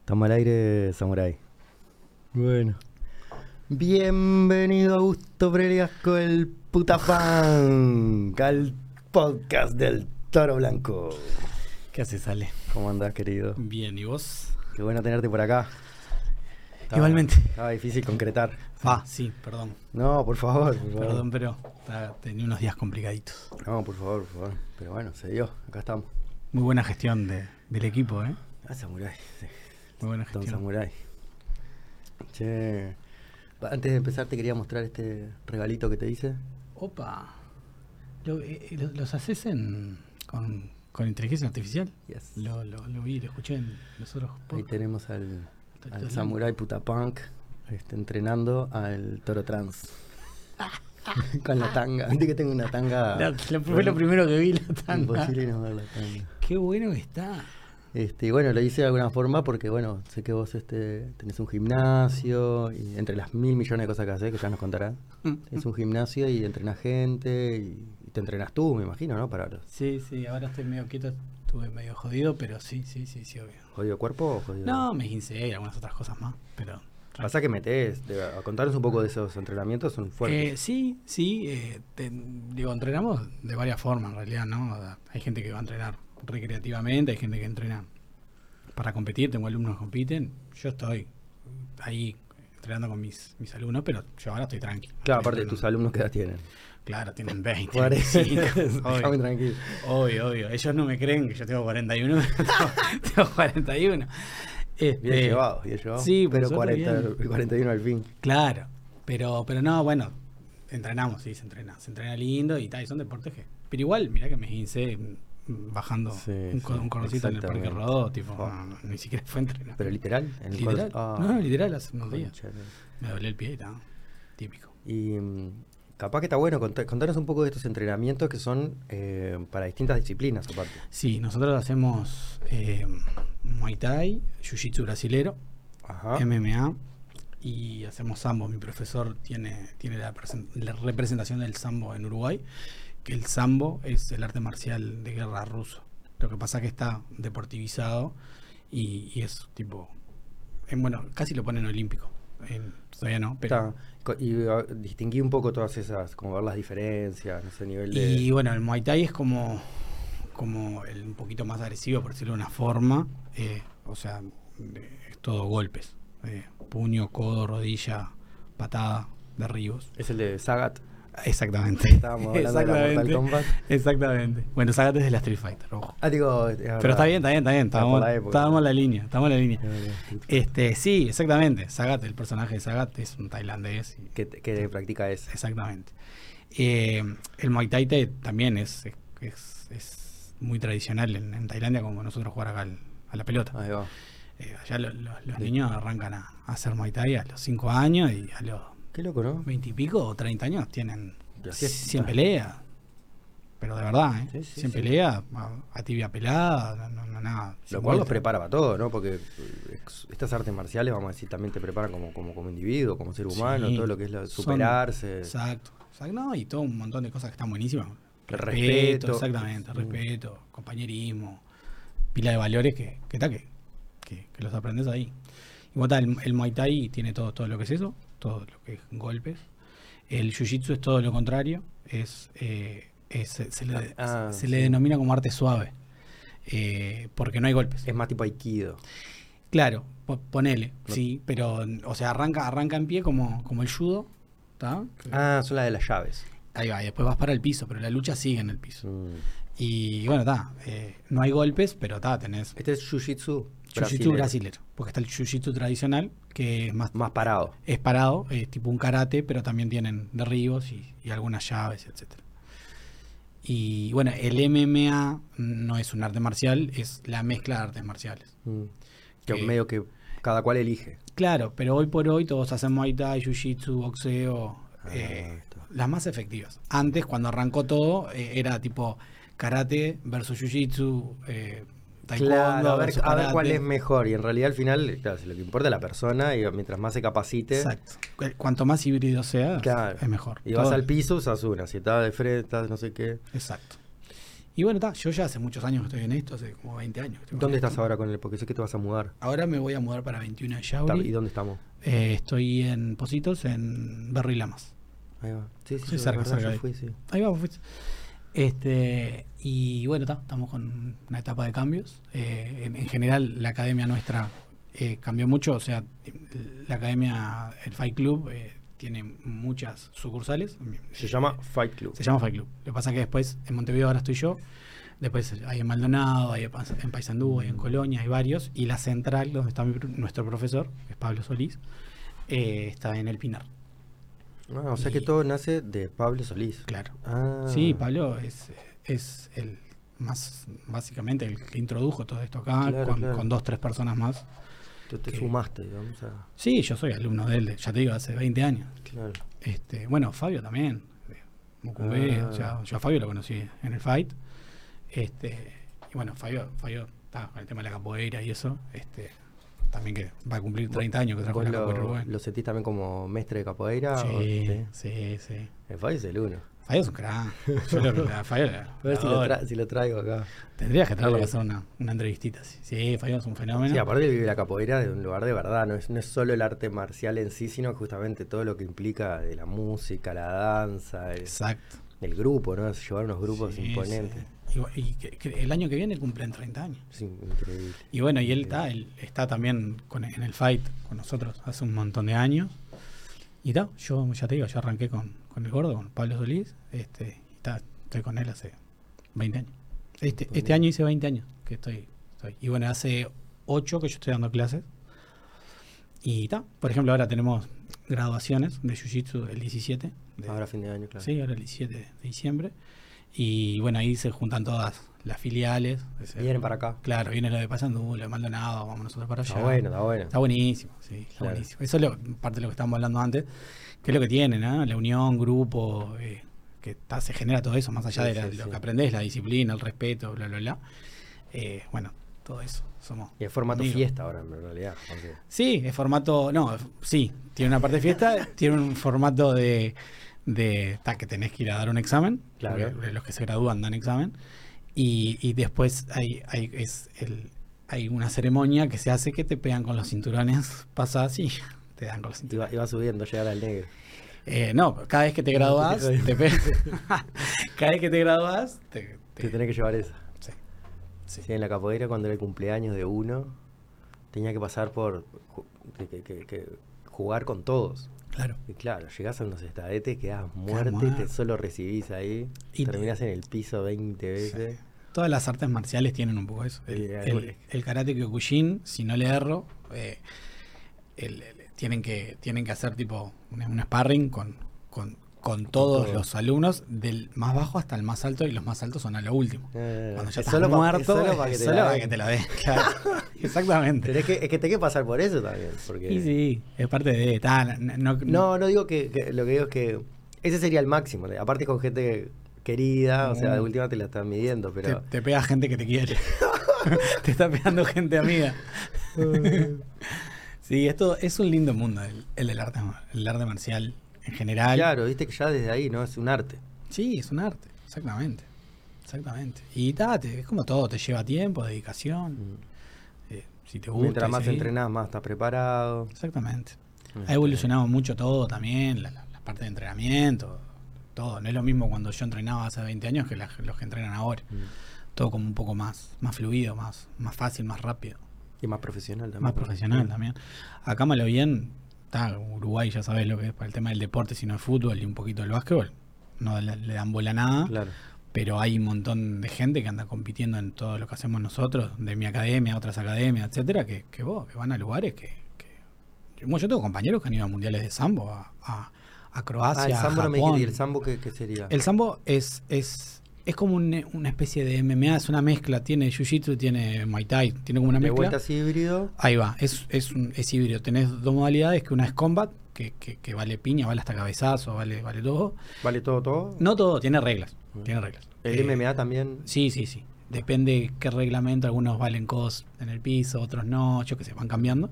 Estamos al aire, Samurai. Bueno. Bienvenido a Gusto Preliasco, el putafán, al podcast del Toro Blanco. ¿Qué haces, Ale? ¿Cómo andás, querido? Bien, ¿y vos? Qué bueno tenerte por acá. Estaba- Igualmente. Estaba difícil concretar. Ah, sí, perdón. No, por favor. por favor. Perdón, pero ta- tenía unos días complicaditos. No, por favor, por favor. Pero bueno, se dio. Acá estamos. Muy buena gestión de- del equipo, ¿eh? Ah, Samurai. sí. Muy buena Don gestión. Samurai. Che. pa- Antes de empezar, te quería mostrar este regalito que te hice. Opa. Lo- eh, lo- ¿Los haces en, con, con inteligencia artificial? Yes. Lo, lo- lo vi, lo escuché en los otros Ahí podcasts. tenemos al, Está al bien. samurai puta punk este, entrenando al toro trans. Con la tanga. Viste que tengo una tanga. La- la- fue lo primero que vi, la tanga. Imposible no ver la tanga. Qué bueno que está. Este, y bueno, lo hice de alguna forma porque, bueno, sé que vos este, tenés un gimnasio y entre las mil millones de cosas que haces, que ya nos contarás, tenés un gimnasio y entrenás gente y, y te entrenás tú, me imagino, ¿no? Para los- Sí, sí, ahora estoy medio quieto, estuve medio jodido, pero sí, sí, sí, sí, obvio. jodido cuerpo o jodido. No, me guincé y algunas otras cosas más, pero... Pasa que metés, de- a contarnos un poco de esos entrenamientos, son fuertes. Eh, sí, sí. eh, te- digo, entrenamos de varias formas en realidad, ¿no? O sea, Hay gente que va a entrenar recreativamente, hay gente que entrena para competir, tengo alumnos que compiten. Yo estoy ahí entrenando con mis, mis alumnos, pero yo ahora estoy tranquilo. claro, aparte de tus alumnos que edad tienen. Claro, tienen 20. Parece. 25, Déjame obvio. tranquilo. Obvio, obvio. Ellos no me creen que yo tengo 41, pero tengo, tengo 41. Este, Bien llevado, bien llevado. sí, pues, por pero suerte 40, 41 al fin. Claro, pero, pero no, bueno, entrenamos, sí, se entrena, se entrena lindo y tal, y son deportes que. Pero igual, mirá que me hice bajando Sí, un, co- sí, un cordoncito en el Parque exactamente. Rodó, tipo, Oh. no, no, ni siquiera fue entrenar. Pero literal, en el literal, cor- Ah, no, literal, hace unos días. concha de- Me dolió el pie y tal, típico. Y mm, capaz que está bueno cont- contarnos un poco de estos entrenamientos que son eh, para distintas disciplinas, aparte. Sí, nosotros hacemos eh, Muay Thai, Jiu Jitsu brasilero, Ajá. MMA y hacemos sambo. Mi profesor tiene, tiene la, presen- la representación del sambo en Uruguay, que el sambo es el arte marcial de guerra ruso. Lo que pasa que está deportivizado y, y es tipo, en- bueno, casi lo ponen olímpico. En- todavía no, pero... Está. Co- Y ah, distinguí un poco todas esas, como ver las diferencias, no sé, nivel de. Y bueno, el Muay Thai es como, como el un poquito más agresivo, por decirlo de una forma. eh, o sea, eh, es todo golpes. eh, puño, codo, rodilla, patada, derribos. Es el de Sagat. Exactamente. Estábamos hablando de la Mortal Kombat. Exactamente. Bueno, Sagat es de la Street Fighter, ojo. Ah, digo. Pero está bien, está bien, está bien. Está por Estábamos, la época. estábamos en la línea, estábamos en la línea. Este, sí, exactamente. Sagat, el personaje de Sagat es un tailandés. y- Que, que practica ese. Exactamente. Eh, el Muay Thai te- también es, es, es muy tradicional en, en Tailandia como nosotros jugar acá al- a la pelota. Ahí va. Eh, allá lo- lo- los Ah. Sí. niños arrancan a, a hacer Muay Thai a los 5 años y a los Qué loco, ¿no? 20 y pico o 30 años tienen Y así es. 100 peleas. Pero de verdad, ¿eh? Sí, sí, 100 sí. peleas, a, a tibia pelada, no, no, no, Lo nada. sin cual los vuelta. prepara para todo, ¿no? Porque eh, ex- estas artes marciales, vamos a decir, también te preparan como, como, como individuo, como ser humano, Sí. todo lo que es la- Son- superarse. Exacto. Exacto. No, y todo un montón de cosas que están buenísimas. El respeto. Exactamente, Sí. respeto, compañerismo, pila de valores que, que, ta, que, que- que los aprendes ahí. Y bueno, ta, el, el Muay Thai tiene todo, todo lo que es eso, todo lo que es golpes. El Jiu Jitsu es todo lo contrario, es, eh, es- se, se le, Ah, se le sí. denomina como arte suave, eh, porque no hay golpes. Mm. Es más tipo aikido. Claro, po- ponele, Lo- sí, pero, o sea, arranca, arranca en pie como, como el judo, ¿está? Ah, son las de las llaves. Ahí va, y después vas para el piso, pero la lucha sigue en el piso. Mm. Y bueno, está, no hay golpes, pero está, tenés Este es jiu-jitsu. jiu-jitsu brasilero. brasilero, porque está el jiu-jitsu tradicional, que es más, Más parado. es parado, es tipo un karate, pero también tienen derribos y, y algunas llaves, etcétera. Y bueno, el MMA no es un arte marcial, es la mezcla de artes marciales. Mm. Que Eh. medio que cada cual elige. Claro, pero hoy por hoy todos hacen Muay Thai, Jiu-Jitsu, boxeo, Ah, eh, está. las más efectivas. Antes, cuando arrancó todo, eh, era tipo karate versus jiu-jitsu, eh, taekwondo Claro, a ver, versus a ver karate. cuál es mejor. Y en realidad al final, claro, lo que importa es la persona y mientras más se capacite. Exacto. Cu- Cuanto más híbrido sea, Claro. es mejor. Y vas Todo. al piso, usas una. Si estás de frente, estás no sé qué. Exacto. Y bueno, ta, yo ya hace muchos años que estoy en esto, hace como 20 años. que estoy con ¿Dónde esto. estás ahora con él? Porque sé que te vas a mudar. Ahora me voy a mudar para 21 de Ta- ¿Y Yauri. dónde estamos? Eh, estoy en Positos, en Berry Lamas. Ahí va. Sí, sí, Sí, sí, cerca, la verdad, cerca yo ahí. fui, sí. Ahí vamos, fuiste. Este, y bueno, ta, estamos con una etapa de cambios. Eh, en, en general, la academia nuestra eh, cambió mucho. O sea, la academia, el Fight Club, eh, tiene muchas sucursales. Se llama Fight Club. Se llama Fight Club. Lo que pasa es que después en Montevideo ahora estoy yo. Después hay en Maldonado, hay en Pas- en Paysandú, hay en Colonia, hay varios. Y la central, donde está mi pro- nuestro profesor, que es Pablo Solís, eh, está en El Pinar. Ah, o sea que Y- todo nace de Pablo Solís. Claro. Ah. Sí, Pablo es, es el más, básicamente, el que introdujo todo esto acá, Claro, con, claro. con dos, tres personas más. Tú te que- sumaste, digamos. a- Sí, yo soy alumno de él, ya te digo, hace 20 años. Claro. Este, bueno, Fabio también. eh, Mucubé, Ah. o sea, yo a Fabio lo conocí en el fight. Este, y bueno, Fabio, Fabio está con el tema de la capoeira y eso. Este, también que va a cumplir 30 años que trajo ¿Vos la capoeira lo, uruguaya. lo sentís también como mestre de capoeira? o- Sí, sí. sí, sí. El Fabio es el uno. Fabio es un crack. Yo lo, a Fabio lo- A ver si lo lo, adoro. tra- si lo traigo acá. Tendrías que traerlo Eh. para hacer una, una entrevistita. Sí, Sí, Fabio es un fenómeno. Sí, aparte vive la capoeira de un lugar de verdad, no es, no es solo el arte marcial en sí, sino justamente todo lo que implica de la música, la danza, el, Exacto. el grupo, ¿no? Es llevar unos grupos Sí, imponentes. sí. Y bu- Y, que- que el año que viene cumplen 30 años. Es in- increíble. Y bueno, y él Sí. está, él está también con, en el fight con nosotros hace un montón de años. Y está, yo ya te digo, yo arranqué con, con el gordo, con Pablo Solís, este, y está, estoy con él hace 20 años. Este, Buenísimo. este año hice 20 años que estoy, estoy. Y bueno, hace 8 que yo estoy dando clases. Y está, por ejemplo, ahora tenemos graduaciones de Jiu-Jitsu el 17. de- Ahora fin de año, claro. Sí, ahora el 17 de diciembre. Y bueno, ahí se juntan todas las filiales. Es el- Vienen para acá. Claro, viene lo de Paysandú, lo de Maldonado, vamos nosotros para allá. Está bueno, está bueno. Está buenísimo, sí, está Claro. buenísimo. Eso es lo, parte de lo que estábamos hablando antes, que es lo que tienen, ¿no? La unión, grupo, eh, que está- se genera todo eso, más allá Sí, de la- sí, lo sí. que aprendés, la disciplina, el respeto, bla, bla, bla. Eh, bueno, todo eso, somos... Y en formato amigos. fiesta ahora, en realidad. porque- Sí, es formato. No, es- sí, tiene una parte de fiesta, tiene un formato de. de ta, que tenés que ir a dar un examen. Claro. porque Los que se gradúan dan examen. Y, y después hay, hay, es el, hay una ceremonia que se hace que te pegan con los cinturones. Pasás y te dan con los Iba, cinturones. iba subiendo, llegar al negro. Eh, no, cada vez que te graduás, te pe- cada vez que te graduás, te, Te tenés que llevar eso. sí. Sí. Sí, en la capoeira cuando era el cumpleaños de uno, tenía que pasar por ju- que- que- que- que jugar con todos. Claro. Y claro, llegás a unos estadetes, quedás Quedás muerte, te muerto. solo recibís ahí, Y te- terminás en el piso 20 Sí. veces. Todas las artes marciales tienen un poco eso. El, Y ahí- el- el karate Kyokushin, si no le erro, eh, el- el- tienen, que, tienen que hacer tipo un, un sparring con, con, con todos todos. los alumnos, del más bajo hasta el más alto, y los más altos son a lo último. Eh, Cuando es ya estás solo pa- es muerto, solo pa que es te solo la para den. que te la den. Claro. Exactamente. Pero es que, es que tenés que pasar por eso también. Porque... Y sí, es parte de... ta, no, no- No, no digo que, que- lo que digo es que ese sería el máximo. de- Aparte con gente querida, o sea, de Mm. última te la están midiendo, te, pero... te pega gente que te quiere. te está pegando gente amiga. Sí, esto es un lindo mundo, el, el del arte, el arte marcial en general. Claro, viste que ya desde ahí, ¿no? Es un arte. Sí, es un arte, exactamente. Exactamente. Y date, es como todo, te lleva tiempo, dedicación. eh, si te gusta. Mm. Mientras y más seguís. entrenás, más estás preparado. Exactamente. Este, Ha evolucionado mucho todo también, la, la- la parte de entrenamiento, todo. No es lo mismo cuando yo entrenaba hace 20 años que la- los que entrenan ahora. Mm. Todo como un poco más, más fluido, más, más fácil, más rápido. Y más profesional también. Más profesional también. Acá malo bien, está Uruguay, ya sabes lo que es para el tema del deporte, sino el fútbol y un poquito el básquetbol. No le, le dan bola a nada, Claro. pero hay un montón de gente que anda compitiendo en todo lo que hacemos nosotros, de mi academia, otras academias, etcétera, que, que vos, que van a lugares que. que- Bueno, yo tengo compañeros que han ido a mundiales de sambo, a, a- a Croacia, Ah, el a sambo no me Japón. dijiste, ¿y el sambo qué, qué sería? El sambo es, es, es como un- una especie de MMA, es una mezcla, tiene jiu-jitsu, tiene muay thai, tiene como una de mezcla. vuelta así híbrido. Ahí va, es, es, un, es híbrido. Tenés dos modalidades, que una es combat, que, que- que vale piña, vale hasta cabezazo, vale, vale todo. ¿Vale todo, todo? No todo, tiene reglas. Mm. Tiene reglas. El Eh, MMA también. Sí, sí, sí. Depende qué reglamento, algunos valen cos en el piso, otros no, yo que se van cambiando.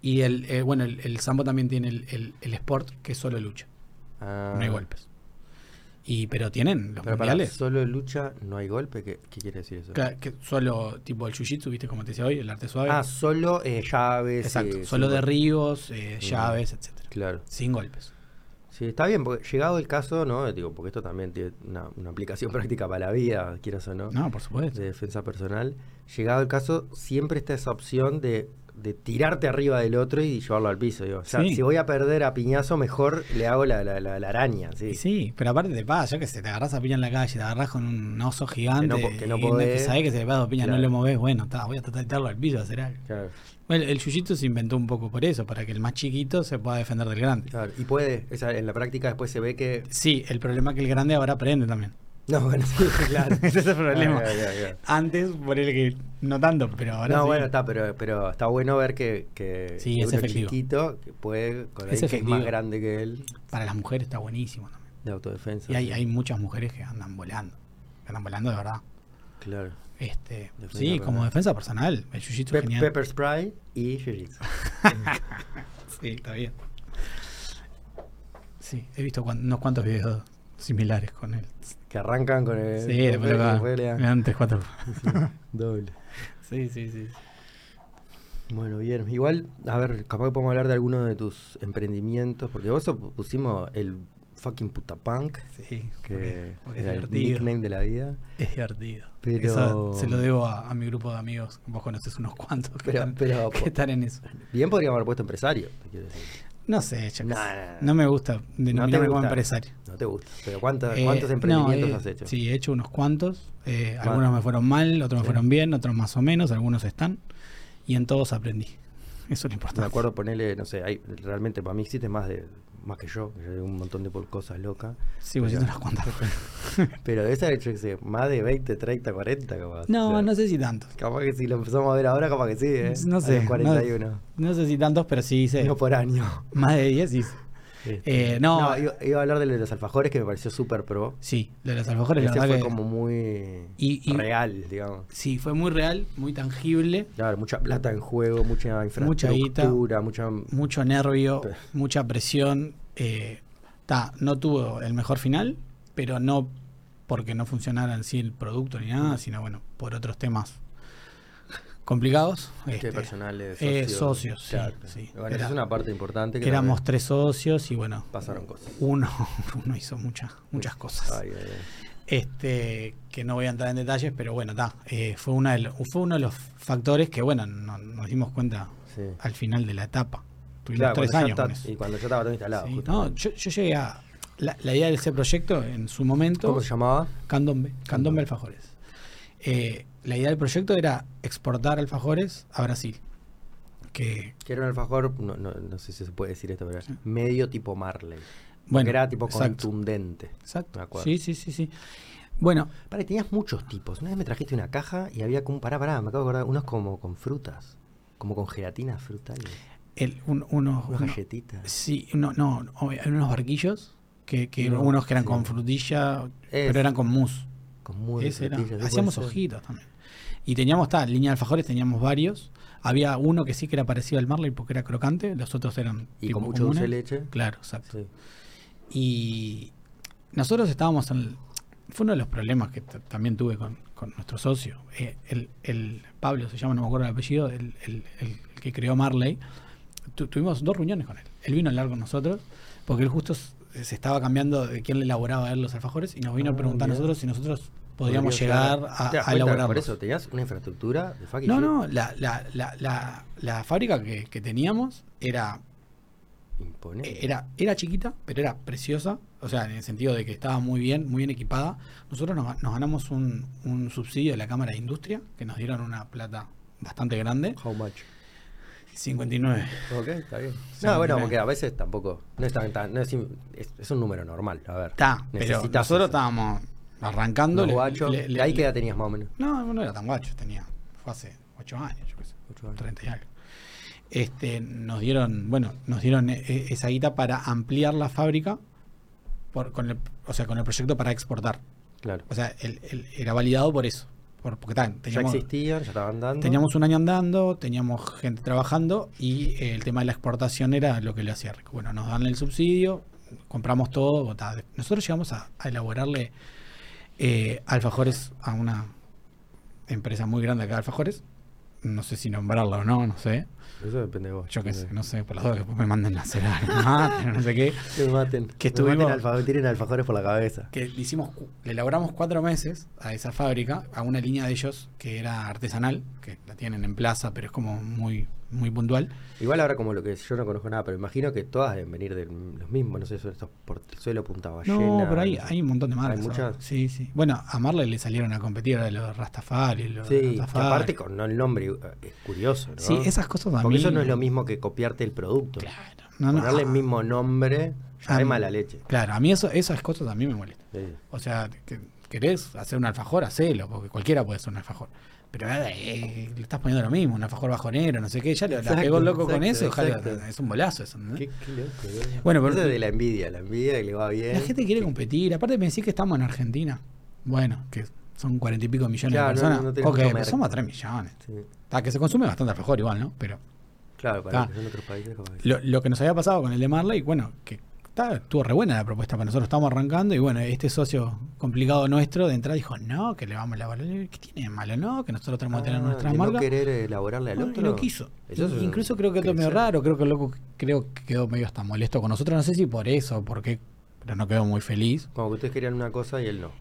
Y el, eh, bueno, el, el sambo también tiene el, el- el sport, que es solo lucha, Ah, no hay golpes. Y, pero tienen los Pero para mundiales. solo lucha no hay golpe, ¿qué, qué quiere decir eso? Claro, que solo tipo el jiu-jitsu, ¿viste? Como te decía hoy, el arte suave. Ah, solo eh, llaves. Exacto, eh, solo sin golpe. derribos, eh, Sí. llaves, etcétera. Claro. Sin golpes. Sí, está bien, porque llegado el caso, ¿no? Digo, porque esto también tiene una, una aplicación práctica para la vida, quieras o no, Este, No, por supuesto. de defensa personal. Llegado el caso, siempre está esa opción de, de tirarte arriba del otro y llevarlo al piso. digo. O sea, Sí. si voy a perder a piñazo, mejor le hago la, la, la- la araña, Y sí. sí, pero aparte te pasa, yo que se te agarras a piña en la calle, te agarras con un oso Que gigante. no po- que no y podés. que sabés que se le pasa a piña, Claro. no lo movés, bueno, está, voy a tratar de tirarlo al piso, será. Claro, Bueno, el jiu-jitsu se inventó un poco por eso, para que el más chiquito se pueda defender del grande. claro. Y puede, esa- en la práctica después se ve que. Sí, el problema es que el grande ahora aprende también. No, bueno, sí, claro. Ese es el problema. Claro, claro, claro. Antes, por el que no tanto, pero ahora no, sí. bueno, está, pero, pero está bueno ver que, que Sí, que es uno efectivo. chiquito que puede, con alguien que Es es más efectivo. grande que él, Para las mujeres está buenísimo también. de autodefensa. Y hay, hay muchas mujeres que andan volando. Que andan volando de verdad. Claro. Este, Defensa sí, personal. como defensa personal. El jiu-jitsu es Pep- genial. pepper spray y jiu-jitsu. Sí, está bien. Sí, he visto cuan- unos cuantos videos similares con él. Que arrancan con el. Sí, después Eh, con lo el- me pelea. dan tres, cuatro. Doble. Sí, sí, sí. Bueno, bien. Igual, a ver, capaz que podemos hablar de alguno de tus emprendimientos. Porque vos op- pusimos el fucking puta punk, Sí, que porque es era el divertido. nickname de la vida. Es divertido. Pero- Eso se lo debo a, a mi grupo de amigos. Vos conocés unos cuantos que, Pero- están, pero- que están en eso. Bien podríamos haber puesto empresario, te quiero decir. No sé, yo qué No, sé. no, no. No me gusta denominarme como gusta. empresario. No te gusta. Pero ¿cuántos, Eh, cuántos no, emprendimientos eh, has hecho? Sí, he hecho unos cuantos. Eh, Ah. algunos me fueron mal, otros Sí. me fueron bien, otros más o menos, algunos están. Y en todos aprendí. Eso es lo Me importante. acuerdo ponerle, no sé, hay, realmente para mí existe más de más que yo, que yo digo un montón de por- cosas locas. Sí, voy Pero- haciendo unas cuantas. Pero de esa, yo qué sé, más de 20, 30, 40 capaz. O No, sea, no sé si tantos. Capaz que si lo empezamos a ver ahora, capaz que sí, ¿eh? No A sé, los no- 41. No sé si tantos, pero sí hice Uno por año. más de 10. hice. Este, Eh, no. iba, iba a hablar de los alfajores que me pareció súper pro. Sí, lo de los alfajores, la Ese verdad fue que. como muy Y- y- real, digamos. Sí, fue muy real, muy tangible, Claro, mucha plata en juego, mucha Mucha guita. infraestructura, mucha... mucho nervio, Pe- mucha presión. eh, ta, no tuvo el mejor final, pero no porque no funcionara en sí el producto ni nada, sino bueno, por otros temas complicados. este, este, personales, socios. eh, socios, sí, Claro. sí. Bueno, esa Era- es una parte importante que también éramos tres socios y bueno, pasaron cosas. uno, uno hizo muchas muchas cosas. Ay, ay, ay. este que no voy a entrar en detalles, pero bueno, ta, eh, fue, una de lo- fue uno de los factores que, bueno, no- nos dimos cuenta Sí. al final de la etapa. Tuvimos Claro, tres cuando ya años está- con eso. y cuando ya estaba todo instalado. Sí, justamente. no, yo, yo llegué a... La, la idea de ese proyecto en su ¿Cómo momento, se llamaba? Candombe, Candombe Alfajores. Eh, la idea del proyecto era exportar alfajores a Brasil. Que, Que era un alfajor, no, no, no sé si se puede decir esto, pero Sí. medio tipo Marley. bueno, que era tipo exacto, contundente. Me Exacto. acuerdo. Sí, sí, sí, sí. Bueno, Para, tenías muchos tipos. Una vez me trajiste una caja y había como, pará, pará, me acabo de acordar, unos como con frutas, como con gelatinas frutales, el, un- uno- unas uno- galletitas. Sí, no, no, no, hay unos barquillos que, que No, unos que eran sí. con frutilla, Es- pero eran con mousse. Con muy Ese era. frutillas, ¿qué Hacíamos puede ser? hojitas también. Y teníamos, tal, línea de alfajores teníamos varios. Había uno que sí que era parecido al Marley porque era crocante, los otros eran. Y tipo con mucho dulce de comunes. leche. Claro, exacto. Sí. Y nosotros estábamos en. el- fue uno de los problemas que t- también tuve con, con nuestro socio. Eh, el, el- Pablo se llama, no me acuerdo el apellido, el, el- el- el que creó Marley. Tu- tuvimos dos reuniones con él. Él vino a hablar con nosotros porque él justo s- se estaba cambiando de quién le elaboraba a él los alfajores y nos vino Ah, a preguntar mirá. a nosotros si nosotros podríamos Podría llegar a, ¿Te das a cuenta? elaborarlos. Por eso tenías una infraestructura de fucking No, shit no, la, la- la- la- la fábrica que, que teníamos era eh, imponente. era, era chiquita, pero era preciosa. O sea, en el sentido de que estaba muy bien, muy bien equipada. Nosotros nos, ga- nos ganamos un, un subsidio de la Cámara de Industria, que nos dieron una plata bastante grande. How much? 59. Ok, está bien. Sí, No, bueno, mira. porque a veces tampoco. No es tan, tan- no es, im- es- es un número normal. A ver. Está, pero Necesitas nosotros eso. estábamos arrancando. Los le- guachos. le- le- ahí qué edad tenías más o menos. No, no era tan guacho, tenía. Fue hace 8 años, yo qué sé. Ocho años. 30 y algo. Este, nos dieron, bueno, nos dieron e- e- esa guita para ampliar la fábrica por, con el, o sea, con el proyecto para exportar. Claro. O sea, el- el- era validado por eso. Por, porque tan, Ya teníamos, existían, ya estaban dando. teníamos un año andando, teníamos gente trabajando y eh, el tema de la exportación era lo que le hacía rico. Bueno, nos dan el subsidio, compramos todo. ta, Nosotros llegamos a, a elaborarle eh, alfajores a una empresa muy grande acá de alfajores. No sé si nombrarla o no, no sé. Eso depende de vos. Yo qué sé, depende. no sé, por las dos después me manden la cera, me maten, no sé qué. Que me maten. Que Me maten estuvimos- alfa- me tiren alfajores por la cabeza. que le hicimos, cu- le elaboramos cuatro meses a esa fábrica, a una línea de ellos que era artesanal, que la tienen en plaza, pero es como muy, muy puntual. Igual ahora como lo que yo no conozco nada, pero imagino que todas deben venir de los mismos, no sé, son estos portezuelo, punta ballena. No, pero hay, hay un montón de marcas. ¿Hay muchas? ahora. Sí, sí. Bueno, a Marley le salieron a competir a los Rastafari, los Sí, que Rastafari. aparte con no, el nombre eh, es curioso, ¿no? Sí, esas cosas a Porque mí- eso no es lo mismo que copiarte el producto. Claro. No, no. Ponerle el mismo nombre ya Ah, ¿Eh? es mala leche. Claro, a mí eso, esas cosas a mí me molestan. Sí. O sea, que- querés hacer un alfajor, hacelo, porque cualquiera puede hacer un alfajor. Pero eh, le estás poniendo lo mismo, un alfajor bajonero, no sé qué, ya le- la Exacto, pegó el loco con exacto, eso, ojalá- exacto. es un bolazo eso. ¿entendés? Qué, qué loco, ¿no? Bueno, pero- Eso es de la envidia, la envidia que le va bien. La gente quiere competir, aparte me decís que estamos en Argentina. Bueno, que son cuarenta y pico millones Claro, no, de personas. no, no tenemos ok, mucho pero mercado. somos tres millones. Sí. Está, que se consume bastante alfajor igual, ¿no? Pero Claro, para Ah. que son otros países como que- lo, lo que nos había pasado con el de Marley, bueno, que está, estuvo re buena la propuesta para nosotros, estamos arrancando y bueno, este socio complicado nuestro de entrada dijo, no, que le vamos a la ¿qué tiene de malo? No, que nosotros tenemos que tener Ah, nuestras de marcas. No querer elaborarle al No, y otro. lo quiso. Eso es un- Incluso creo que quedó medio crecer. raro, creo que el loco creo que quedó medio hasta molesto con nosotros, no sé si por eso, porque pero no quedó muy feliz. Como que ustedes querían una cosa y él no.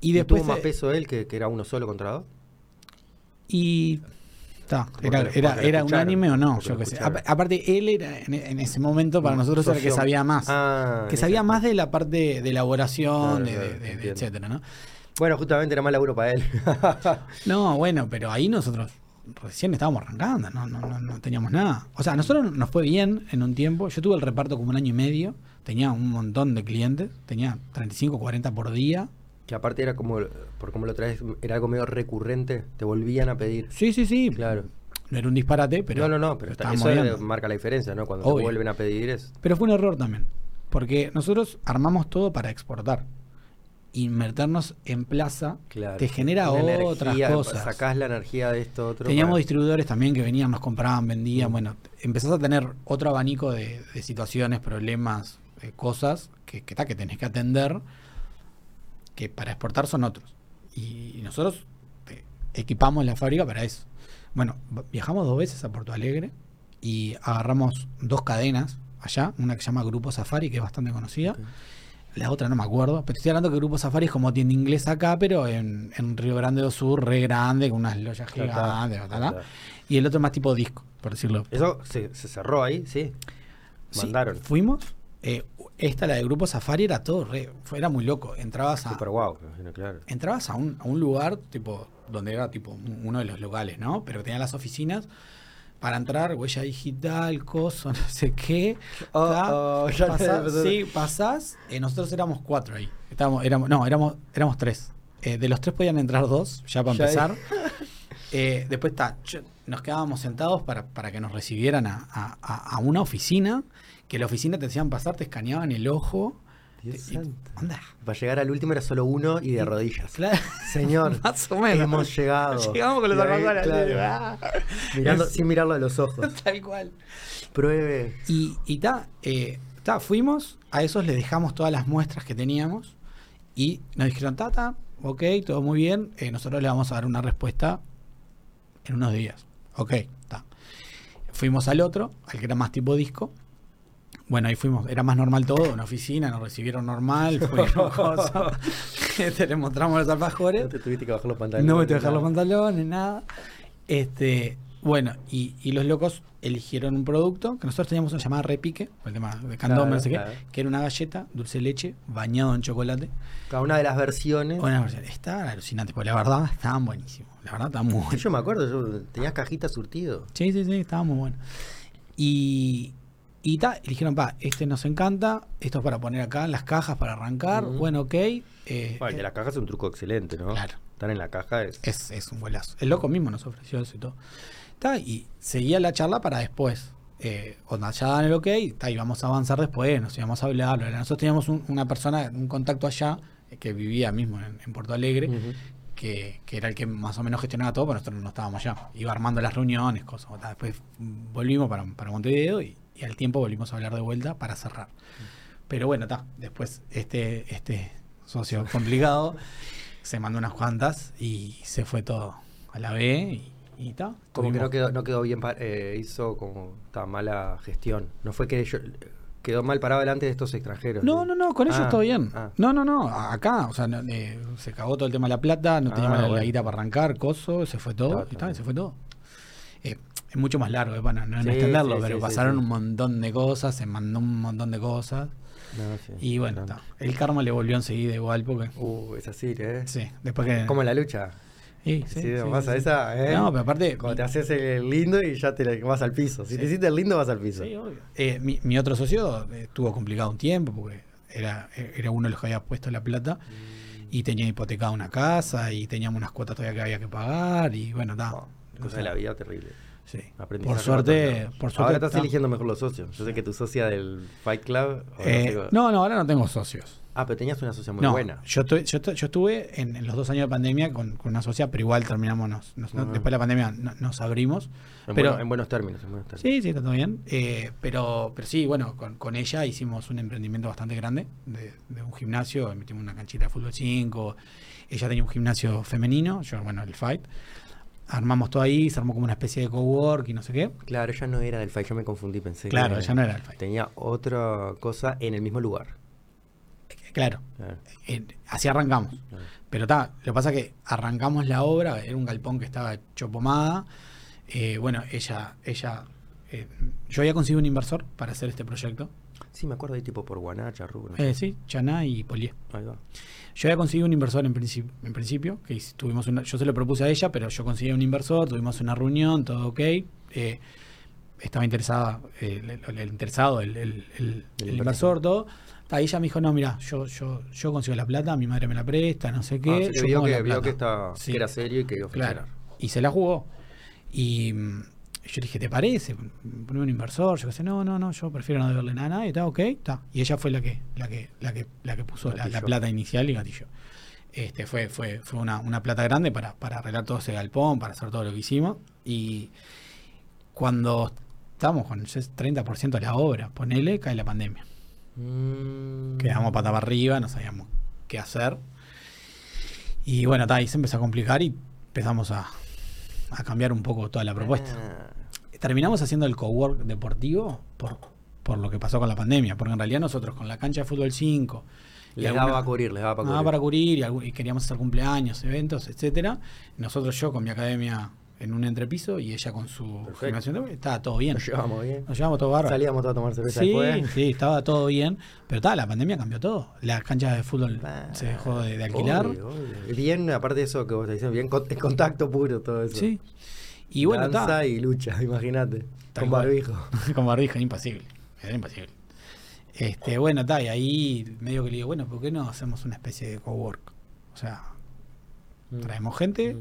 Y después tuvo más eh, peso él que, que era uno solo contra dos. Y. ta, Porque era, lo- era, porque lo era escucharon, unánime o no, porque yo lo qué sé. escucharon. Apa- Aparte, él era en, en ese momento para Un nosotros era el que socio- sabía más. Ah, que en sabía ese- más de la parte de Claro, elaboración, de, claro, de- de- entiendo. etcétera, ¿no? Bueno, justamente era más laburo para él. No, bueno, pero ahí nosotros recién estábamos arrancando, no, no, no, no teníamos nada. O sea, a nosotros nos fue bien en un tiempo. Yo tuve el reparto como un año y medio, tenía un montón de clientes, tenía 35, 40 por día. que aparte era como, por cómo lo traes, era algo medio recurrente. Te volvían a pedir. Sí, sí, sí. Claro. No era un disparate, pero. no, no, no, pero está- estábamos eso viendo. marca la diferencia, ¿no? Cuando Obvio. te vuelven a pedir es. Pero fue un error también, porque nosotros armamos todo para exportar. Y meternos en plaza Claro. te genera Una otras energía, cosas. Sacás la energía de esto otro. Teníamos para- Mm. distribuidores también que venían, nos compraban, vendían. Bueno, empezás a tener otro abanico de, de situaciones, problemas, eh, cosas que, que, ta, que tenés que atender, que para exportar son otros. Y, nosotros eh, equipamos la fábrica para eso. Bueno, va- viajamos dos veces a Porto Alegre y agarramos dos cadenas allá, una que se llama Grupo Safari, que es bastante conocida. Ok. La otra no me acuerdo, pero estoy hablando que Grupo Safari es como tienda inglesa acá, pero en, en Río Grande do Sur, re grande, con unas loyas Claro, gigantes, está. ¿verdad? Y el otro más tipo disco, por decirlo. Eso se, se cerró ahí, sí. Sí, Eh, Mandaron. fuimos, eh, esta, la de Grupo Safari, era todo re, fue- era muy loco. Entrabas a, Super guau, me imagino, claro. entrabas a un, a un lugar, tipo, donde era tipo un- uno de los locales, ¿no? Pero tenía las oficinas. Para entrar, huella digital, coso, no sé qué. Oh, ta, oh, ya pasás- empezó. sí, pasás. eh, nosotros éramos cuatro ahí. Estábamos, éramos, no, éramos, éramos tres. Eh, de los tres podían entrar dos, ya para Ya empezar. Eh, después está, yo- nos quedábamos sentados para, para que nos recibieran a, a- a- a una oficina, que la oficina te hacían pasar, te escaneaban el ojo. Dios Y- y- santo. anda, Para llegar al último era solo uno y de rodillas. claro. Señor, Más o menos. hemos llegado. Llegamos con los Y ahí, alfajores, claro, así, mirando- sin mirarlo a los ojos. ah, Tal cual. Pruebe. Y, y ta, eh, ta, fuimos, a esos les dejamos todas las muestras que teníamos y nos dijeron, tata, ok, todo muy bien, eh, nosotros le vamos a dar una respuesta en unos días. Ok, ta. Fuimos al otro, al que era más tipo disco. Bueno, ahí fuimos, era más normal todo, una oficina, nos recibieron normal, fuimos cosas. Te le mostramos los alfajores. No te tuviste que bajar los pantalones. ¿Eh? No me te dejar los pantalones, nada. Este, bueno, y, y los locos eligieron un producto que nosotros teníamos una llamada repique, por el tema de candombe, Claro, no sé qué, claro. que era una galleta, dulce de leche, bañado en chocolate. Cada una de las versiones. Una versión. Estaban alucinantes, porque la verdad estaban buenísimos. La verdad estaban muy buenos. Yo me acuerdo, yo tenías cajita surtido. Sí, sí, sí, estaban muy buenos. Y. Y ta, eligieron, pa, este nos encanta, esto es para poner acá en las cajas para arrancar, Ujú. bueno, ok. eh, Bueno, el de las cajas es un truco excelente, ¿no? Claro. Estar en la caja es. Es, es un golazo. El loco mismo nos ofreció eso y todo. Ta, y seguía la charla para después. Eh, onda, ya dan el ok, ta, íbamos a avanzar después, nos íbamos a hablar. bla, bla. Nosotros teníamos un- una persona, un contacto allá, eh, que vivía mismo en, en Porto Alegre, Ujú. que, que era el que más o menos gestionaba todo, pero nosotros no estábamos allá. Iba armando las reuniones, cosas. ta. Después volvimos para, para Montevideo y, y al tiempo volvimos a hablar de vuelta para cerrar. Pero bueno, está. Después este, este socio complicado se mandó unas cuantas y se fue todo a la B y está. Como que no quedó, no quedó bien, pa- eh, hizo como ta, mala gestión. No fue que yo, quedó mal parado delante de estos extranjeros. No, no, no, con ellos Ah, todo bien. ah. No, no, no, a- acá, o sea, no, eh, se cagó todo el tema de la plata, no tenía Ah, la- la bueno. guita para arrancar, coso, se fue todo, Claro, y está, claro. se fue todo. Eh, es mucho más largo, eh, para no, no Sí, extenderlo, sí, pero sí, sí, pasaron sí. un montón de cosas, se mandó un montón de cosas, No, sí. y bueno, Claro. está. el karma le volvió enseguida igual, porque... Uh, es así, ¿eh? Sí, después que... Como en la lucha. Sí, sí, Sí, sí, vas sí, a sí. esa, ¿eh? No, pero aparte... Cuando te haces el lindo y ya te la- vas al piso. Si Sí. te hiciste el lindo, vas al piso. Sí, obvio. Eh, mi, mi otro socio eh, estuvo complicado un tiempo porque era, era uno de los que había puesto la plata y tenía hipotecada una casa y teníamos unas cuotas todavía que había que pagar y bueno, está. No, cosa Oh, de la vida terrible. Aprendizaje Por para todos suerte, lados. por suerte. Ahora estás ta. eligiendo mejor los socios. Yo sé que tu socia del Fight Club. o no Eh, sé qué- no, no, ahora no tengo socios. Ah, pero tenías una socia muy no, buena. Yo, estu- yo, estu- yo estuve en, en los dos años de pandemia con, con una socia, pero igual terminamos, nos- nos- no- Ah. después de la pandemia no- nos abrimos. En, pero, bueno- en buenos términos. en buenos términos. Sí, sí, está todo bien. Eh, pero, pero sí, bueno, con, con ella hicimos un emprendimiento bastante grande de, de un gimnasio. eh, Metimos una canchita de fútbol 5. Ella tenía un gimnasio femenino, yo, bueno, el Fight. Armamos todo ahí, se armó como una especie de cowork y no sé qué. Claro, ella no era del Fight. Yo me confundí, pensé. claro, que ya no era el Fight. Tenía otra cosa en el mismo lugar. Claro, Claro, eh, así arrancamos. claro. Pero está, lo que pasa es que arrancamos la obra, era un galpón que estaba hecho pomada. Eh, bueno, ella, ella, eh, yo había conseguido un inversor para hacer este proyecto. Sí, me acuerdo ahí tipo por Guanacha, Rubro. Eh, sí, Chana y Polié. Ahí va. Yo había conseguido un inversor en, principio en principio, que hic- tuvimos una, yo se lo propuse a ella, pero yo conseguí un inversor, tuvimos una reunión, todo ok. eh, estaba interesada, eh, el, el- el interesado, el, el- el- el inversor, inversor. todo. Ahí ella me dijo, no, mira, yo, yo, yo consigo la plata, mi madre me la presta, no sé qué. Ah, sí, yo que vio pongo que, la vio plata". que, estaba- Sí. que era serio y que iba a Claro. funcionar. Y se la jugó. Y mm, yo le dije, ¿te parece? Poner un inversor. Yo dije, no, no, no, yo prefiero no deberle nada a nadie, está ok, está. Y ella fue la que, la que, la que, la que puso la, la Gatilló. plata inicial y gatillo. Este, fue, fue, fue una, una plata grande para, para arreglar todo ese galpón, para hacer todo lo que hicimos. Y cuando estamos con el 30% de la obra, ponele, cae la pandemia. Mm. Quedamos pata para arriba, no sabíamos qué hacer. Y bueno, ta, ahí se empezó a complicar y empezamos a, a cambiar un poco toda la propuesta. Ah, Terminamos haciendo el cowork deportivo por, por lo que pasó con la pandemia, porque en realidad nosotros con la cancha de fútbol 5 y les alguna- daba a cubrir, les daba para nada cubrir. para cubrir y, algu- y queríamos hacer cumpleaños, eventos, etcétera. Nosotros yo con mi academia en un entrepiso y ella con su Perfecto. gimnasio, de- estaba todo bien. Nos llevamos bien. Nos llevamos todo bárbaro. Salíamos todos a tomar cerveza Sí, después. sí, estaba todo bien. Pero ta, la pandemia cambió todo. Las canchas de fútbol Ah, se dejó de, de alquilar. obvio, obvio. Bien, aparte de eso que vos te diciendo, bien con- en contacto puro todo eso. Sí. Y bueno, Danza está. y lucha, imagínate. Tal Con cual. barbijo. Con barbijo, imposible. Era imposible. Este, bueno, está. Y ahí medio que le digo, bueno, ¿por qué no hacemos una especie de cowork? O sea, traemos gente,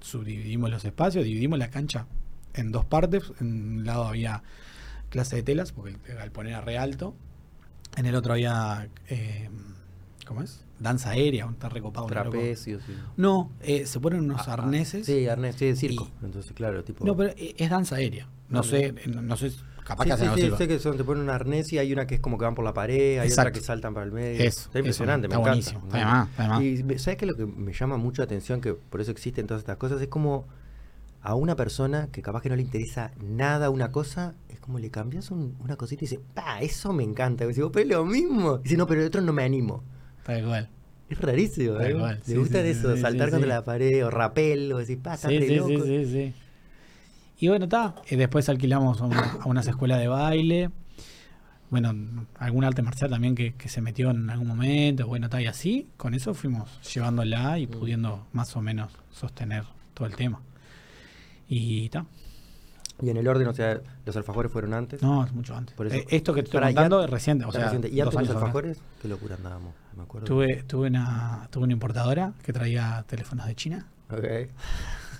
subdividimos los espacios, dividimos la cancha en dos partes. En un lado había clase de telas, porque el galpón era re alto. En el otro había. eh, ¿Cómo es? Danza aérea, un tan recopado. un loco. Trapecios. y- No, eh, se ponen unos Ah, arneses. Sí, arneses, sí, de circo. Y- Entonces, claro, tipo. No, pero eh, es danza aérea. No Ah, sé, no, no sé, capaz Sí, que hacen sí, algo sí, así. sé que son, te ponen un arnés y hay una que es como que van por la pared, hay Exacto. otra que saltan para el medio. Eso, eso, está impresionante, está me buenísimo, encanta. está de más, está de más. Y me- sabes que lo que me llama mucho la atención, que por eso existen todas estas cosas, es como a una persona que capaz que no le interesa nada una cosa, es como le cambias un- una cosita y dice, pa, eso me encanta. Y digo, pero es lo mismo. Y dice, no, pero el otro no me animo. Tal cual. Es rarísimo, Tal ¿eh? cual, Le sí, gusta sí, sí, eso, sí, saltar sí, contra sí. la pared o rapel, o decir, pa, está Sí, re sí, loco. sí, sí, sí. Y bueno, está. después alquilamos a, una- a unas escuelas de baile. Bueno, alguna arte marcial también que, que se metió en algún momento. Bueno, está. Y así, con eso fuimos llevándola Mm. y pudiendo más o menos sostener todo el tema. Y está. Y en el orden, o sea, los alfajores fueron antes. No, es mucho antes. Por eso- Eh, esto que te estoy Pará, y contando an- es reciente. O Está sea, reciente. y dos antes los años atrás. alfajores, qué locura andábamos, me acuerdo. Tuve, tuve, una, tuve una importadora que traía teléfonos de China. Ok.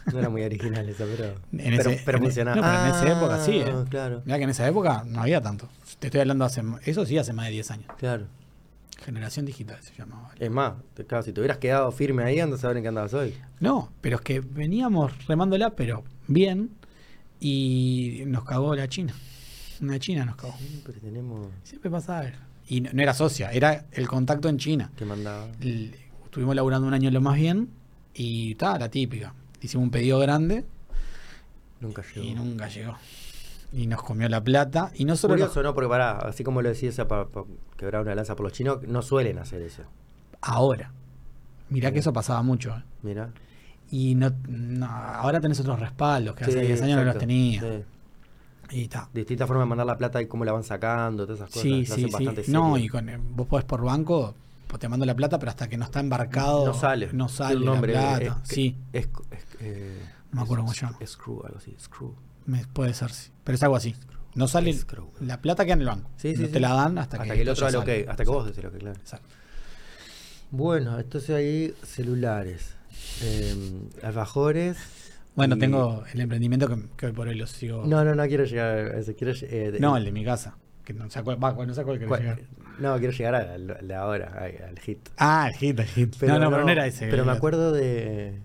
No era muy original eso, pero. En pero ese- pero en ese- funcionaba. no, pero en esa época sí, Ah, eh. Claro, Mira que en esa época no había tanto. Te estoy hablando hace. Eso sí, hace más de 10 años. claro. Generación digital se llamaba. Es más, te- claro, si te hubieras quedado firme ahí, andas a ver en qué andabas hoy. No, pero es que veníamos remándola, pero bien. Y nos cagó la China. Una China nos cagó. Siempre tenemos. Siempre pasa algo. Y no, no era socia, era el contacto en China. que mandaba. El- estuvimos laburando un año lo más bien y ta, la típica. Hicimos un pedido grande Nunca llegó. y nunca llegó. Y nos comió la plata. Y no solo nos- Curioso, ¿no? Porque pará, así como lo decías para quebrar una lanza por los chinos, no suelen hacer eso. ahora. Mirá que Mira. eso pasaba mucho. ¿eh? Mira. Y no, no, ahora tenés otros respaldos que hace 10 años no los tenías. Y ta. Distintas formas de mandar la plata y cómo la van sacando, todas esas cosas. Sí, Lo hacen sí, sí. bastante No, serio. y con, eh, vos podés por banco, pues te mando la plata, pero hasta que no está embarcado. No sale. No Tiene sale un nombre, la plata. es- sí, Es, es- eh, No me acuerdo cómo se screw- llama. Screw, algo así. Screw. me- puede ser, sí. Pero es algo así. No sale. Escrow. La plata queda en el banco. Sí, no sí, te sí. la dan hasta, Hasta, que el otro esto ya al ok, sale. hasta que vos decís lo que, claro. Exacto. Bueno, entonces ahí celulares, eh, alfajores. Bueno, y- tengo el emprendimiento que, que hoy por hoy lo sigo. No, no, no quiero llegar a ese. Quiero, eh, de- No, el de mi casa. Que no sé cuál, va, no sé cuál querés ¿Cuál? llegar. No, quiero llegar a la, la hora, al- al hit. Ah, el hit, el hit. no, no, pero no era ese. Pero me era- acuerdo de,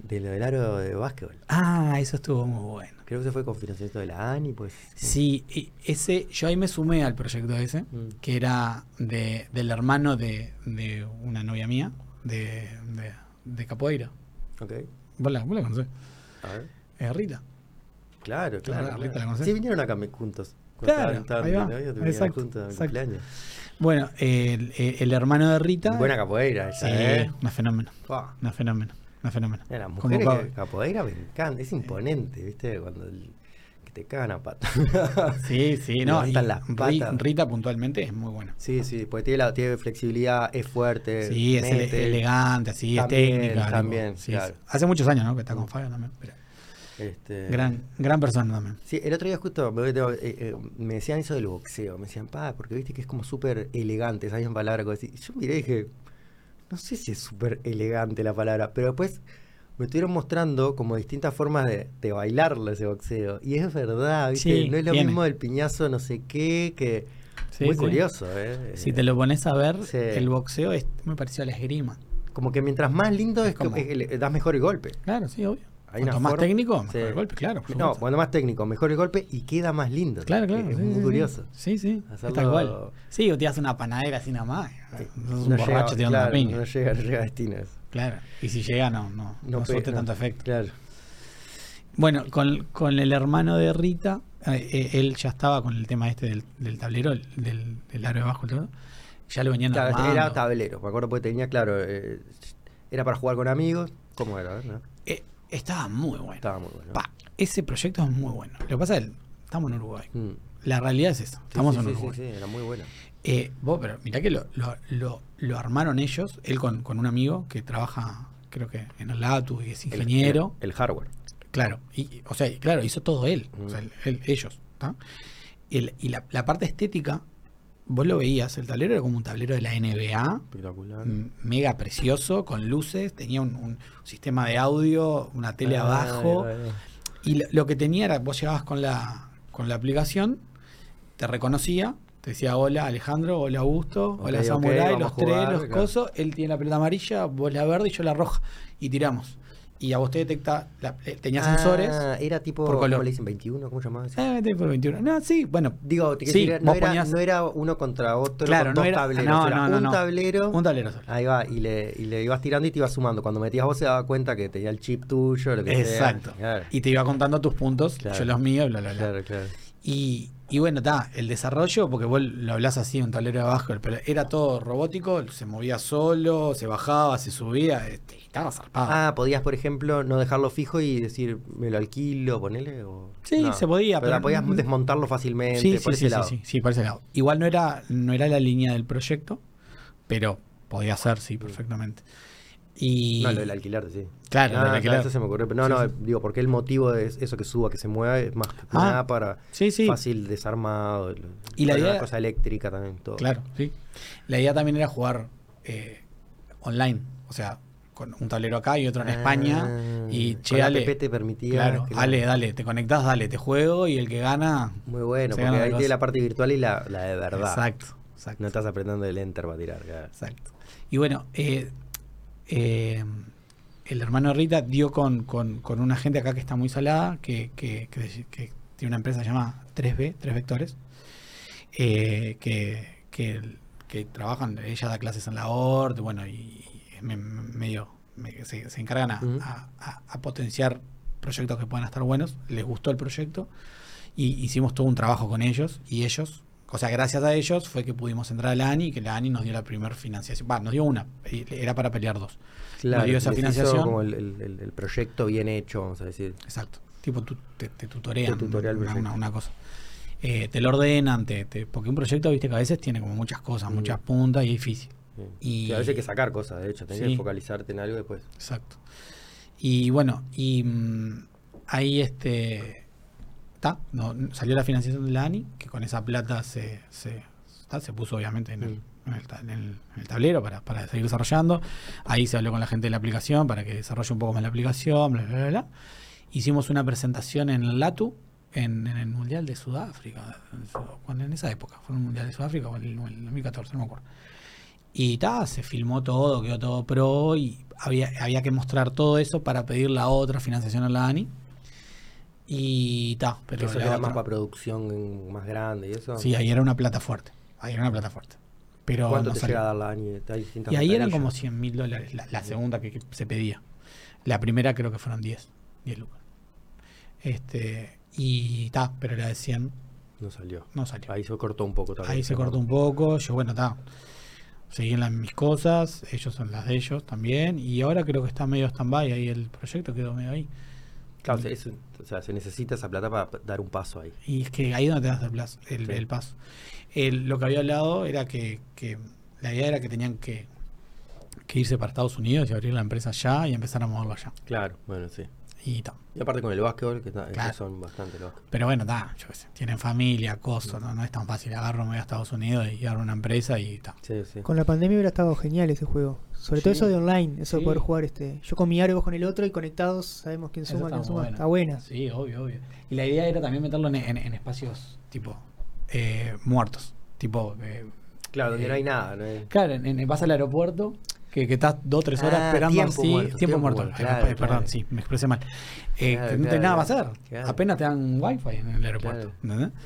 de lo del aro de básquetbol. Ah, eso estuvo muy bueno. Creo que se fue con financiamiento de la ANI, pues. Sí, y ese, yo ahí me sumé al proyecto ese, Mm. que era de, del hermano de, de una novia mía, de, de, de Capoeira. Ok. ¿Vos la, vos la conocés? A ver. Eh, Rita. Claro, claro. Claro, claro. Rita, ¿la conocés? Sí, vinieron acá me- juntos. Claro, ahí va. Exacto, Exacto. Juntos, en mi exacto. cumpleaños. Bueno, el, el- el hermano de Rita. Buena capoeira Sí, esa, ¿eh? una fenómeno, Fua. una fenómeno, una fenómeno. Las Como mujeres pa- que capoeira me encanta, es imponente, ¿viste? Cuando el- que te cagan a pata. Sí, sí, no. Levantan y las Ri- patas. Rita puntualmente es muy buena. sí, sí, porque tiene, la, tiene flexibilidad, es fuerte. Sí, es ele- mete, elegante, así, También, es técnica. tipo, también, sí, claro. sí. Hace muchos años, ¿no? Que está con Fabio también. pero este, gran, gran persona también. Sí, el otro día justo me, voy- tengo- eh, eh, me decían eso del boxeo. Me decían, pa, porque viste que es como súper elegante, esa misma palabra. como así. Y Yo miré y dije, no sé si es súper elegante la palabra, pero después me estuvieron mostrando como distintas formas de, de bailarlo ese boxeo. Y es verdad, viste, Sí, no es lo tiene. mismo el piñazo no sé qué, que Sí, muy sí. curioso, ¿eh? Si te lo pones a ver, Sí. el boxeo es muy parecido a la esgrima. Como que mientras más lindo Es es, que- como- eh, le das mejor el golpe. Claro, sí, obvio. Hay Cuanto una más forma- técnico, mejor Sí. el golpe, claro. por No, supuesto. cuando más técnico, mejor el golpe y queda más lindo. Claro, claro. Es sí, sí, muy sí. curioso. Sí, sí. es Hacerlo- Tal cual. Sí, o te das una panadera así nada más. Es un No llega, borracho tirando una claro, piña. No llega, no llega a destino eso. Claro. Y si llega, no, no, no, pe- surte no, tanto efecto. Claro. Bueno, con, con el hermano de Rita, eh, eh, él ya estaba con el tema este del, del tablero, el- del, del aro de bajo, todo. Ya lo venían Claro, armando. era tablero, me acuerdo porque tenía, claro, eh, era para jugar con amigos. ¿Cómo era? No? Eh, estaba muy bueno. Estaba muy bueno. Pa, ese proyecto es muy bueno. Lo que pasa es que estamos en Uruguay. Mm. Sí, La realidad es esa. Estamos sí, en sí, Uruguay. sí, sí, era muy bueno. Eh, vos, pero mirá que lo, lo, lo- lo armaron ellos, él con, con un amigo que trabaja, creo que en el LATU y es El- ingeniero. El, el hardware. Claro, y, o sea, y claro, hizo todo él, Mm. o sea, él- él- ellos. ¿tá? Y, el- y la, la parte estética, vos lo veías, el tablero era como un tablero de la NBA, Espectacular. m- mega precioso, con luces, tenía un, un sistema de audio, una tele Ah, abajo. ahí va, ahí va. Y lo, lo que tenía era, vos llegabas con la, con la aplicación, te reconocía, te decía hola Alejandro, hola Augusto, Ok, hola ok, Samurai, vamos los a jugar, tres, los claro. cosos, él tiene la pelota amarilla, vos la verde y yo la roja. Y tiramos. Y a vos te detecta, la- eh, tenía sensores. Ah, era tipo, por por color. le dicen? 21, ¿cómo llamaba? eso? Eh, te por 21. No, sí, bueno, Digo, te quiero sí, decir, no, vos era, ponías- no era uno contra otro, Claro, con no dos era- tableros. no, era no, no, un no. tablero. un tablero solo. Ahí va, y le, y le ibas tirando y te ibas sumando. Cuando metías vos se daba cuenta que tenía el chip tuyo, lo que Exacto. sea. Claro. Y te iba contando tus puntos, Claro. yo los míos, bla, bla, bla. Claro, claro. Y, y bueno, está, el desarrollo, porque vos lo hablás así, un tablero de abajo, pero era todo robótico, se movía solo, se bajaba, se subía, este, estaba zarpado. Ah, podías, por ejemplo, no dejarlo fijo y decir, me lo alquilo, ponele. O... Sí, No, se podía, Pero, pero- podías desmontarlo fácilmente. sí, por sí, ese sí, lado. sí, sí, sí, por ese lado. Igual no era, no era la línea del proyecto, pero podía ser, sí, perfectamente. Y, Mm. No, lo del alquilar, sí. Claro, lo Ah, del alquilar. eso se me ocurrió. Pero no, no, Sí, sí. digo, porque el motivo de eso que suba, que se mueva, es más que nada para sí, sí, fácil desarmado. Y la Pero idea- una cosa eléctrica también, todo. claro, sí. La idea también era jugar eh, online, o sea, con un tablero acá y otro en España. Ah, Y con che, la Ale, APP te permitía. Claro, que- dale, dale, te conectás, dale, te juego y el que gana. Muy bueno, Se porque gana la ahí tiene cosa. la parte virtual y la, la de verdad. Exacto, exacto. No estás apretando el enter para tirar. claro. exacto. Y bueno, eh, eh, el hermano de Rita dio con, con, con una gente acá que está muy salada, que, que- que- que tiene una empresa llamada 3B, 3 Vectores, eh, que, que, que trabajan, ella da clases en la ORT, bueno, y, y me- me- medio me- se, se encargan a, Ujú. a- a- a potenciar proyectos que puedan estar buenos, les gustó el proyecto y hicimos todo un trabajo con ellos y ellos, o sea, gracias a ellos fue que pudimos entrar a la ANI y que la ANI nos dio la primera financiación, va, nos dio una, eh, era para pelear dos. Claro, dio esa les hizo financiación. como el, el- el- el proyecto bien hecho, vamos a decir. Exacto. Tipo, tu- te, te tutorean. Te tutorea el una, proyecto. una- una cosa. Eh, te lo ordenan, te, te- porque un proyecto, viste, que a veces tiene como muchas cosas, Mm. muchas puntas y es difícil. Y- Que a veces hay que sacar cosas, de hecho, tenés Sí. que focalizarte en algo y después. Exacto. Y bueno, y mm, ahí este. ta, no, n- salió la financiación de la ANI, que con esa plata se, se, ta, se puso obviamente en el, en el ta- en el- en el tablero para, para seguir desarrollando. Ahí se habló con la gente de la aplicación para que desarrolle un poco más la aplicación, bla, bla, bla. bla. Hicimos una presentación en el LATU, en, en el Mundial de Sudáfrica, en su- cuando- en esa época, fue un Mundial de Sudáfrica o en el, o el 2014, no me acuerdo. Y ta, se filmó todo, quedó todo pro y había, había que mostrar todo eso para pedir la otra financiación a la ANI. Y ta, pero Pero eso la queda más otra- para producción más grande y eso. Sí, ahí era una plata fuerte. Ahí era una plata fuerte. Pero ¿Cuánto no te salió. llega a dar la ANI? Hay distintas Y ahí eran ventanillas. como 100 mil dólares la, la segunda que, que se pedía. La primera creo que fueron 10. 10 lucas. Este, y ta, pero la de 100 No salió. no salió. Ahí se cortó un poco también. Ahí se cortó un poco. Yo, bueno, está. Seguí en las, mis cosas. Ellos son las de ellos también. Y ahora creo que está medio stand-by. Ahí el proyecto quedó medio ahí. Claro, se- es un- o sea, se necesita esa plata para dar un paso ahí. Y es que ahí es donde te das el, plazo- el, Sí. el paso. El- lo que había hablado era que, que la idea era que tenían que, que irse para Estados Unidos y abrir la empresa allá y empezar a moverlo allá. Claro, bueno, sí. Y ta. Y aparte con el básquetbol, que ta- que Claro. son bastante los básquetbol. Pero bueno, está, yo qué sé, tienen familia, cosas, no, no es tan fácil. Agarro, me voy a Estados Unidos y abro una empresa y ta. Sí, sí. Con la pandemia hubiera estado genial ese juego. Sobre todo Sí. eso de online, eso Sí. de poder jugar este. Yo con mi aro y vos con el otro y conectados sabemos quién Eso suma, está quién muy suma. bueno. Está buena. Sí, obvio, obvio. Y la idea era también meterlo en, en- en espacios tipo eh, muertos. Tipo, eh, Claro, donde Eh, no hay nada, ¿no? hay- claro, en, en- vas al aeropuerto, que, que estás dos o tres horas Ah, esperando tiempo así. muerto, tiempo, tiempo muerto. muerto, Ay, claro, eh, Perdón, claro. sí, me expresé mal. Claro, Eh, que no claro, tenés nada para claro, hacer. claro. Apenas te dan wifi en el aeropuerto. Claro. ¿entendés?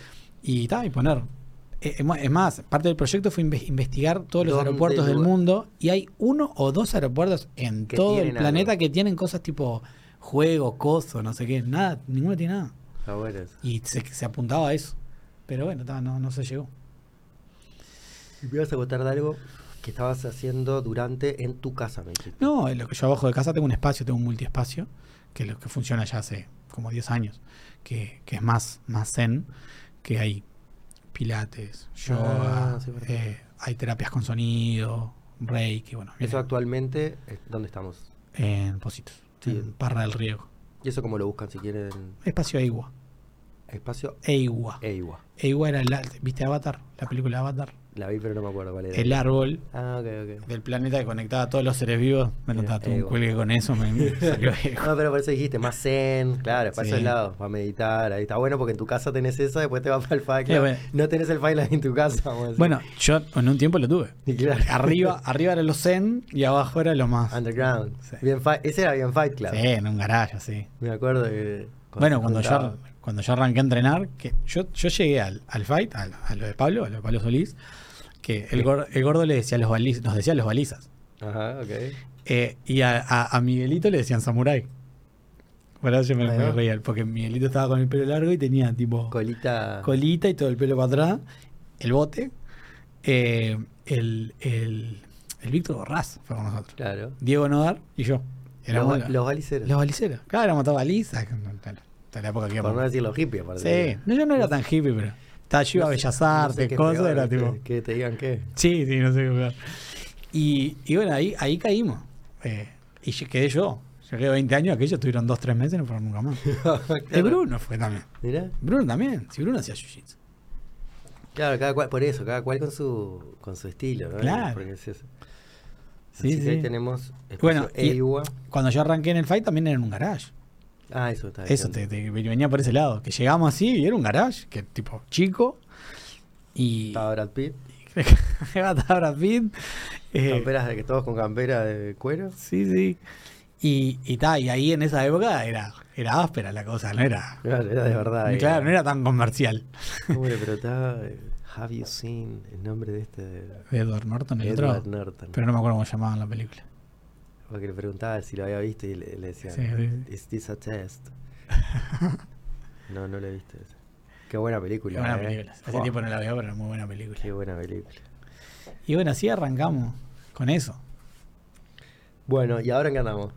Y tal, y poner. eh, Es mu- es más, parte del proyecto fue inve- investigar todos los ¿Dónde aeropuertos del lugar? mundo y hay uno o dos aeropuertos en Que todo el tienen planeta algo. que tienen cosas tipo juego, coso, no sé qué, nada, ninguno tiene nada. Está bueno eso. Y se, se apuntaba a eso. Pero bueno, ta, no, no se llegó. Y me vas a contar de algo que estabas haciendo durante en tu casa, me dijiste. No, es lo que yo abajo de casa tengo un espacio, tengo un multiespacio, que es lo que funciona ya hace como 10 años, que, que es más, más zen, que hay pilates, yoga, Ah, sí, verdad. eh, hay terapias con sonido, reiki, bueno, Eso viene actualmente, eh, ¿dónde estamos? en Positos, Sí. en Parra del Riego. ¿Y eso cómo lo buscan si quieren? Espacio Eigua. Espacio Eigua. EIWA. Eigua era el, al- ¿viste Avatar? La película Avatar. La vi, pero no me acuerdo cuál era. El árbol Ah, ok, ok. del planeta que conectaba a todos los seres vivos. Me Mira, notaba un Eigua. cuelgue con eso, me, me salió Eigua. No, pero por eso dijiste, más zen, claro, para Sí. esos lados, para meditar, ahí está bueno porque en tu casa tenés esa, después te vas para el Fight Club. Eh, bueno. No tenés el Fight Club en tu casa. vamos a decir. Bueno, yo en un tiempo lo tuve. Y claro. Arriba, arriba era los zen y abajo era lo más. Underground. Sí. Bien fi- ese era bien Fight Club. Sí, en un garaje, sí. Me acuerdo que... Bueno, cuando yo, juntaba- cuando yo arranqué a entrenar, que yo, yo llegué al, al fight, al- a, lo de Pablo, a lo de Pablo Solís, que el, gor- el gordo le decía los baliz- nos decía los balizas. Ajá, ok. Eh, y a, a- a Miguelito le decían samurái. Bueno, yo me, Ahí me va. reía, porque Miguelito estaba con el pelo largo y tenía tipo Colita... colita y todo el pelo para atrás, el bote. eh, el el, el Víctor Borrás fue con nosotros. Claro. Diego Nodar y yo. Los, Éramos ba- los baliceros. los baliceros. Claro, éramos todos balizas. Hasta la época que Por no íbamos. decir los hippies, aparte. Sí, no, yo no era tan hippie, pero. Estaba yo iba a No sé- Bellas no sé Artes, qué es cosas, peor, era ¿viste? tipo. Que te digan qué. Sí, sí, no sé qué jugar. Y, y bueno, ahí, ahí caímos. Eh, y yo- quedé yo. Yo quedé 20 años, aquellos tuvieron 2, 3 meses y no fueron nunca más. El Bruno fue también. Mirá. Bruno también. Si Bruno hacía jiu-jitsu. Claro, cada cual, por eso, cada cual con su, con su estilo, ¿no? Claro. Porque es eso. Sí, Así que ahí sí. tenemos espacio Bueno, y- EIWA. Cuando yo arranqué en el fight también era en un garage. Ah, eso está. Eso, te, diciendo. te- venía por ese lado. Que llegamos así y era un garage, que tipo chico. Y. Estaba Brad Pitt. Avatar Brad Pitt. Eh, Camperas de que todos con campera de cuero. sí, sí. Y, y, ta, y ahí en esa época era, era áspera la cosa, no era. Claro, era de verdad. eh. claro, no era tan comercial. Hombre, pero estaba. eh, Have You Seen, el nombre de este. Edward Norton, el Edward otro. Norton. Pero no me acuerdo cómo llamaban la película. Porque le preguntaba si lo había visto y le, le decía, Sí, sí. ¿Is this a test? no, no lo he visto. ese. Qué buena película. Qué buena eh. película. Hace Fua, tiempo no la veo, pero es muy buena película. Qué buena película. Y bueno, así arrancamos con eso. Bueno, y ahora en qué andamos.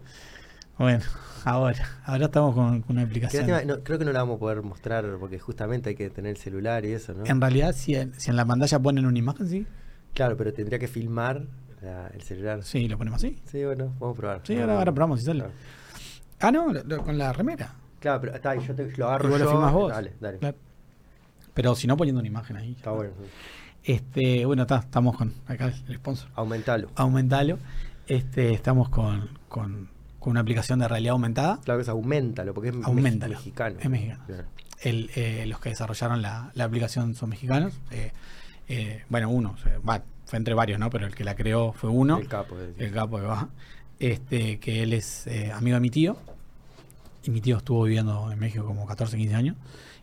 Bueno, ahora, ahora estamos con, con una Qué aplicación. lástima, no, creo que no la vamos a poder mostrar porque justamente hay que tener el celular y eso, ¿no? En realidad, si en, si en la pantalla ponen una imagen, sí. Claro, pero tendría que filmar la- el celular. Sí, lo ponemos así. Sí, bueno, vamos a probar. Sí, ahora, ahora probamos si sale. Claro. Ah, no, lo- lo- con la remera. Claro, pero está ahí, yo te, lo agarro. Igual lo Ah, yo, filmás vos. Dale, dale. Claro. Pero si no, poniendo una imagen ahí. Está bueno. Este, bueno, está, estamos con acá el sponsor. Aumentalo. Aumentalo. Este, estamos con, con, con una aplicación de realidad aumentada. Claro que es aumentalo, porque es mex- Auméntalo. mexicano. Es mexicano. Claro. El, eh, los que desarrollaron la, la aplicación son mexicanos. Eh, eh, bueno, uno, o sea, va, fue entre varios, ¿no? Pero el que la creó fue uno. El capo. es decir. el capo que va, este, que él es eh, amigo de mi tío. Y mi tío estuvo viviendo en México como 14, 15 años.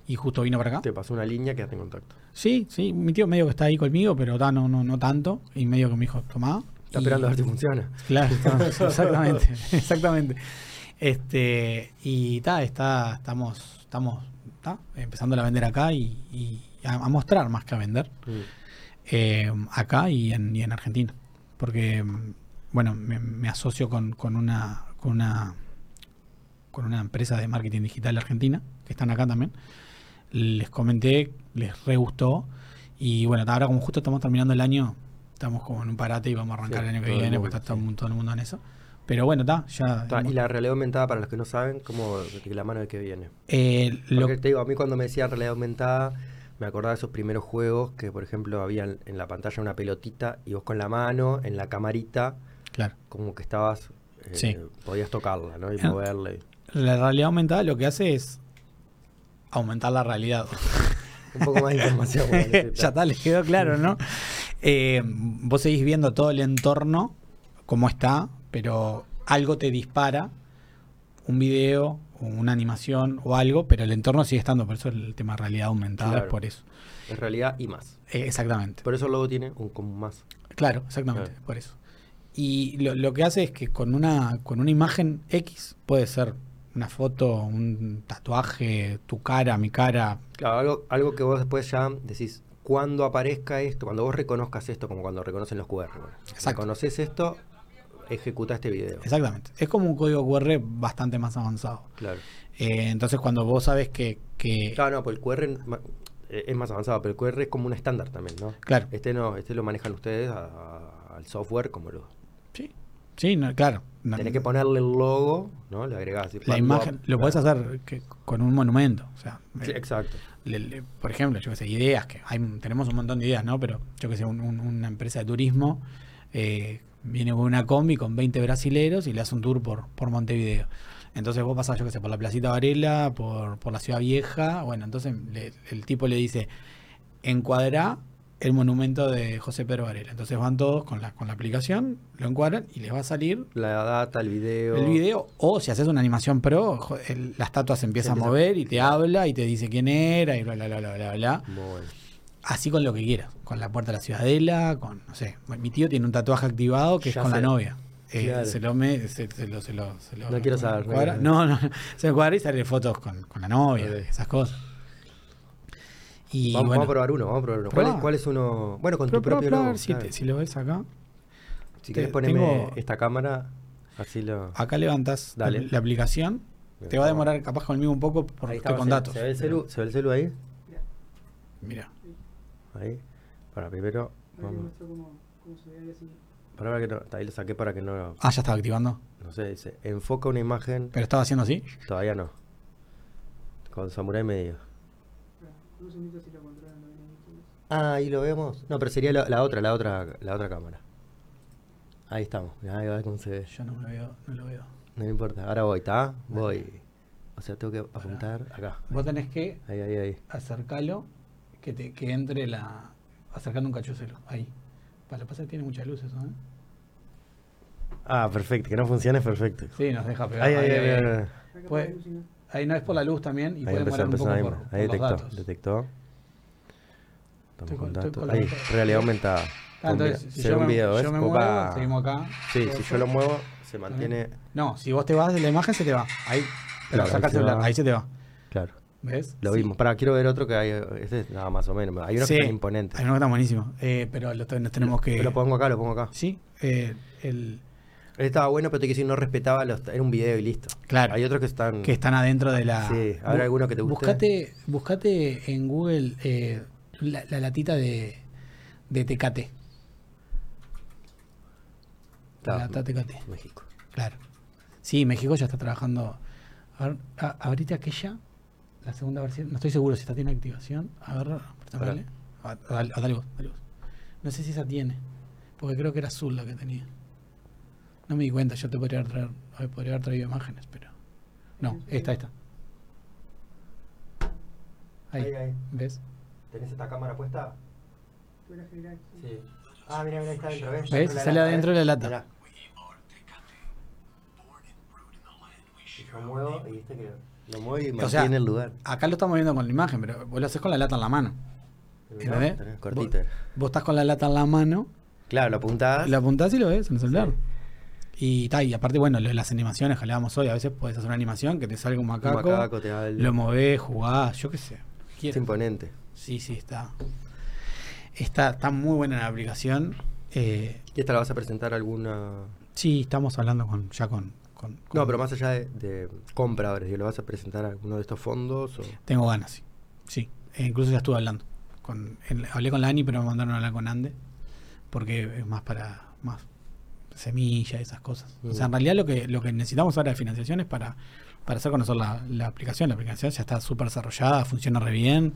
Y justo vino para acá. Te pasó una línea, quedaste en contacto. Sí, sí, mi tío medio que está ahí conmigo, pero ta, no, no, no tanto. Y medio que me dijo, tomá. Está Y- esperando a ver si funciona. Claro, está- exactamente, exactamente. Este, y ta, está, estamos, estamos ta, empezando a vender acá y, y a, a mostrar más que a vender Mm. eh, acá y en, y en Argentina. Porque, mm, bueno, me, me asocio con, con una, con una con una empresa de marketing digital argentina, que están acá también. Les comenté, les re gustó. Y bueno, ahora como justo estamos terminando el año, estamos como en un parate y vamos a arrancar Sí, el año que todo el viene, mundo, porque está todo, sí. todo el mundo en eso. Pero bueno, está, ya... Ta, hemos- y la realidad aumentada, para los que no saben, como de la mano de que viene. eh, lo- Porque te digo, a mí cuando me decía realidad aumentada, me acordaba de esos primeros juegos que, por ejemplo, había en, en la pantalla una pelotita y vos con la mano, en la camarita, claro. como que estabas, eh, Sí. podías tocarla, ¿no? Y Ah. moverla. y- La realidad aumentada lo que hace es aumentar la realidad. Un poco más de información. bueno, sí, ya ta. está, les quedó claro, ¿no? Eh, vos seguís viendo todo el entorno, cómo está, pero algo te dispara, un video, o una animación o algo, pero el entorno sigue estando, por eso el tema de realidad aumentada Claro. es por eso. En realidad, y más. Eh, exactamente. Por eso luego tiene un como un más. Claro, exactamente, Claro. por eso. Y lo, lo que hace es que con una, con una imagen X, puede ser una foto, un tatuaje, tu cara, mi cara, Claro, algo, algo que vos después ya decís, cuando aparezca esto, cuando vos reconozcas esto, como cuando reconocen los QR. Bueno, Exacto. Reconoces esto, ejecuta este video. exactamente. Es como un código QR bastante más avanzado. Claro. Eh, entonces, cuando vos sabes que. que- Claro, no, pues el QR en- ma- eh, es más avanzado, pero el QR es como un estándar también, ¿no? claro. Este no, este lo manejan ustedes a- a- al software como lo. Sí, sí no, claro. No- Tenés que ponerle el logo, ¿no? Le agregás. y la cuando- imagen lo podés hacer que- con un monumento. O sea, Sí, eh, exacto. le- le- por ejemplo, yo que sé, ideas, que hay, tenemos un montón de ideas, ¿no? Pero yo que sé, un- un- una empresa de turismo eh, viene con una combi con 20 brasileros y le hace un tour por, por Montevideo. Entonces vos pasás, yo que sé, por la Placita Varela, por, por la Ciudad Vieja. Bueno, entonces le- el tipo le dice, encuadrá el monumento de José Pedro Varela. Entonces van todos con la, con la aplicación, lo encuadran y les va a salir La data, el video. el video, o si haces una animación pro, jo- el- la estatua se empieza Se a empieza- mover y te habla y te dice quién era y bla, bla, bla, bla, bla, bla. Muy bueno. Así con lo que quieras, con la puerta de la ciudadela, con, no sé, Bueno, mi tío tiene un tatuaje activado que Ya es con sé. la novia. Eh, Claro. Se lo me, se, se lo, se lo, se lo- No quiero saber, no cuadra- quiero No, no, se me cuadra y sale fotos con, con la novia, Ok. esas cosas. Y vamos, bueno, vamos a probar uno, vamos a probar uno. ¿Cuál es, Probá. cuál es uno? Bueno, con pero- tu pero- propio pero a logo. ver si, te- claro. si lo ves acá, Si te- querés ponerme tengo- esta cámara, así lo. acá levantas la- Dale. la aplicación. Te va a demorar capaz conmigo un poco porque Ahí estoy está, con se- datos. ¿Se ve el celu, ¿se ve el celu ahí? Mira. Ahí. Para primero. Vamos. Para que no, ahí lo saqué para que no. Ah, ya estaba activando. No sé, dice. Enfoca una imagen. Pero estaba haciendo así. Todavía no. Con Samurai medio. Ah, ahí lo vemos. No, pero sería la, la otra, la otra, la otra cámara. Ahí estamos. Mirá, ahí va cómo se ve. Yo no me veo, no lo veo. No me importa. Ahora voy, ¿está? Voy. O sea, tengo que apuntar acá. Vos tenés que Ahí, ahí, ahí. acercarlo, que te que entre la. acercando un cachucelo. Ahí. Para lo que pasa es que tiene mucha luz eso, ¿eh? Ah, perfecto. Que no funcione es perfecto. Sí, nos deja pegar. Ahí, ahí, ahí. ahí, ahí. Puede- ahí no es por la luz también y Ahí puede empezó, demorar un empezó. poco Ahí, por, por ahí los detectó, datos. detectó. Estamos Estoy con con- tanto- estoy con la Ahí, pantalla. realidad aumentada. Ah, entonces, si se ve yo un me, video, ¿ves? yo me Opa. muevo, seguimos acá. Sí, si yo lo muevo, se mantiene. No, si vos te vas de la imagen se te va. Ahí. Pero Claro, saca ahí el se celular, va. ahí se te va. Claro, ¿Ves? lo Sí. vimos. Pará, quiero ver otro que hay. Este es nada más o menos. Hay uno Sí, que es imponente. Hay uno que está buenísimo. Eh, pero lo te- nos tenemos que. Yo lo pongo acá, lo pongo acá. Sí, eh, el, Él estaba bueno, pero te quiero decir, no respetaba los. Era un video y listo. Claro. Hay otros que están. que están adentro de la. Sí, ¿habrá Bu- alguno que te guste? Buscate, buscate en Google eh, la, la latita de, de Tecate. La Está- lata Tecate, México. claro. Sí, México ya está trabajando. A ver, a- abrite aquella, la segunda versión. No estoy seguro si esta tiene activación. A ver, ¿eh? dale. Dale, dale vos, dale vos. No sé si esa tiene, porque creo que era azul la que tenía. No me di cuenta, yo te podría haber, traer- eh, podría haber traído imágenes, pero. No, esta, esta. Ahí, Ahí, ahí. ¿ves? ¿Tenés esta cámara puesta? Sí. Ah, mira, mira, está adentro. ¿Ves? ¿Ves? Sale adentro de la lata. Mirá. Y Lo muevo y viste que lo muevo y sea, mantiene el lugar. Acá lo estamos viendo con la imagen, pero vos lo haces con la lata en la mano. Mirá, ¿entendés? tenés Cortita. Vos estás con la lata en la mano, Claro, lo apuntás. lo apuntás y lo ves en el celular. Y, ta, y aparte, bueno, lo de las animaciones que hablábamos hoy, a veces podés hacer una animación que te salga un un macaco, macaco te da ah, el- lo movés, jugás, yo qué sé. lo que Es quieras. imponente. Sí, sí, está. Está, está muy buena la aplicación. Eh, ¿Y esta la vas a presentar alguna.? sí, estamos hablando con, ya con, con- con- No, pero más allá de, de compra, ahora, digo, ¿lo vas a presentar a alguno de estos fondos? O... Tengo ganas, sí. Sí, e incluso ya estuve hablando. Con, en- hablé con Lani, pero me mandaron a hablar con Ande, porque es más para más semilla y esas cosas. O sea, en Mm. realidad lo que, lo que necesitamos ahora de financiación es para, para hacer conocer la, la aplicación. La aplicación ya está súper desarrollada, funciona re bien.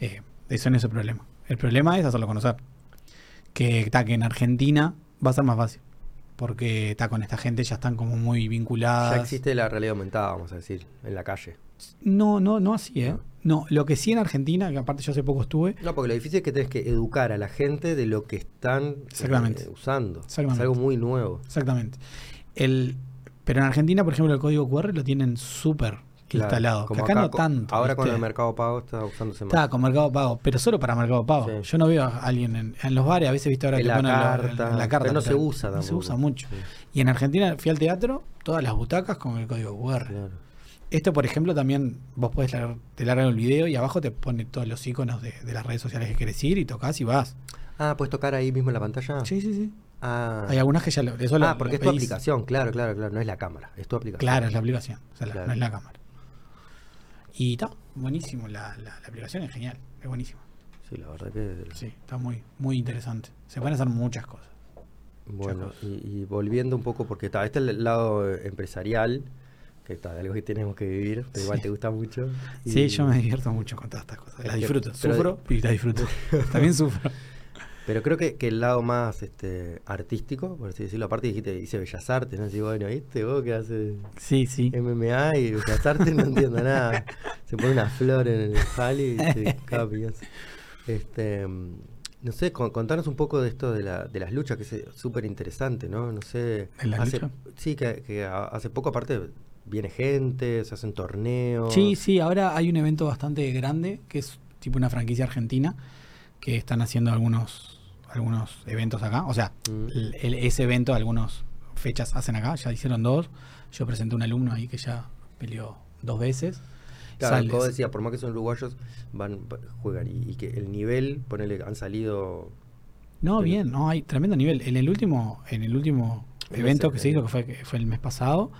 Eh, eso no es el problema. El problema es hacerlo conocer. Que está que en Argentina va a ser más fácil. Porque está con esta gente, ya están como muy vinculadas. Ya existe la realidad aumentada, vamos a decir, en la calle. No, no, no así, ¿eh? No, lo que sí en Argentina, que aparte yo hace poco estuve, No, porque lo difícil es que tenés que educar a la gente de lo que están Exactamente. eh, usando. Exactamente. Es algo muy nuevo. exactamente. El, pero en Argentina, por ejemplo, el código QR lo tienen súper Claro, instalado. que como acá, acá no co- tanto. Ahora con ¿viste? el mercado pago está usándose más. Está con Mercado Pago, pero solo para Mercado Pago. Sí. Yo no veo a alguien en, en los bares, a veces, viste, ahora En que la ponen lo- carta, en la carta. pero no se claro. usa No se tampoco. usa mucho. Sí. Y en Argentina fui al teatro, todas las butacas con el código QR. Claro. Esto, por ejemplo, también vos podés largar, te largan el video y abajo te pone todos los iconos de, de las redes sociales que querés ir y tocas y vas. Ah, ¿puedes tocar ahí mismo en la pantalla? Sí, sí, sí. Ah, Hay algunas que ya lo. Eso lo- Ah, porque lo es tu pedís. aplicación, claro, claro, claro. No es la cámara, es tu aplicación. Claro, es la aplicación. o sea, la- Claro. no es la cámara. Y está buenísimo. La, la- la aplicación es genial. Es buenísima. Sí, la verdad que. Sí, está muy, muy interesante. Se pueden hacer muchas cosas. Bueno, Chacos. y, y volviendo un poco, porque está, este es el lado eh, empresarial, que está, de algo que tenemos que vivir, pero igual Sí. te gusta mucho. y- Sí, yo me divierto mucho con todas estas cosas. Es Las que- disfruto. pero- Sufro y las disfruto. También sufro. Pero creo que, que el lado más este, artístico, por así decirlo, aparte dijiste, hice Bellas Artes, ¿no? Así, bueno, ¿viste vos que hace Sí, sí. MMA y Bellas Artes? No entiendo nada. Se pone una flor en el jali y se cambia. así. Este, mm, no sé, con- contanos un poco de esto de, la- de las luchas, que es súper interesante, ¿no? No sé. ¿De las hace- luchas? Sí, que, que a- hace poco aparte viene gente, se hacen torneos. Sí, sí, ahora hay un evento bastante grande que es tipo una franquicia argentina que están haciendo algunos algunos eventos acá, o sea, Mm. el- el- ese evento algunas fechas hacen acá, ya hicieron dos. Yo presenté un alumno ahí que ya peleó dos veces. Claro, Sales. como decía, por más que son uruguayos, van, va- juegan y, y que el nivel, ponele, han salido No, Pero- bien, no hay tremendo nivel. En el último, en el último En evento ese- que se hizo, que fue, que fue el mes pasado,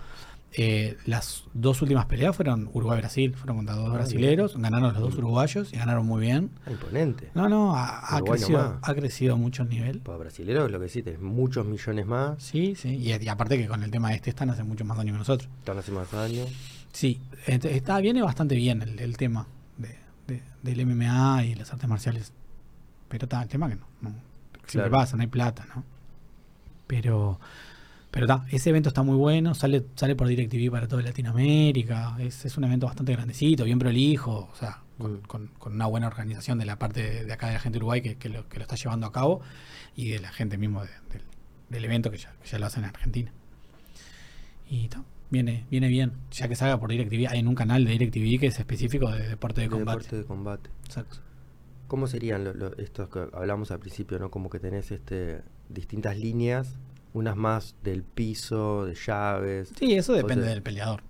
eh, las dos últimas peleas fueron Uruguay-Brasil, fueron contra dos Ah, Mm. brasileros, ganaron los dos uruguayos y ganaron muy bien. ah, imponente. No, no, ha, ha Uruguay crecido, nomás. ha crecido mucho el nivel. Para brasileros, lo que sí, tenés muchos millones más, Sí, sí, y, y aparte que con el tema este están hace mucho más daño que nosotros. están hace más años. Sí, ent- está, viene bastante bien el, el tema de, de- del MMA y las artes marciales. Pero está el tema que no. no siempre Claro. pasa, no hay plata, ¿no? Pero pero está, ese evento está muy bueno, sale sale por DirecTV para toda Latinoamérica. Es, es un evento bastante grandecito, bien prolijo, o sea, con, Mm. con- con una buena organización de la parte de, de acá de la gente de Uruguay que, que lo, que lo está llevando a cabo y de la gente mismo de- del- del evento que ya, que ya lo hacen en Argentina. Y ta, viene, viene bien. Ya que salga por DirecTV, hay en un canal de DirecTV que es específico de deporte de de combate. deporte de combate. Exacto. ¿Cómo serían lo- lo- estos que hablamos al principio, no? Como que tenés este distintas líneas, unas más del piso, de llaves. Sí, eso depende O sea- del peleador.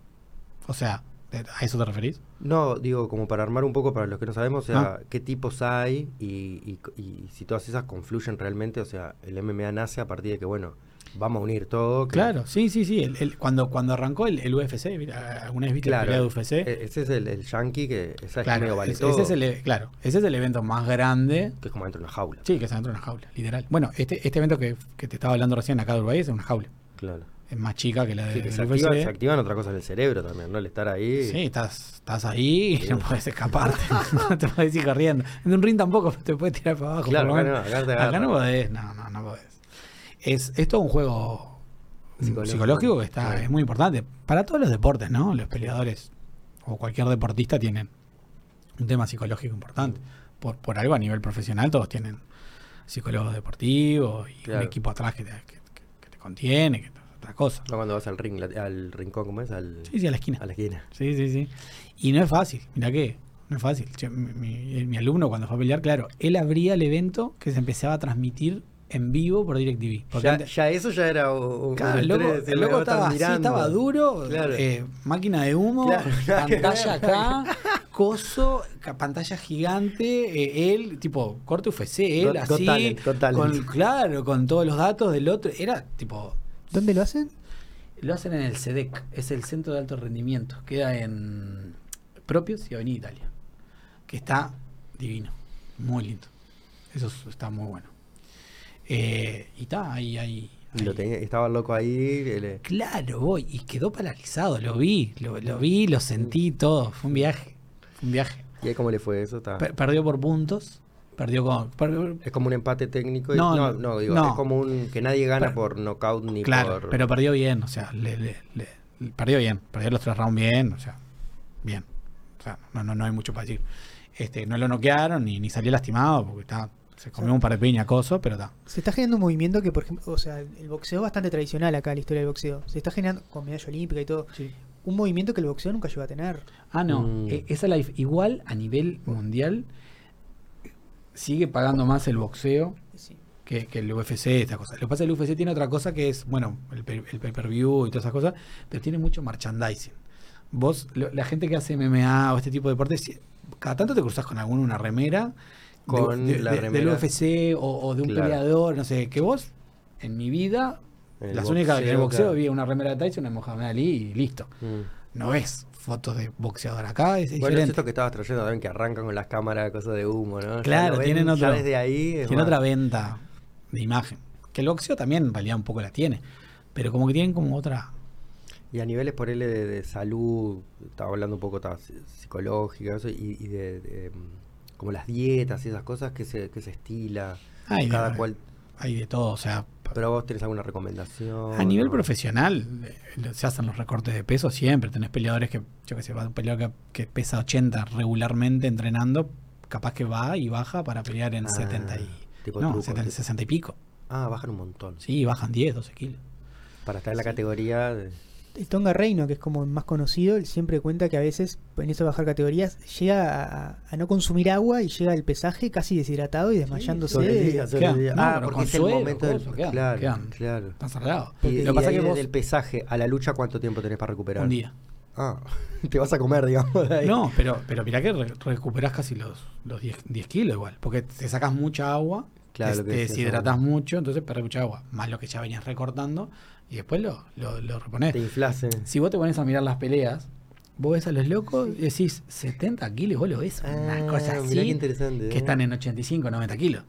O sea, ¿de- ¿a eso te referís? No, digo, como para armar un poco para los que no sabemos, o sea, Ah. qué tipos hay y, y- y si todas esas confluyen realmente, o sea, el MMA nace a partir de que, bueno, vamos a unir todo. que- Claro, sí, sí, sí. el- el- cuando, cuando arrancó el, el UFC, mira, ¿alguna vez viste la pelea de claro. UFC? e- Ese es el, el yankee que esa es claro, medio vale es- todo, ese es el, e- claro, ese es el evento más grande. que es como dentro de una jaula. Sí, que se dentro de una jaula, literal. Bueno, este, este evento que, que te estaba hablando recién acá de Uruguay es una jaula. Claro. Es más chica que la de Sí, que se, UFC. activa- se activan otra cosa en el cerebro también, ¿no? El estar ahí. Sí, estás, estás ahí y no puedes escaparte. no te puedes ir corriendo. En un ring tampoco te puedes tirar para abajo. Claro, por acá lo no, menos. acá te Acá agarra. no podés. No, no, no podés. Es, es todo un juego mm, Psicológico. psicológico, que está, Sí. es muy importante. Para todos los deportes, ¿no? Los peleadores o cualquier deportista tienen un tema psicológico importante. Por, por algo a nivel profesional todos tienen psicólogos deportivos y Claro. un equipo atrás que te, que- que- que te contiene, que otra cosa. No cuando vas al ring, la- al rincón, ¿cómo es? Al, Sí, sí, a la esquina. A la esquina. Sí, sí, sí. Y no es fácil, mira qué, no es fácil. Che, mi, mi- mi alumno cuando fue a pelear, claro, él abría el evento que se empezaba a transmitir en vivo por DirecTV. Porque Ya, antes- ya eso ya era un, un Claro, el estrés, loco, decir, el loco "Me va a estar estaba así, mirando". estaba duro, Claro. eh, máquina de humo, Claro, nada que pantalla ver. acá, coso, ca- pantalla gigante, eh, él, tipo, corte UFC, él Got- así, Got Talent, Got Talent. con- claro, con todos los datos del otro, era tipo, ¿Dónde lo hacen? lo hacen en el CEDEC, es el Centro de Alto Rendimiento. Queda en Propios y Avenida Italia. Que está divino, muy lindo. Eso es- está muy bueno. Eh, y está ahí, ahí. Y Lo ahí. tenía- estaba el loco ahí. el- eh, Claro, voy. Y quedó paralizado, lo vi, lo, lo vi, lo sentí todo. Fue un viaje, fue un viaje. ¿Y ahí cómo le fue eso? Está- Per- perdió por puntos, perdió con... per- es como un empate técnico. y- No, no, no, no, digo, no. es como un que nadie gana Per- por knockout ni Claro, por. pero perdió bien, o sea, le, le- le- le- perdió bien, perdió los tres rounds bien, o sea, bien. O sea, no, no, no hay mucho para decir. Este, no lo noquearon ni, ni salió lastimado porque está, se comió un par de piña acoso, pero está. Se está generando un movimiento que, por ejemplo, o sea, el boxeo es bastante tradicional acá, la historia del boxeo. Se está generando, con medalla olímpica y todo, un movimiento que el boxeo nunca llegó a tener. Ah, no, Mm. e- esa la dif- igual a nivel mundial sigue pagando más el boxeo Sí. que, que el UFC, estas cosas. Lo que pasa es que el UFC tiene otra cosa que es, bueno, el, pe- el pay-per-view y todas esas cosas, pero tiene mucho merchandising. Vos, lo- la gente que hace MMA o este tipo de deportes, si- cada tanto te cruzas con alguna una remera, de- Con de- la de- del remera. UFC o, o de un Claro. peleador, no sé, que vos, en mi vida, El las únicas que en el boxeo claro. vi una remera de Tyson, una de Mohamed Ali y listo. Mm. No ves fotos de boxeador acá, es Bueno, es diferente. esto que estabas trayendo también, que arrancan con las cámaras, cosas de humo, ¿no? Ya Claro, lo ven, tienen ya otro- desde ahí. es Tiene más- otra venta de imagen. Que el boxeo también en realidad un poco la tiene. Pero como que tienen como otra. Y a niveles por él de, de salud, estaba hablando un poco ta, si- psicológica eso, y, y de, de, em, como las dietas y esas cosas que se, que se estila, Hay, cada de, cual. hay de todo. O sea, Pero vos tenés alguna recomendación. a nivel ¿no? profesional eh, se hacen los recortes de peso siempre. Tenés peleadores que, yo que sé, va un peleador que, que pesa 80 regularmente entrenando. Capaz que va y baja para pelear en Ah, 70 y. tipo no, truco, eh. 70, tipo. 60 y pico. Ah, bajan un montón. Sí, bajan 10, 12 kilos. Para estar en la categoría. de- El Tonga Reino, que es como el más conocido, él siempre cuenta que a veces, en eso de bajar categorías, llega a, a no consumir agua y llega al pesaje casi deshidratado y desmayándose. Sobrevive, sobrevive. Quedan- no, Ah, pero porque con es el suero, momento del. cosas, quedan- claro, quedan. claro. Están cerrados. Y, y Lo que pasa ahí es que vos. del pesaje a la lucha, ¿cuánto tiempo tenés para recuperar? Un día. Ah, te vas a comer, digamos. de ahí. No, pero, pero mirá que re- recuperás casi los, los 10, 10 kilos igual, porque te sacas mucha agua, Claro, te, lo que te decías, deshidratás ¿no? mucho, entonces perdés mucha agua, más lo que ya venías recortando, y después lo, lo, lo reponés. Te inflase. Si vos te pones a mirar las peleas, vos ves a los locos y decís, 70 kilos, vos lo ves, una cosa Ah, así, mirá qué interesante. que ¿eh? están en 85, 90 kilos.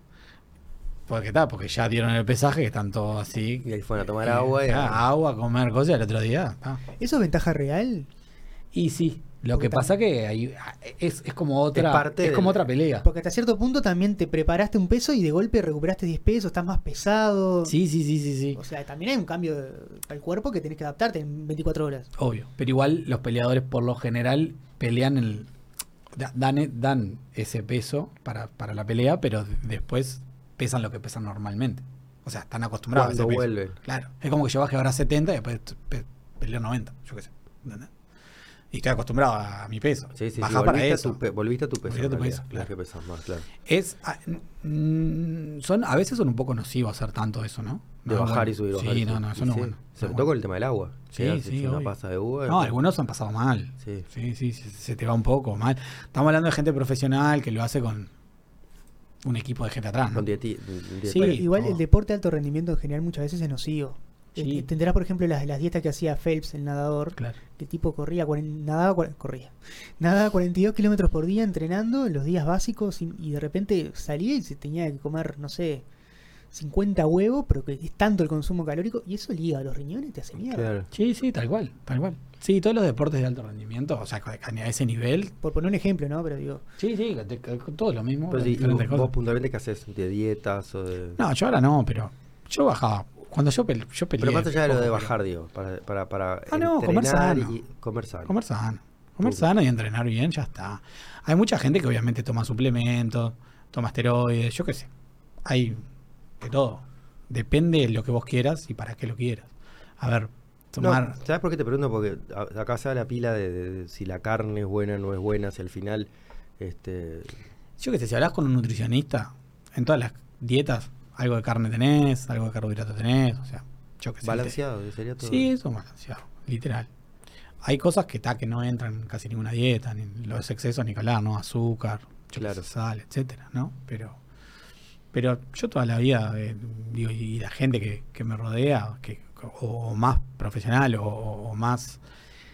Porque está, porque ya dieron el pesaje, que están todos así. Y ahí fueron a tomar eh, agua. Y ah, agua, comer cosas, y el otro día, ah. ¿Eso es ventaja real? Y sí, lo Porque que pasa que ahí es, es como otra Es parte es del- como otra pelea. Porque hasta cierto punto también te preparaste un peso y de golpe recuperaste 10 pesos, estás más pesado. Sí, sí, sí, sí, sí. O sea, también hay un cambio de- para el cuerpo que tenés que adaptarte en 24 horas. Obvio, pero igual los peleadores por lo general pelean el da- dan, eh, dan ese peso para, para la pelea, pero después pesan lo que pesan normalmente. O sea, están acostumbrados a ese Cuando peso. vuelven. Claro, es como que yo baje ahora 70 y después pe- peleo 90, yo qué sé. ¿entendés? Y estoy acostumbrado a mi peso. Sí, sí, sí, Bajá para volviste, a eso. tu pe- volviste a tu peso. Volviste a tu en realidad, peso, tenés que claro. pesar más, claro. Es, ah, mm, son, a veces son un poco nocivos hacer tanto eso, ¿no? De No, bajar bueno. y subir, bajar. Sí, y no, subir. no, eso Y no sí, es bueno. no es Sobre bueno. todo con el tema del agua. Sí, Quedás sí, hecho una obvio. pasa de uva. No, algunos han pasado mal. Sí. Sí, sí, sí, se te va un poco mal. Estamos hablando de gente profesional que lo hace con un equipo de gente atrás. ¿no? Con dieti- dieta- Sí, Pero igual todo. el deporte de alto rendimiento en general muchas veces es nocivo. Eh, Sí. te- Tendrás, por ejemplo, las, las dietas que hacía Phelps, el nadador, Claro. que tipo corría, cuaren- nadaba, cuaren- corría, nadaba 42 kilómetros por día entrenando en los días básicos y, y de repente salía y se tenía que comer, no sé, 50 huevos, pero que es tanto el consumo calórico y eso liga a los riñones, te hace mierda. Claro. Sí, sí, tal cual, tal cual. Sí, todos los deportes de alto rendimiento, o sea, a ese nivel. Por poner un ejemplo, ¿no? Pero digo, Sí, sí, te- te- todo lo mismo. Pero sí, y diferentes vos, cosas. vos puntualmente qué haces de dietas o de... No, yo ahora no, pero yo bajaba. Cuando yo, pel- yo peleé. pero más allá de lo poco, de pero- bajar, digo, para, para, para Ah, no, comer entrenar sano. y comer sano. Comer sano. Comer Tú. sano y entrenar bien, ya está. Hay mucha gente que obviamente toma suplementos, toma esteroides, yo qué sé. Hay de todo. Depende de lo que vos quieras y para qué lo quieras. A ver, No, tomar. ¿Sabes por qué te pregunto? Porque a- acá se da la pila de, de- de si la carne es buena o no es buena, si al final... Este, Yo qué sé, si hablas con un nutricionista, en todas las dietas, algo de carne tenés, algo de carbohidrato tenés, o sea, yo qué sé. balanceado, sería todo. Sí, eso es balanceado, literal. Hay cosas que, ta, que no entran en casi ninguna dieta, ni los excesos ni que hablar, ¿no? Azúcar, yo qué Claro. sé, sal, etcétera, ¿no? Pero, pero yo toda la vida, eh, digo, y la gente que, que me rodea, que, o, o más profesional, o, o más.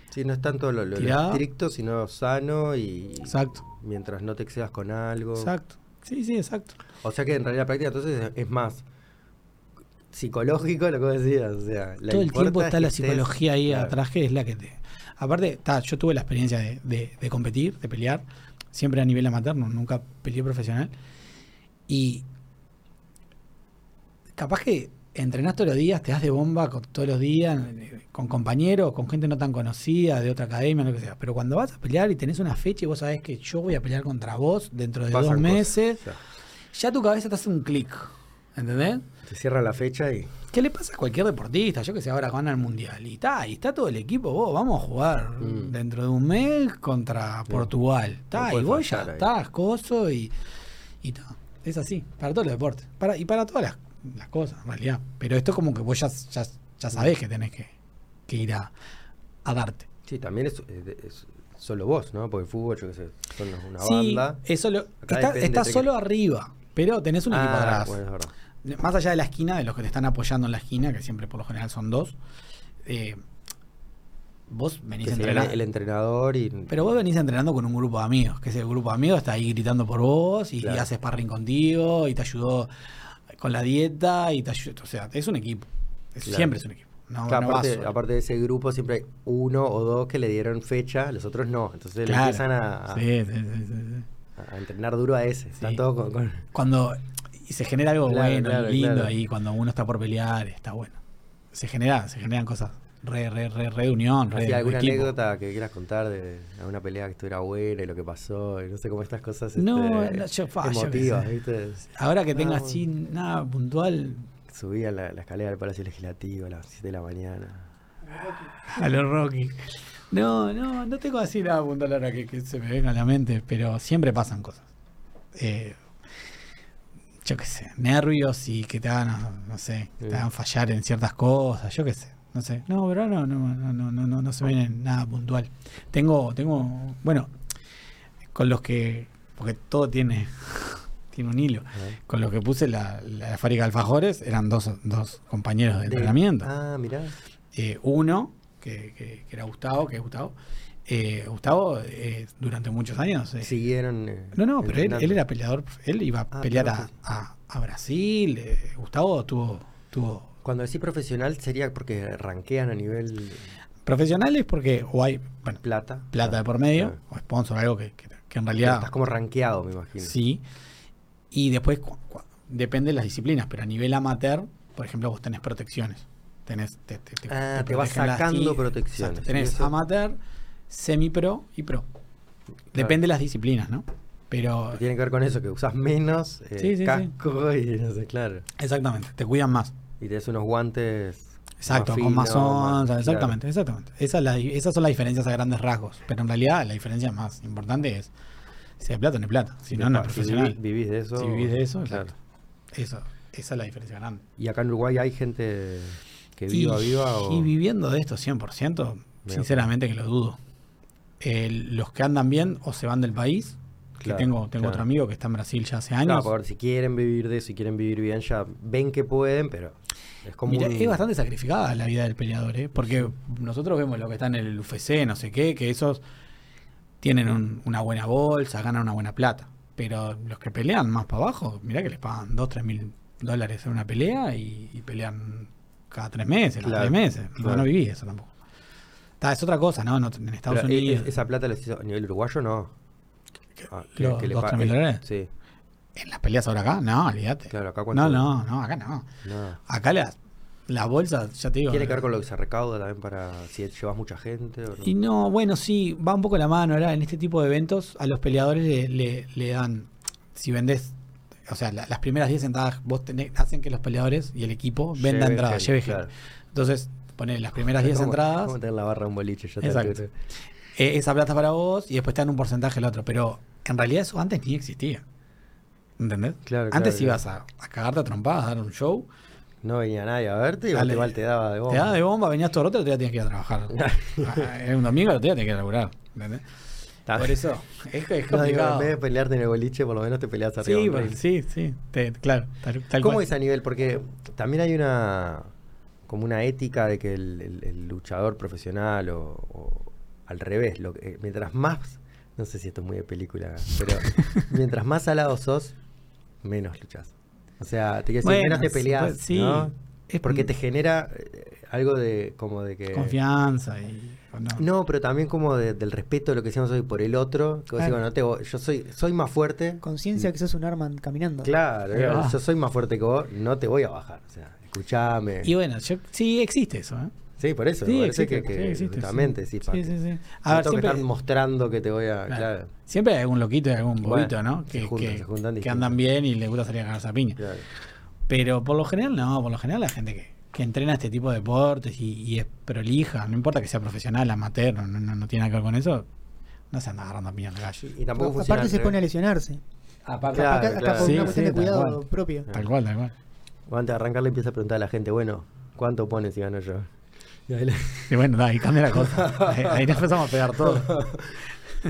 Sí, no es tanto lo, lo- lo Tirada. estricto, sino sano y Exacto, mientras no te excedas con algo. exacto. Sí, sí, exacto. O sea que en realidad la práctica entonces es- es más psicológico lo que vos decías. O sea, la Todo el importa tiempo está que la estés- psicología ahí claro. atrás que es la que te... Aparte, ta, yo tuve la experiencia de, de- de competir, de pelear, siempre a nivel amateur, no- nunca peleé profesional. Y capaz que entrenás todos los días, te das de bomba con, todos los días, eh, con compañeros, con gente no tan conocida, de otra academia, lo que sea. Pero cuando vas a pelear y tenés una fecha y vos sabés que yo voy a pelear contra vos dentro de Pasan dos cosas, meses, o sea, ya tu cabeza te hace un clic. ¿Entendés? te cierra la fecha y. ¿Qué le pasa a cualquier deportista? Yo que sé, ahora gana el mundial. Y está, y está todo el equipo. Vos, vamos a jugar Mm. dentro de un mes contra Portugal. Está, y puede vos ya fallar ahí. estás, coso, y. Y está. Es así, para todos los deportes. Para, y para todas las, las cosas, en realidad. Pero esto, como que vos ya, ya, ya sabés que tenés que, que ir a, a darte. Sí, también es, es- es solo vos, ¿no? Porque el fútbol, yo qué sé, son los- una sí, banda. eso lo, Acá está, depende está de que- solo arriba, pero tenés un equipo Ah, atrás. bueno, es verdad. más allá de la esquina, de los que te están apoyando en la esquina, que siempre por lo general son dos, eh, vos venís Que a sería entrenar. el, el entrenador y. Pero vos venís entrenando con un grupo de amigos, que ese grupo de amigos está ahí gritando por vos y, Claro. hace sparring contigo y te ayudó con la dieta y te ayudó. O sea, es un equipo. Es- Claro. Siempre es un equipo. No, Claro, no vas aparte, solo. aparte de ese grupo siempre hay uno o dos que le dieron fecha, los otros no. Entonces le Claro. empiezan a, a- Sí, sí, sí, sí, sí. a entrenar duro a ese. Están todos con- con, Cuando. Y se genera algo Claro, bueno, claro, lindo claro. ahí, cuando uno está por pelear, está bueno. Se genera, se generan cosas. Re, re, re, re de unión, re Así, de ¿Alguna equipo. anécdota que quieras contar de alguna pelea que estuviera buena y lo que pasó? Y no sé cómo estas cosas No, este, no, yo- fa, yo qué emotivas, sé. ¿viste? Ahora que tenga Ah, así nada puntual Subí a la, la escalera del Palacio Legislativo a las 7 de la mañana. a los Rocky. No, no, no tengo así nada puntual ahora que, que se me venga a la mente, pero siempre pasan cosas. Eh, yo qué sé, nervios y que te hagan, no sé, que te Sí. hagan fallar en ciertas cosas, yo qué sé, no sé. No, pero no, no, no, no, no, no, no se me viene nada puntual. Tengo, tengo, bueno, con los que, porque todo tiene, tiene un hilo. ¿eh? Con los que puse la, la fábrica de alfajores eran dos, dos compañeros de De- entrenamiento. Ah, mirá. Eh, uno, que, que- que era Gustavo, que es Gustavo. Eh, Gustavo, eh, durante muchos años. eh, Siguieron. eh, No, no, pero él, entrenando. él era peleador. Él iba a Ah, pelear claro, a, sí. a- a Brasil. eh, Gustavo tuvo, tuvo Cuando decís profesional sería porque ranquean a nivel profesionales porque o hay bueno, plata. plata de por medio, o sponsor, algo que, que- que en Pero realidad. Estás como ranqueado, me imagino. Sí. Y después, cu- cu- depende de las disciplinas, pero a nivel amateur, por ejemplo, vos tenés protecciones. Tenés, te, te- te- Ah, te te vas protegen las sacando ti- protecciones. Exacto, tenés Y eso- amateur, semi-pro y pro. Depende de las disciplinas, ¿no? Pero, Que Tiene que ver con eso, que usás menos eh, Sí, sí, sí. casco y no sé, claro. exactamente, te cuidan más. Y te das unos guantes Exacto, con más onzas, exactamente, exactamente. Esa es la- esas son las diferencias a grandes rasgos. Pero en realidad la diferencia más importante es si hay plata o no hay plata. Si no, no es profesional. Vivís, de eso. Si vivís de eso, claro. exacto. Eso, esa es la diferencia grande. Y acá en Uruguay hay gente que viva, y, viva. O... y viviendo de esto 100%, Veo. sinceramente que lo dudo. El- los que andan bien o se van del país, que Claro, tengo, tengo otro claro. amigo que está en Brasil ya hace Claro, años. por si quieren vivir de eso y quieren vivir bien, ya ven que pueden, pero es como. Mirá, un- es bastante sacrificada la vida del peleador, ¿eh? porque nosotros vemos lo que está en el UFC, no sé qué, que esos tienen un- una buena bolsa, ganan una buena plata. Pero los que pelean más para abajo, mirá que les pagan 2, 3 mil dólares en una pelea y, y pelean cada 3 meses, cada Claro, 3 meses. No, claro. no viví eso tampoco. Ta, es otra cosa, ¿no? No, En pero Estados e- Unidos. e- esa plata la hizo a nivel uruguayo, no. Ah, los dos, pa- tres mil eh, dólares? Sí, ¿En las peleas ahora acá? No, olvídate. claro, acá cuánto. no, no, no, acá no. no. Acá las, las bolsas, ya te digo. ¿Tiene que ver con lo que se recauda también para si llevas mucha gente? O no? Y no, bueno, sí, va un poco la mano. Ahora, en este tipo de eventos, a los peleadores le, le- le dan, si vendés, o sea, la- las primeras 10 entradas, vos tenés, hacen que los peleadores y el equipo venda Lleve entradas, gente, lleve gente. claro. Entonces, poner las primeras 10 ¿Cómo- entradas, cómo tener la barra de un boliche? Ya te Exacto. aseguro. eh, esa plata para vos y después te dan un porcentaje al otro. Pero en realidad eso antes ni existía. ¿Entendés? Claro, antes claro, ibas a, a cagarte a trompadas, a dar un show. No venía nadie a verte y Dale. igual te daba de bomba. Te daba de bomba, venías todo roto, el otro día tenías que ir a trabajar. Ah, Era un domingo, el otro día tenías que ir a laburar. ¿Entendés? Ta- Por eso, es, es No, digo, en complicado. vez de pelearte en el boliche, por lo menos te peleas arriba. de Sí, un por- ring. sí, sí, te- claro, tal, tal ¿Cómo cual. es a nivel? Porque también hay una como una ética de que el, el- el luchador profesional o, o al revés, lo que- eh, mientras más, no sé si esto es muy de película, pero mientras más alado sos, menos luchas. O sea, te quiero decir, Bueno, menos te sí, peleas, pues, sí. ¿no? Es- Porque te genera eh, algo de como de que Confianza y... o No. no, pero también como de- del respeto de lo que decíamos hoy por el otro, que vos decís, Claro. bueno, te voy- yo soy soy más fuerte, Conciencia que sos un arma caminando. Mm. Claro, Ahí va. yo soy más fuerte que vos, no te voy a bajar. O sea, escuchame. Y bueno, yo- sí existe eso, ¿eh? Sí, por eso, Sí, me parece que, sí, que existe, justamente, sí. sí, sí, sí, sí. A A ver, tengo siempre, que estar mostrando que te voy a. claro, Claro. siempre hay algún loquito y algún Bueno, bobito, ¿no? se Que, juntan, que- se juntan que distintos. andan bien y les gusta salir a ganarse a piña. claro. Pero por lo general, no, por lo general la gente que, que entrena este tipo de deportes y, y es prolija, no importa que sea profesional, amateur, no, no- no tiene nada que ver con eso, no se anda agarrando a piña en la calle. Y tampoco ¿eh? Aparte funciona. al se pone a revés. lesionarse. Aparte, Claro, Acá- hasta claro. por Sí, una cuestión sí, de tal cuidado cual. propio. tal cual, tal cual. Antes de arrancar le empieza a preguntar a la gente, bueno, ¿cuánto pones si gano yo? Y ahí le- Y bueno, ahí cambia la cosa. Ahí, ahí nos empezamos a pegar todo.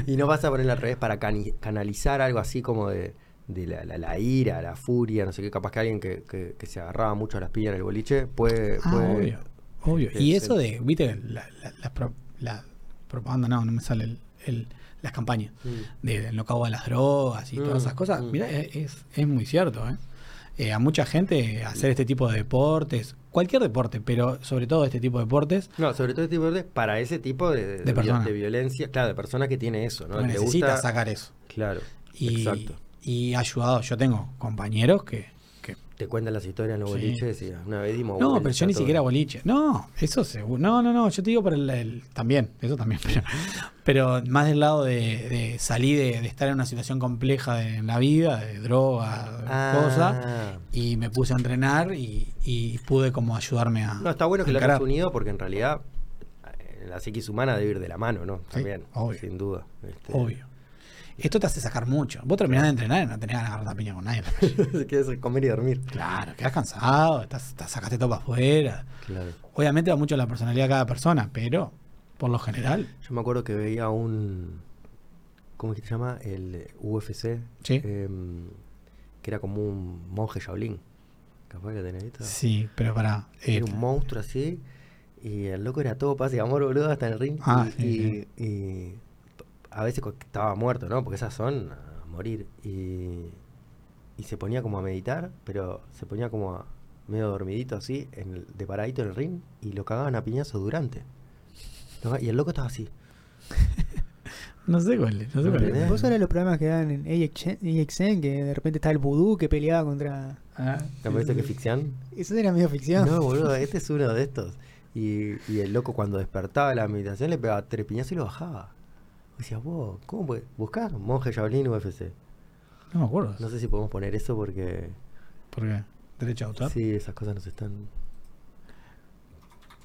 y no vas a poner al revés para cani- canalizar algo así como de, de la, la- la ira, la furia, no sé qué. Capaz que alguien que, que- que se agarraba mucho a las pillas en el boliche puede. Ah, puede- obvio, obvio. Sí, Y sí. eso de, viste, la, la- la pro- la propaganda, no, no me sale el, el- las campañas Mm. de- del no cabo de las drogas y todas Mm, esas cosas. mm. Mira, es, es muy cierto, ¿eh? Eh, a mucha gente hacer este tipo de deportes, cualquier deporte, pero sobre todo este tipo de deportes, No, sobre todo este tipo de deportes, para ese tipo de, de- De de vi- persona. de violencia, claro, de persona que tiene eso, ¿no? Que le necesitas gusta, sacar eso. claro, Y, exacto. y ha ayudado. Yo tengo compañeros que, que Te cuentan las historias en los Sí. boliches y una vez dimos No, vuelta pero yo ni Oh, todo. siquiera boliche. No, eso seguro. No, no, no. Yo te digo por el, el- también, eso también. Pero, pero más del lado de, de salir de, de estar en una situación compleja de- en la vida, de droga, Ah, cosas. Y me puse a entrenar y, y pude como ayudarme a. No, está bueno que a lo encarar. hayas unido porque en realidad eh, la psiquis humana debe ir de la mano, ¿no? También, obvio. sin duda. este. Obvio. Esto te hace sacar mucho. Vos terminás de entrenar y no tenés ganas de agarrar la piña con nadie. en la calle. Quieres comer y dormir. Claro, quedás cansado, estás, estás- sacaste todo para afuera. Claro. Obviamente va mucho la personalidad de cada persona, pero por lo general, Yo me acuerdo que veía un. ¿Cómo es que se llama? El eh, UFC. Sí. em, que era como un monje Shaolin. Capaz que lo tenés visto. sí, pero para. eh, Era un monstruo así. Y el loco era todo paz y amor, boludo, hasta en el ring. Ah, y, sí, y- y a veces co- estaba muerto, ¿no? Porque esas son a morir. Y, y se ponía como a meditar, pero se ponía como a- medio dormidito así, en el- de paradito en el ring. Y lo cagaban a piñazo durante. Lo ca- Y el loco estaba así. No sé cuál es, no sé No cuál es. tenés. Vos ahora los programas que dan en AXN, AXN, que de repente está el vudú que peleaba contra... Ah, ¿Te parece que ficción? Eso era medio ficción. No, boludo, este es uno de estos. Y, y el loco cuando despertaba de la meditación le pegaba tres piñazos y lo bajaba. Y decía, vos, ¿cómo puede? Buscar monje Shaolin UFC. no me acuerdo. No sé si podemos poner eso porque ¿Por qué? ¿Derecho a autor? sí, esas cosas nos están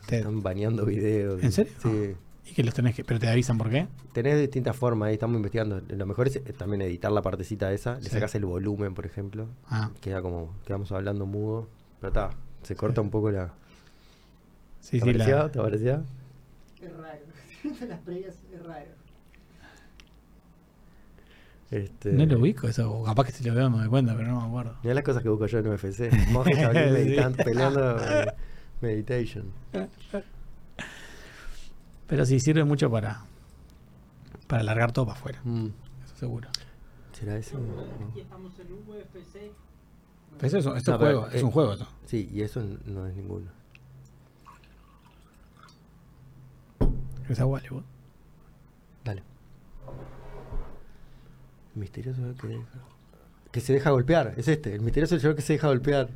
Te- Están baneando videos. ¿En serio? Sí. ¿Y que los tenés que.? ¿Pero te avisan por qué? Tenés distintas formas, ahí estamos investigando. Lo mejor es eh, también editar la partecita esa. Le Sí. sacás el volumen, por ejemplo. Ah, Queda como, quedamos hablando mudo. Pero está, se corta un poco la. sí, ¿Te sí. la- parecía? ¿Te parecía? Es raro. Las previas es raro. Este, No lo ubico eso. o Capaz que si lo veo me doy cuenta, pero no me acuerdo. Mirá las cosas que busco yo en UFC. Monjes que hablan Sí. meditando, peleando. eh, meditation. Pero sí sirve mucho para. Para largar todo para afuera, Mm. eso seguro. ¿Será eso? No. Estamos en un UFC. Pero eso, eso es No, pero, un juego, es eh, un juego eso. Sí, y eso n- no es ninguno. Es a Wally, vos. Dale. El misterioso que deja. Que se deja golpear, es este. El misterioso señor que se deja golpear.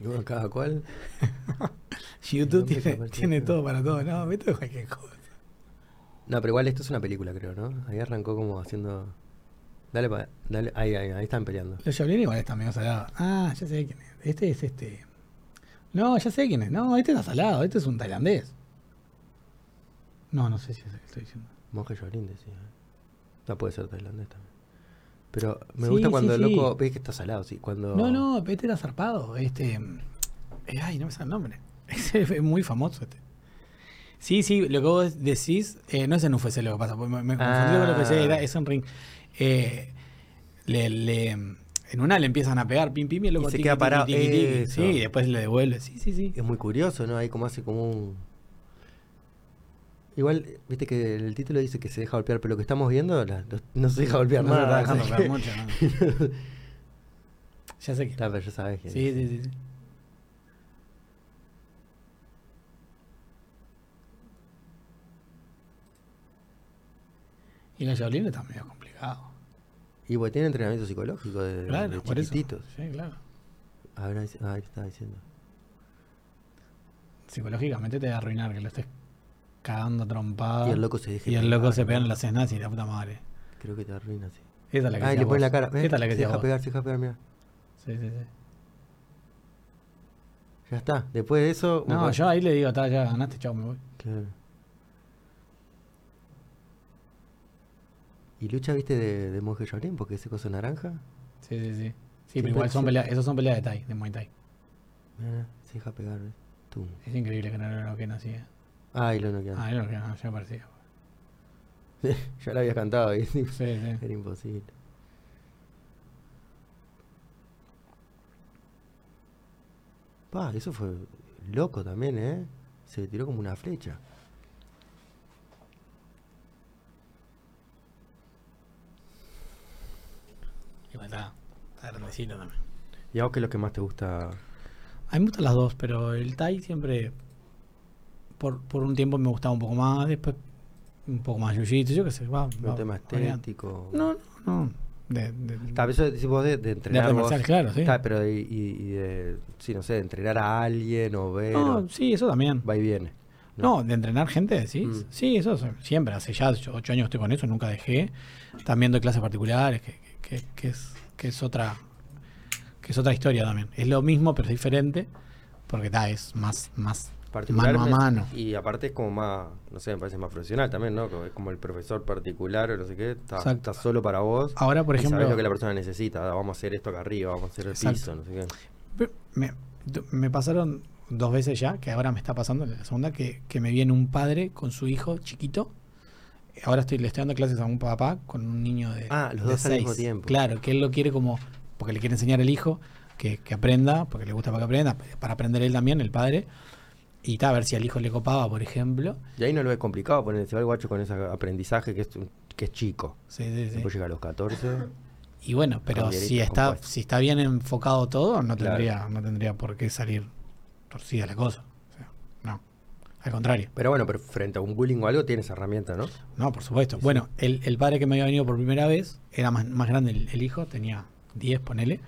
Y bueno, cada cual. No YouTube me tiene, convertí, tiene no. todo para todo. No, vete a cualquier cosa. No, pero igual esto es una película, creo, ¿no? Ahí arrancó como haciendo. Dale, pa- dale. Ahí, ahí, ahí están peleando. Los Shaolin igual están medio salados. Ah, ya sé quién es. Este es este. No, ya sé quién es. No, este está salado. Este es un tailandés. No, no sé si es el que estoy diciendo. Monje Yorin decía. No puede ser tailandés también. Pero me Sí, gusta sí, cuando el sí. loco ves que está salado, sí. Cuando No, no, este era zarpado. Este. mm, eh, Ay, no me sale el nombre. Ese es muy famoso este. Sí, sí, lo que vos decís eh, no es en UFC lo que pasa. porque Me, me confundí con Ah. lo que era, es en ring. Eh, le, le- en una le empiezan a pegar, pim, pim, y el loco se tiqui, queda tiqui, parado, tiqui, tiqui. eso. Sí, y después le devuelve. Sí, sí, sí. es muy curioso, ¿no? Ahí como hace como un. Igual, viste que el título dice que se deja golpear, pero lo que estamos viendo la- no- no se deja golpear No se nada. está o sea dejando pegar que- mucho, ¿no? Ya sé que. Está, pero ya sabes que. Sí, sí, sí. sí. Y los Shaolin están medio complicados. Y bueno, tiene entrenamiento psicológico de, Claro, de por eso. chiquititos. Sí, claro. A ver, ahí, se- ahí estaba diciendo. Psicológicamente te va a arruinar que lo estés cagando trompado. Y el loco se deja. Ah. y el loco pegar, se ¿no? pega en las cenas y la puta madre. Creo que te arruina, sí. Esa es la que Ah, y decías le pone vos. la cara. ¿ves? Esta es la que se decías deja vos. pegar, se deja pegar, mira. Sí, sí, sí. Ya está. Después de eso. No, Uh, bueno, yo ahí le digo, "Ta, ya ganaste, chao, me voy. Claro. ¿Y lucha viste de, de monje Shaolin? Porque ese coso naranja. Sí, sí, sí. Sí, Sí, pero puede igual son ser. peleas, esos son peleas de Thai, de Muay Thai. Mirá, se deja pegar, ¿ves? Tum. Es increíble que no lo noqueen así. eh. Ay, lo noquearon. Ah, yo lo que no, ya parecía. ya lo había cantado ahí. Sí, sí. Era imposible. Pa, eso fue loco también, ¿eh? Se tiró como una flecha. Igual está, está grandecito también. ¿Y a vos qué es lo que más te gusta? A mí me gustan las dos, pero el Thai siempre. Por, por un tiempo me gustaba un poco más, después un poco más Jiu-Jitsu, yo qué sé. Va, ¿Un va tema variando. estético? No, no, no. De, de- Tal vez eso decís vos de, de de entrenar arte vos. marcial, claro, sí. Está, pero y, y- y de, sí, no sé, de entrenar a alguien o ver, No, o- sí, eso también. va y viene. No, de entrenar gente, sí. Mm. Sí, eso se- siempre. Hace ya ocho ocho años estoy con eso, nunca dejé. También doy clases particulares, que, que- que- que es, que es otra que es otra historia también. Es lo mismo, pero es diferente, porque ta, es más, más Particular mano a me- mano. Y aparte es como más, no sé, me parece más profesional también, ¿no? Como- Es como el profesor particular o no sé qué, está, Exacto. está solo para vos. Ahora, por y ejemplo, sabés lo que la persona necesita, ah, vamos a hacer esto acá arriba, vamos a hacer el Exacto. piso, no sé qué. me, me pasaron dos veces ya, que ahora me está pasando la segunda, que, que me viene un padre con su hijo chiquito. Ahora estoy, le estoy dando clases a un papá con un niño de. Ah, los de dos al mismo tiempo. Claro, que él lo quiere como. Porque le quiere enseñar al hijo que, que aprenda, porque le gusta para que aprenda, para aprender él también, el padre. Y está, a ver si al hijo le copaba, por ejemplo. Y ahí no lo es complicado poner, se va el guacho con ese aprendizaje que es, un- que es chico. Sí, sí, sí. Después llega a los 14. Y bueno, pero Cambiaritas si está, compuestas. si está bien enfocado todo, no Claro. tendría, no tendría por qué salir torcida la cosa. O sea, no. Al contrario. Pero bueno, pero frente a un bullying o algo tienes herramienta, ¿no? No, por supuesto. Sí, sí. Bueno, el, el padre que me había venido por primera vez era más, más grande el, el hijo, tenía 10, ponele.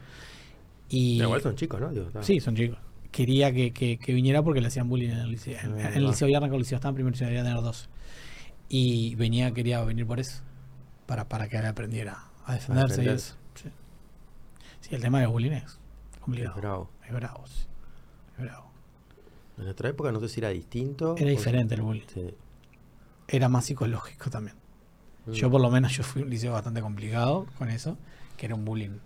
Y, Pero igual son chicos, ¿no? Digo, está- Sí, son chicos. Quería que, que- que viniera porque le hacían bullying en el liceo. En, Ah, en el va. liceo viernes, cuando el liceo estaba en primer liceo, debía tener 12. Y venía, quería venir por eso. Para, para que él aprendiera a defenderse y defender. eso. Sí. Sí, el tema de bullying es complicado. Es bravo. Es bravo, sí. Es bravo. En nuestra época no sé si era distinto. Era o- diferente el bullying. Sí. Era más psicológico también. Mm. Yo por lo menos yo fui a un liceo bastante complicado con eso, que era un bullying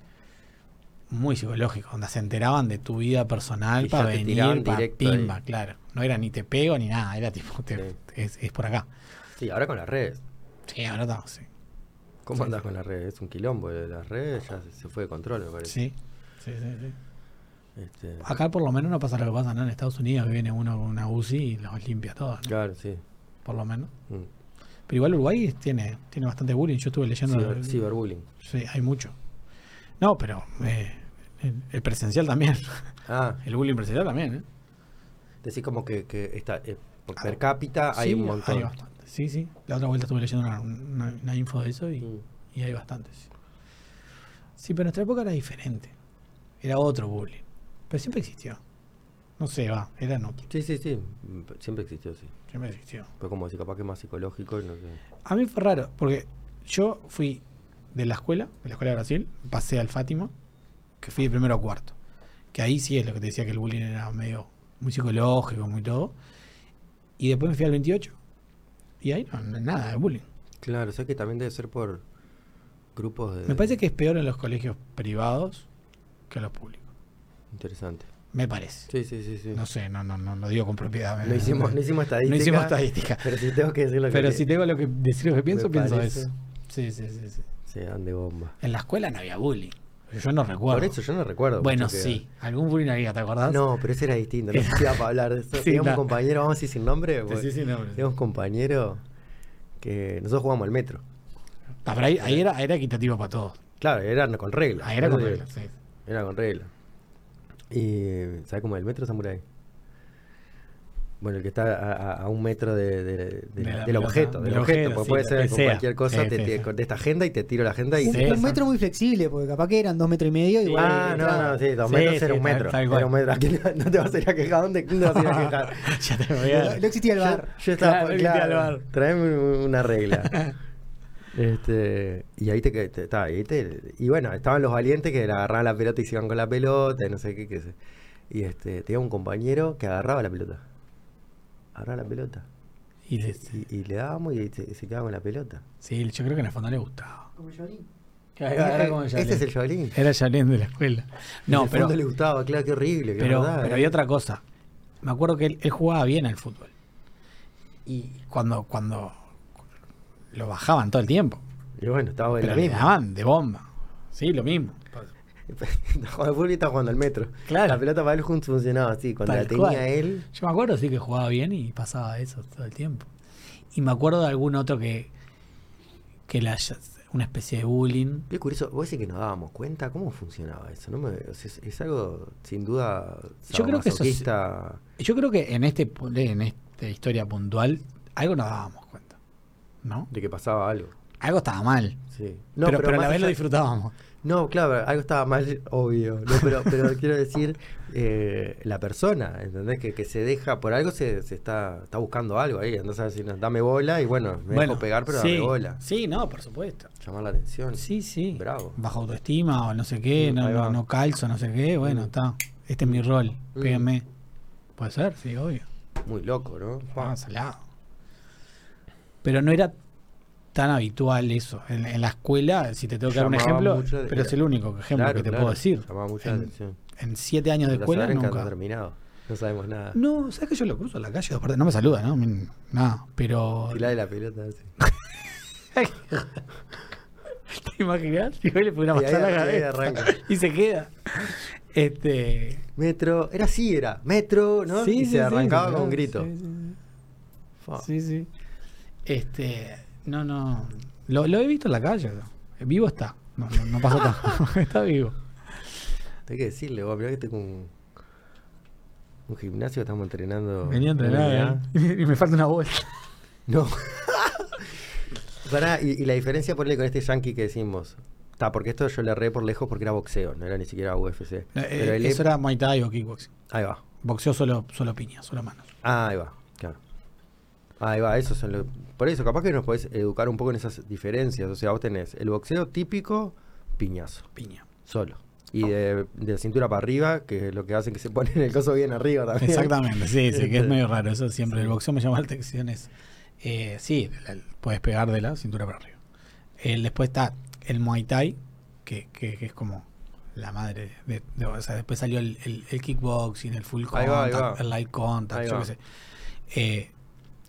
muy psicológico, donde se enteraban de tu vida personal Y ya para te venir, tiraban para directo pimba, ahí. claro. No era ni te pego ni nada, era tipo, te- Sí. es, es por acá. Sí, ahora con las redes. Sí, ahora está, sí. ¿Cómo Sí, andas sí. con las redes? Es un quilombo. eh, Las redes ya se- se fue de control, me parece. Sí, Ah. sí, sí, sí. Este, Acá por lo menos no pasa lo que pasa ¿no? en Estados Unidos, que viene uno con una UCI y los limpia todos, ¿no? claro, sí. por lo menos. Mm. Pero igual Uruguay es- tiene, tiene bastante bullying, yo estuve leyendo... Ciber- ciberbullying. Sí, hay mucho. No, pero eh, el- el presencial también. Ah, El bullying presencial también, ¿eh? decís como que, que está, eh, por Ah, per cápita hay Sí, un montón. hay bastante. Sí, sí. La otra vuelta estuve leyendo una, una- una info de eso y, Mm. y hay bastantes. Sí. Sí, pero en nuestra época era diferente. Era otro bullying. Pero siempre existió. No sé, va. Era no. Sí, sí, sí. mm, p- Siempre existió, sí. Siempre existió. Pero como decir, capaz que es más psicológico. y No sé. A mí fue raro, porque yo fui de la escuela, de la escuela de Brasil, pasé al Fátima, que fui de primero a cuarto. Que ahí sí es lo que te decía que el bullying era medio muy psicológico, muy todo. Y después me fui al 28. Y ahí no, no- nada de bullying. Claro, o sea que también debe ser por grupos de. Me parece que es peor en los colegios privados que en los públicos. Interesante. Me parece. Sí, sí, sí. sí. No sé, no, no, no lo digo con propiedad. No hicimos, no hicimos No estadística. hicimos estadística. Pero sí tengo que decir lo que Pero si tengo lo que decir lo que pienso, Me pienso parece. eso. Sí, sí, sí, sí. Se dan de bomba. En la escuela no había bullying. Yo no recuerdo. Por eso yo no recuerdo. Bueno, mucho que- sí. Algún bullying había, ¿te acordás? No, pero ese era distinto. No se iba para hablar de eso. Sí, Teníamos no. un compañero, vamos a decir sin nombre. Sí, porque sí, sí, no, pero- Teníamos un compañero que nosotros jugamos al metro. Ah, pero ahí, ahí era, era equitativo para todos. Claro, era con reglas. Ahí Ah, era por con eso reglas, digo, sí. Era con reglas. Y, ¿sabes cómo es el metro Samurai? Bueno, el que está a, a- a un metro de- de- de- De la del pelota, objeto, del del objeto, objeto, porque sí, puede lo ser que con sea. cualquier cosa Sí, te- sí, te- sí. de esta agenda y te tiro la agenda y Un, Sí. un metro muy flexible, porque capaz que eran dos metros y medio. Igual, Ah, no, no, sí, dos Eh, Sí, metros sí, era un tal- metro. tal cual. era un metro. Aquí no, no te vas a ir a quejar. ¿Dónde no te vas a ir a quejar? ya te voy no, a... no existía el bar. Yo estaba Claro, por- viste claro, al bar. Traeme un- una regla. este, y ahí te, que- te- ta, ahí te- y bueno, estaban los valientes que le agarraban la pelota y se iban con la pelota, y no sé qué, qué sé. Y este, tenía un compañero que agarraba la pelota. Agarraba la pelota. Y le- Y, y le dábamos y se, se quedaba con la pelota. sí, yo creo que en el fondo le gustaba. Era como Ese es el Jolín. Era Yalén de la escuela. En No, el pero, fondo le gustaba, claro, qué horrible, qué pero, verdad. eh. pero había otra cosa. Me acuerdo que él, él jugaba bien al fútbol. Y cuando, cuando lo bajaban todo el tiempo. Y bueno, estaba en Pero la le misma. daban de bomba. Sí, lo mismo. Estaba jugando al fútbol y estaba jugando al metro. Claro. La pelota para él jun- funcionaba así. Cuando Tal la tenía cual. él, Yo me acuerdo sí que jugaba bien y pasaba eso todo el tiempo. Y me acuerdo de algún otro que, que la, una especie de bullying. Qué curioso, vos decís que nos dábamos cuenta cómo funcionaba eso. No me, o sea, es, es algo sin duda Yo creo que eso es- sadomasoquista. Yo creo que en este pu- en esta historia puntual algo nos dábamos cuenta. ¿No? de que pasaba algo. Algo estaba mal. Sí. pero, pero a más la vez allá- lo disfrutábamos. No, claro, algo estaba mal, obvio. ¿no? pero, pero quiero decir, eh, la persona, ¿entendés? Que, que se deja por algo, se, se está, está buscando algo ahí. Entonces, si no, dame bola y bueno, me dejo pegar, pero sí, dame bola. Sí, no, por supuesto. Llamar la atención. Sí, sí. Bravo. Bajo autoestima o no sé qué, Mm, no, ahí no, va. no calzo, no sé qué. Bueno, Mm. está. Este es mi rol. Mm. Péguenme. Puede ser, sí, obvio. Muy loco, ¿no? Ah, salado. Pero no era tan habitual eso. En, en la escuela, si te tengo que dar un Llamaba ejemplo, mucho la- pero es el único ejemplo Claro, que te claro, puedo decir. Llamaba mucho la En, atención. en siete años de Pero escuela saber que nunca. no terminado. No sabemos nada. No, sabes que yo lo cruzo a la calle, aparte no me saluda, ¿no? Min- Nada, pero... Y la de la pelota. sí. ¿Te imaginas? Y le pone una Y ahí patada a la arranca, ahí cabeza arranca. y se queda. Este... Metro, era así, era. Metro, ¿no? sí, y sí, se sí, arrancaba sí, con un sí, grito. Ah. sí, sí. Fa. Sí, sí. Este, no, no. Lo, lo he visto en la calle. ¿no? Vivo está. No, no, no pasó tanto. está vivo. Hay que decirle, vos, mirá que tengo un, un gimnasio, estamos entrenando. Venía Mirá. entrenado. ¿eh? Y me falta una vuelta. No. Pará, y, y la diferencia ponle con este yankee que decimos. Está, porque esto yo le erré por lejos porque era boxeo, no era ni siquiera UFC. Pero Eh, él- eso era Muay Thai o kickboxing. Ahí va. Boxeo solo, solo piña, solo manos. Ah, ahí va, claro. Ahí va, eso son lo- Por eso, capaz que nos podés educar un poco en esas diferencias. O sea, vos tenés el boxeo típico, piñazo, Piña. solo. Y de, de cintura para arriba, que es lo que hacen que se ponen el coso bien arriba también. Exactamente, sí, sí, que es Este, medio raro. Eso siempre, sí. el boxeo me llama la atención. Es, eh, sí, de la- puedes pegar de la cintura para arriba. El- después está el Muay Thai, que, que- que es como la madre. De, de- o sea, después salió el, el- el kickboxing, el full Ahí contact, va, ahí va. el light contact, Ahí yo va. qué sé. Eh,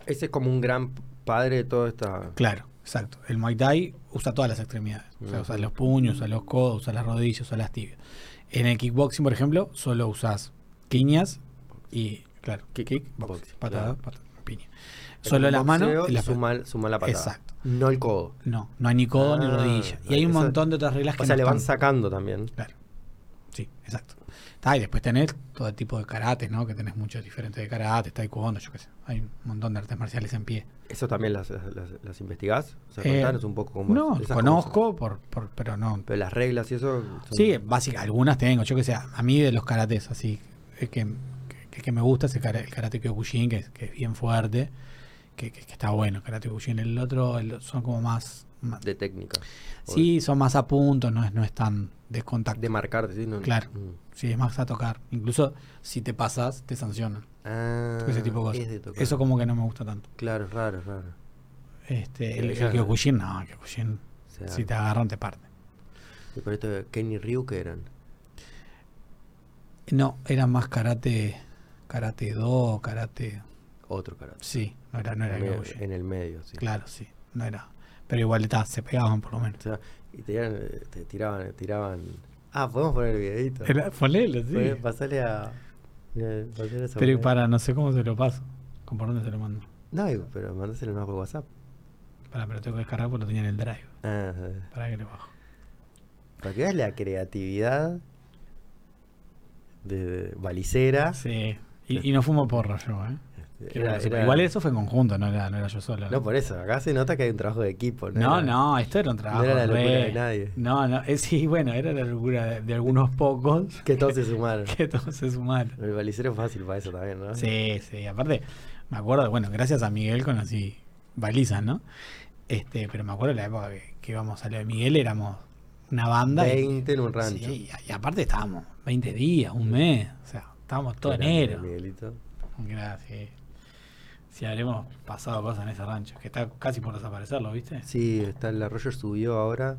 Ese es como un gran padre de toda esta. claro, exacto. El Muay Thai usa todas las extremidades. O sea, Mm. usa los puños, usa los codos, usa las rodillas, usa las tibias. En el kickboxing, por ejemplo, solo usas quiñas y, claro, Kick- kick, boxing, patada, claro. patada, piña. Solo la mano y la patada. suma, suma la patada. Exacto. No el codo. No, no hay ni codo ni Ah, rodilla. Y hay un eso- montón de otras reglas que O sea, no le van están- sacando también. Claro. Sí, exacto. Está, y después tenés todo tipo de karate, ¿no? Que tenés muchos diferentes de karate, taekwondo, yo qué sé. Hay un montón de artes marciales en pie. ¿Eso también las, las, las investigás? O sea, Eh, contanos un poco cómo No, esas cosas. conozco, por, por, pero no. Pero las reglas y eso. son- Sí, básicamente, algunas tengo, yo que sé. A mí de los karates, así, es que, que, que me gusta ese kara- el karate Kyokushin, que es, que es bien fuerte, que, que- que está bueno. El karate Kyokushin, el otro el- son como más... más- De técnica. o Sí, son más a punto, no es, no es tan descontacto. De marcarte, ¿sí? No- Claro. Mm. Sí, es más a tocar. Incluso si te pasas, te sancionan. Ah, ese tipo de es de cosas. tocar. Eso como que no me gusta tanto. Claro, es raro, es raro. Este, el, el Claro. Kyokushin, no, el Kyokushin, O sea, si te agarran, te parten. sí, pero esto de Kenny Ryu que eran. No, era más karate, karate do, karate... Otro karate. Sí, no era, no era También Kyokushin. en el medio, sí. Claro, sí, no era. Pero igual está, se pegaban por lo menos. O sea, y te, dieran, eh, te tiraban, tiraban. Ah, podemos poner el videito. Era, ponelo, sí. Podés Pasarle a. eh, pasarle a esa Pero mujer. para, no sé cómo se lo paso. ¿Con por dónde se lo mando? No, digo, pero mandáselo nomás por WhatsApp. Para, pero tengo que descargar porque lo tenía en el drive. Ah, Para que lo bajo. para que veas la creatividad de, de balicera. Sí. Y, y no fumo porro yo, ¿eh? Quiero Era- que lo sepa. era- Igual eso fue en conjunto, no era, no era yo solo. No, por eso, acá se nota que hay un trabajo de equipo. no, Era- no, esto era un trabajo. era la re- locura de nadie. No, no, eh, sí, bueno, era la locura de, de algunos pocos Que todos se sumaron. que todos se sumaron. El balicero es fácil para eso también, ¿no? Sí, sí, aparte, me acuerdo, bueno, gracias a Miguel conocí balizas, ¿no? Este, pero me acuerdo la época que, que íbamos a lo de Miguel, éramos una banda. y- 20 en un rancho. Sí, y, y aparte estábamos 20 días, un mes, o sea, estábamos todo Grande, enero. Miguelito. Gracias. Si habremos pasado cosas en ese rancho, que está casi por desaparecerlo, ¿viste? Sí, está el arroyo subió ahora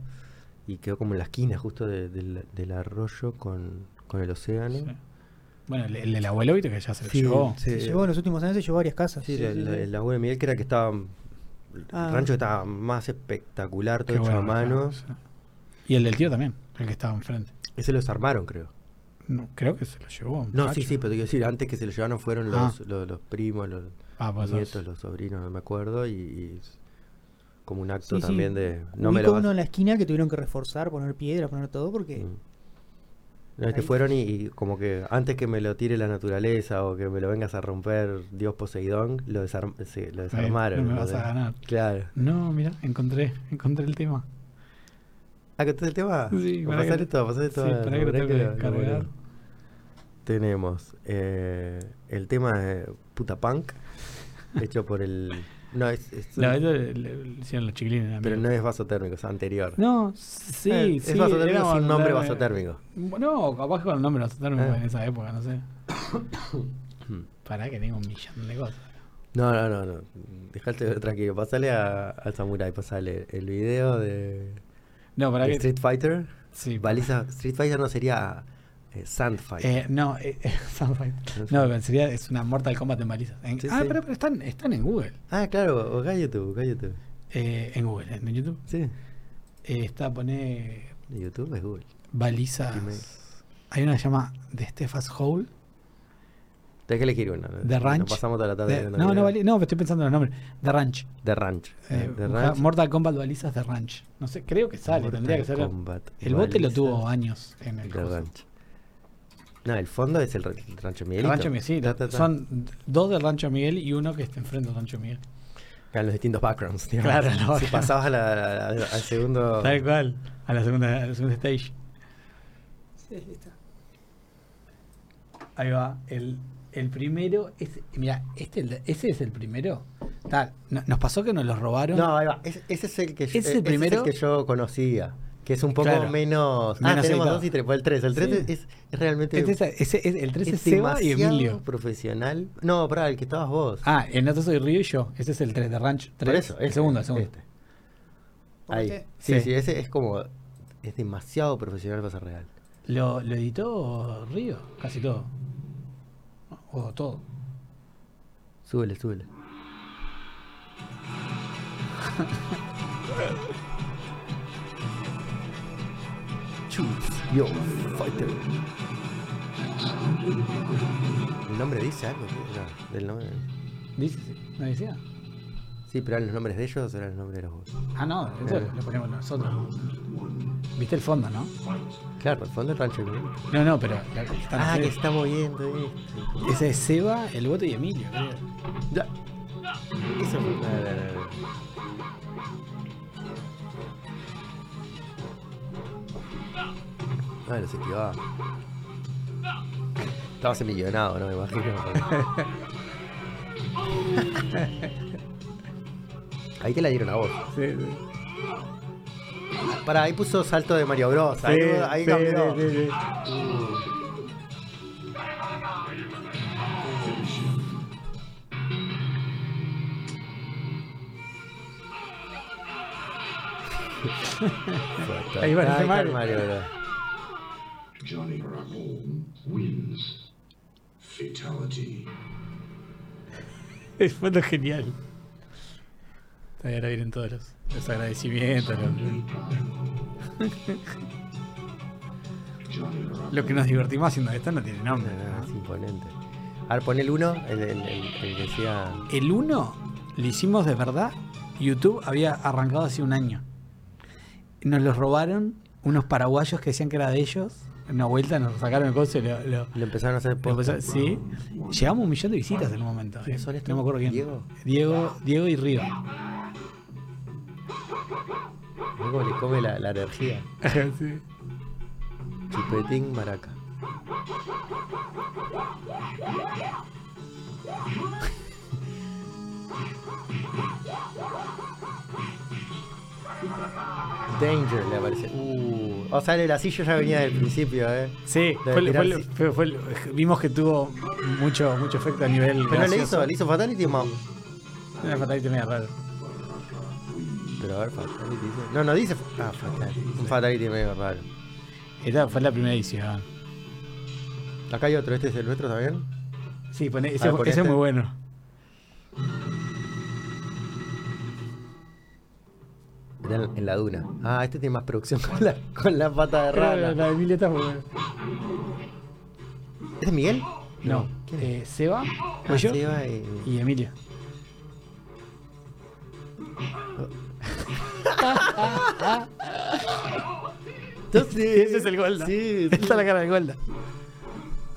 y quedó como en la esquina justo de- del, del arroyo con, con el océano. Sí. Bueno, el, el del abuelo, ¿viste? Que ya se lo Sí, llevó. sí. Se llevó en los últimos años, se llevó a varias casas. Sí, el, el- el abuelo de Miguel que era que estaba... El Ah. rancho que estaba más espectacular, Qué todo hecho a bueno, mano. claro, sí. Y el del tío también, el que estaba enfrente. Ese lo desarmaron, creo. No, creo que se lo llevó. un No, cacho. sí, sí, pero te quiero decir, antes que se lo llevaron fueron Ah. los, los, los primos, los Ah, pues eso. nietos, los sobrinos, no me acuerdo, y, y es como un acto Sí, sí. también de... No No me lo vas- uno en la esquina que tuvieron que reforzar, poner piedra, poner todo, porque Mm. No, es que Ahí. fueron y, y como que antes que me lo tire la naturaleza o que me lo vengas a romper Dios Poseidón, lo, desarm- sí, lo Eh, desarmaron. No me ¿no? vas a ganar. Claro. No, mira, encontré, encontré el tema. Ah, ¿contaste el tema? Sí, pará que- pasale todo, pasale sí, todo. pará que lo Rubén, tengo que lo- lo descargar. boludo. Tenemos eh, el tema de Puta Punk, hecho por el... No, es... es- La verdad, le- le- le hicieron los chiquilines. pero amigo. no es vasotérmico, es anterior. No, sí, Eh, sí. Es vasotérmico era sin nombre un- vasotérmico. No, capaz que con el nombre vasotérmico Ah. en esa época, no sé. Pará que tengo un millón de cosas. No, no, no, no. Dejate tranquilo. Pasale a, al Samurai, pasale el video de, No, para de que. Street Fighter. Sí. Baliza, Street Fighter no sería eh, Sand Fight. Eh, no, eh, eh, Sunfight. no, pero sería, es una Mortal Kombat en balizas. En- Sí, ah, sí. pero, pero están, están en Google. Ah, claro, busca YouTube, busca YouTube. Eh, en Google, en YouTube. Sí, Eh, está, pone YouTube es Google. Dime. balizas. Hay una que se llama The Stephas Hole. Tenés que elegir una. ¿no? The Nos Ranch. pasamos toda la tarde. De- viendo no, no, videos. bali- no, pero estoy pensando en los nombres. The Ranch. The Ranch. Eh, The busca Ranch. Mortal Kombat balizas The Ranch. No sé, creo que sale, Mortal tendría que ser. Kombat, El bote lo balizas, tuvo años en el The coso. Ranch. No, el fondo es el, ra- el Rancho Miguelito. Rancho Miguel, sí, Ta, ta, ta. Son dos del Rancho Miguel y uno que está enfrente del Rancho Miguel. Claro, los distintos backgrounds. digamos. Claro, los si backgrounds. pasabas a la- a- a- al segundo. Tal cual. A la segunda, a la segunda stage. Ahí va. El, el primero. Es, mira, este, el de- ese es el primero. Tal. No- Nos pasó que nos los robaron. No, ahí va. Ese, ese es el que yo, ¿Es el ese es primero? el que yo conocía. Que es un poco Claro. menos. Ah, Menos tenemos editado. dos y tres. pues El tres. El tres Sí. es, es realmente. Este es- ese- es- el 13 es es Seba y demasiado Emilio. profesional. No, para el que estabas vos. Ah, el otro soy Río y yo. Ese es el 3 de Ranch. Por 3. eso, el este, segundo, el segundo. este. ¿Cómo Ahí. este? Sí, Sí. sí, ese es como. Es demasiado profesional para ser real. ¿Lo, lo editó Río? Casi todo. O todo. Súbele, súbele. Yo, fighter. ¿El nombre dice algo? No, del nombre. ¿Dice? ¿No decía? Sí, pero eran los nombres de ellos o eran los nombres de los juegos. Ah, no, eso Claro. lo ponemos nosotros. ¿Viste el fondo, no? Claro, el fondo del rancho. ¿no? No, no, pero la- están Ah, que haciendo- está moviendo esto. ese es Seba, el voto y Emilio. creo. Ya. Eso fue. No, no, no, no. Ah, los esquivaba. Estaba semillonado, ¿no? Me imagino. Ahí te la dieron a vos. Pará, ahí puso salto de Mario Bros. ahí ahí cambió. Fue Ahí va, tal- ese tal Mario. Bros. Johnny Ramone wins. Fatality. Es fondo genial. Ahí ahora vienen todos los, los agradecimientos, lo, Johnny Ramone. lo que nos divertimos haciendo esto no tiene nombre. Ah, ¿no? es imponente. A ver, pon el uno, el, el, el- el que decía. El 1 lo hicimos de verdad. YouTube había arrancado hace un año. Nos los robaron unos paraguayos que decían que era de ellos. En una vuelta nos sacaron el coche. Lo, lo- Lo empezaron a hacer lo por. empezó- sí. Llegamos a un millón de visitas en un momento. eh. ¿Quiénes son estos? No me acuerdo quién. ¿Diego? Diego, Diego y Río. Luego le come la, la energía. Sí. Chupetín maraca. Danger le aparece. Uh, o sea, el lasillo ya venía del principio, eh. Sí, De fue, el- fue el- tirarse. fue- fue el- vimos que tuvo mucho, mucho efecto a nivel. Pero no le gracioso. hizo, le hizo Fatality o Mau. Una fatality media rara. Pero a ver, Fatality dice. No, no dice. fa- Ah, Fatality. Un Fatality medio raro. Esta fue la primera edición. Acá hay otro, este es el nuestro también. Sí, poné- ese, A ver, poné ese es este. muy bueno. Era en en la duna. Ah, este tiene más producción con la, con la pata de La, rana. de Emilio está muy buena. ¿Este es Miguel? No, eh, Seba, Ah, fue yo sí, va, eh, y Emilio. Entonces, Ese es el Golda. Sí, Esta es la cara de Golda.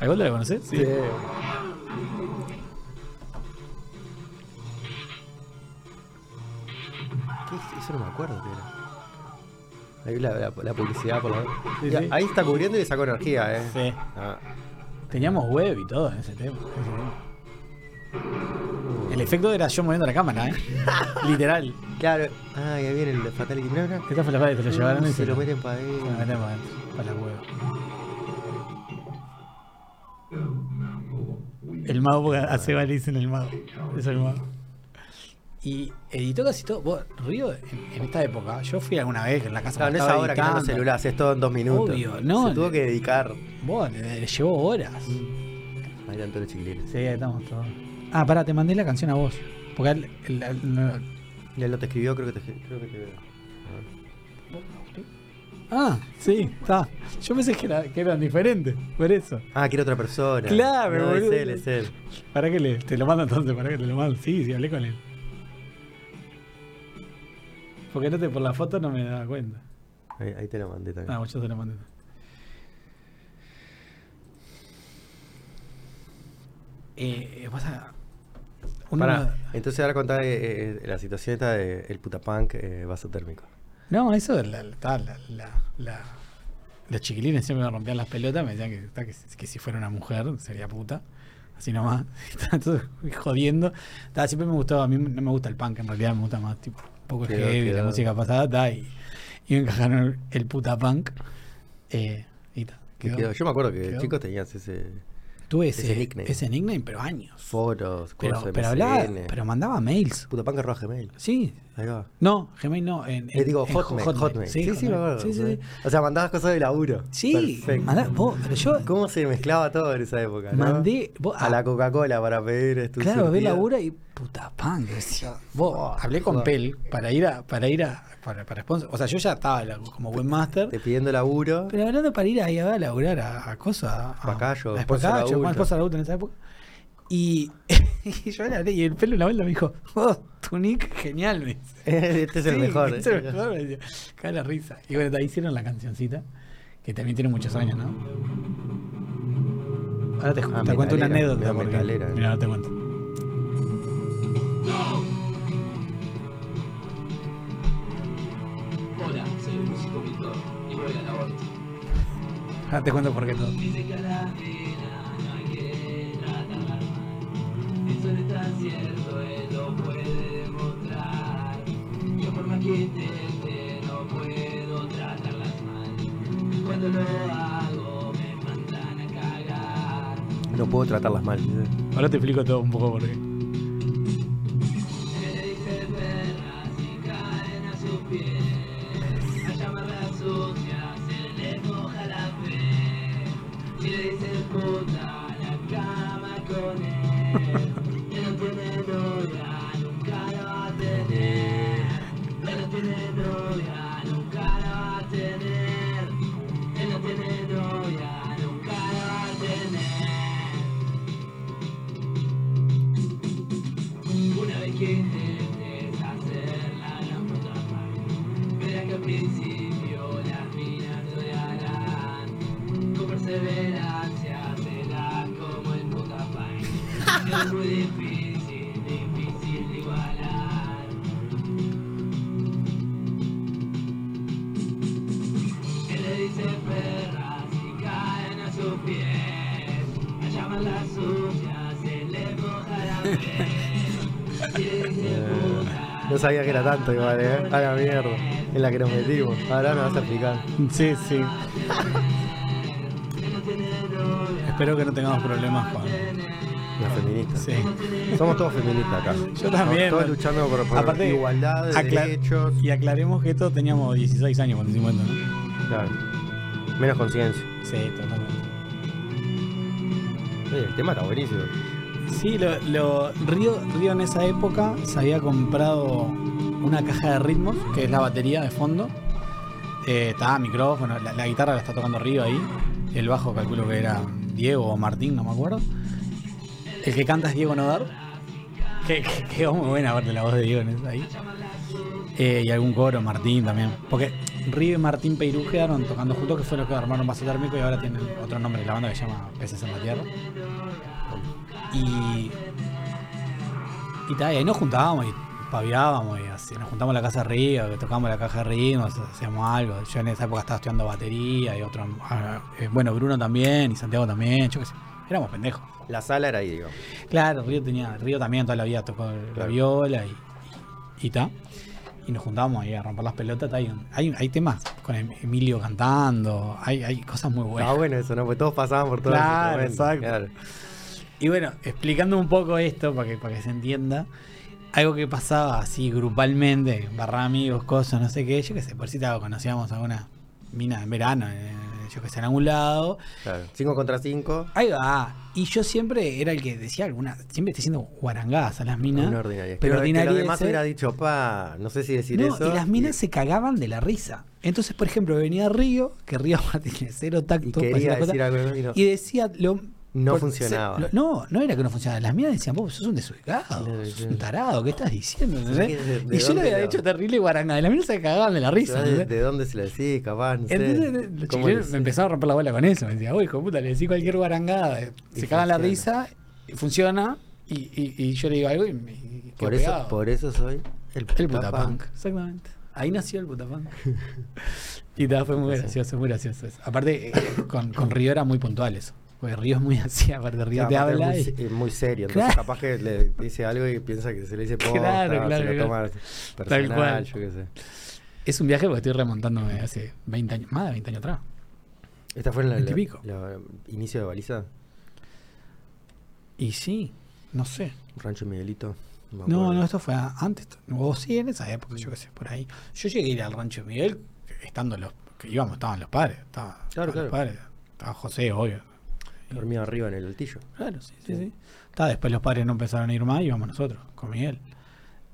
¿A Golda la conoces? sí. ¿Qué es? Eso no me acuerdo qué era. Ahí la, la, la publicidad por la Sí, Ya, sí. Ahí está cubriendo y le sacó energía, eh. Sí. Ah, Teníamos web y todo en ese tema. El efecto era yo moviendo la cámara, ¿eh? Literal. claro. Ah, ya viene el de Fatality. Mirá, mirá. Esta fue la parte que te lo Ah, llevaron y Uh, se lo meten para ahí. Se lo meten para adentro, eh, para la hueva. El mago, porque a Seba le dicen el mago. Es el mago. Y editó casi todo. Vos, Río, en, en esta época, yo fui alguna vez en la casa No, no es estaba ahora que están los editando. celulares, es todo en dos minutos. Obvio, no. Se tuvo que dedicar. Vos, le, le llevó horas. Sí, Ahí eran todos los chiquilines. ahí estamos todos. Ah, pará, te mandé la canción a vos. Porque él. él- él no- Y él no te escribió, creo que te escribió. Creo que te... A ver. Ah, sí, está. Yo pensé que, era- que eran diferentes, por eso. Ah, que era otra persona. Claro, no, es boludo. él, es él. ¿Para que le, te lo mando entonces? ¿Para que te lo mando? Sí, sí, hablé con él. Porque no te, por la foto no me daba cuenta. Ahí, ahí te lo mandé también. Ah, bueno, yo te lo mandé. Eh, pasa. Uno Pará, entonces ahora contá eh, eh, la situación esta de el putapunk eh, vasotérmico. No, eso la, la- ta, la- la- la- los chiquilines siempre me rompían las pelotas, me decían que, ta, que, si- que si fuera una mujer sería puta. así nomás. Estaba todo jodiendo. Ta, siempre me gustaba, a mí no me gusta el punk, en realidad me gusta más tipo un poco el Quedó, heavy, la quedó. música pasada, ta, y, y me encajaron el puta punk. Eh, y ta, Que quedó. quedó. Yo me acuerdo que quedó. chicos tenías ese Tuve ese, ese ese nickname. nickname. pero años. foros, Pero, curso pero MSN. hablaba, pero mandaba mails. Puta panca arroba Gmail. Sí. Ahí va. No, Gmail no. En, Eh, en- digo, en Hotmail. Hotmail. Sí, sí, me acuerdo. ¿eh? Sí, sí, sí. O sea, mandabas cosas de laburo. Sí, Perfecto. mandá- vos, pero yo ¿Cómo se mezclaba todo en esa época? no? mandé. vos- ah. a la Coca-Cola para pedir tu Claro, ve surtido. labura y puta pan. decía, vos, hablé con joder. Pel para ir a, para ir a, para, para sponsor. O sea, yo ya estaba la- como buen Te máster, pidiendo laburo. pero hablando para ir ahí a, a laburar a, a cosas. A, Pacayo, a Esposa Pacayo, Laúta. con Esposa Laúta en esa época. Y, y yo le hablé y el Pel en la vuelta me dijo, vos, tu nick genial, me dice. este es el Sí, mejor. Es el mejor, me decía. Cae la risa. Y bueno, ahí hicieron la cancioncita, que también tiene muchos años, ¿no? Ahora te, Ah, te metalera, cuento una anécdota. medio porque- metalera, eh. Mira, ahora te cuento. Hola, soy el músico Víctor y voy a la aborto. Ahora Ah, te cuento por qué todo. Dice que a la vida no hay que tratar. Eso no está cierto, él lo puede demostrar. Yo por más que intente no puedo tratarlas mal. Y cuando lo hago me mandan a cagar. No puedo tratarlas mal. Ahora te explico todo un poco por qué. Le dicen perras y caen a sus pies. A llamarlas sucias se le moja la fe. Y le dicen puta a la cama con él. Que no tiene novia, nunca la va a tener. Que no tiene novia, nunca la va a tener. Que no tiene novia, nunca la va a tener. Una vez que intentes hacerla la puta mal, verás que al principio las minas te odiarán. Con perseverancia serás como el puta pan. Es muy difícil, difícil de igualar. Él le dice perras y caen a sus pies. A llamarlas sucias se le moja la piel. Y le dice puta. Eh, No sabía que era tanto igual, ¿eh? A la mierda. En la que nos metimos. Ahora me vas a explicar. Sí, sí. Espero que no tengamos problemas con. Las feministas. Sí. Somos todos feministas acá. Yo también. Todos luchando por, por Aparte, igualdad, de acla- derechos. Y aclaremos que todos teníamos 16 años cuando hicimos esto, ¿no? Claro. Menos conciencia. Sí, totalmente. Oye, el tema está buenísimo. Sí, lo, lo- Río, Río en esa época se había comprado una caja de ritmos, que es la batería de fondo. Eh, estaba micrófono, la, la guitarra la está tocando Río ahí. El bajo calculo que era Diego o Martín, no me acuerdo. El que canta es Diego Nodar. Que que- que quedó muy buena aparte la voz de Diego en esa ahí. Eh, y algún coro, Martín también. Porque Río y Martín Peirú quedaron tocando juntos, que fue los que armaron Vaso Térmico y ahora tienen otro nombre de la banda que se llama Peces en la Tierra. Y. Y, ta, y ahí nos juntábamos y paviábamos y así. Nos juntábamos en la casa de Río, que tocábamos la caja de Río, nos hacíamos algo. Yo en esa época estaba estudiando batería y otro. ah, eh, Bueno, Bruno también y Santiago también, yo qué sé. Éramos pendejos. La sala era ahí, digo. Claro, Río tenía, Río también toda la vida tocó la Claro. viola y, y, y ta. Y nos juntábamos ahí a romper las pelotas. ta, y Hay, hay temas con Em- Emilio cantando, hay, hay cosas muy buenas. Está bueno eso, ¿no? Pues todos pasaban por todo ese Claro, momento. exacto. Claro. Y bueno, explicando un poco esto para que, para que se entienda, algo que pasaba así grupalmente, barra amigos, cosas, no sé qué, yo qué sé, por si te conocíamos a una mina en verano, eh, yo que sé, en algún lado, Claro. Cinco contra cinco. Ahí va. Y yo siempre era el que decía alguna. Siempre estoy diciendo guarangadas a las minas. Una ordinaria. Pero Pero que ordinaria lo demás ese- hubiera dicho, pa, no sé si decir No, eso. y las minas se cagaban de la risa. Entonces, por ejemplo, venía Río, que Río tiene cero y tacto. para quería las cosas, decir algo y no. y decía lo. No por- funcionaba. se- lo- no, no era que no funcionaba. Las minas decían, vos sos un desubicado, Claro, sos claro. un tarado, ¿qué estás diciendo? ¿entendés? que de- de y yo le dónde había lo- hecho terrible guarangada. Y las minas se cagaban de la risa. ¿De, ¿entendés? de dónde se lo decís? Capaz, no sé. Entonces los ¿Cómo chilenos le me decís? empezaron a romper la bola con eso. Me decía, uy, hijo de puta, le decís cualquier barangada. eh, Y Se cagan la funciona. risa, y funciona, y, y- y yo le digo algo y me. y quedo por, eso, pegado. por eso soy el, El putapunk. Exactamente. Ahí nació el putapunk. y tal, fue muy gracioso, muy gracioso eso. Aparte, eh, con, con Río era muy puntual eso. Porque Porque Río es muy así, aparte Claro, Río te aparte es habla. muy, y- se- es muy serio. Entonces, Claro. capaz que le dice algo y piensa que se le dice posta, Claro, claro, se lo claro. toma personal, cual. yo qué sé. Es un viaje porque estoy remontándome hace 20 años, más de 20 años atrás. ¿Esta fue en la, Veinte y la- pico. la- inicio de baliza? Y sí, no sé. Rancho Miguelito. me No, acuerdo. no, esto fue a- antes. O sí, en esa época, yo qué sé, por ahí. Yo llegué a ir al rancho de Miguel, estando los. que íbamos, estaban los padres. Estaba, Claro, estaban los claro. padres. Estaba José, obvio. Dormía arriba en el altillo. Claro, sí, sí, sí. Ta, después los padres no empezaron a ir más y íbamos nosotros, con Miguel.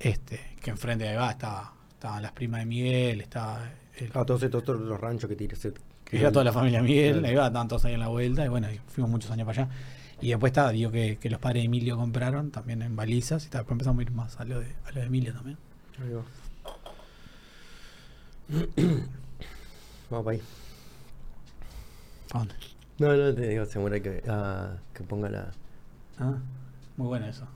Este, que enfrente de va estaba, estaban las primas de Miguel, estaba. el- Ah, todos estos otros los ranchos que tiras. que era toda la familia Miguel, Claro. ahí va, estaban todos ahí en la vuelta, y bueno, y fuimos muchos años para allá. Y después estaba, digo que, que los padres de Emilio compraron también en balizas, y ta, después empezamos a ir más a lo de, a lo de Emilio también. Vamos para ahí. ¿A dónde? No, no, te digo, seguro que, ah, que ponga la. Ah, muy bueno eso.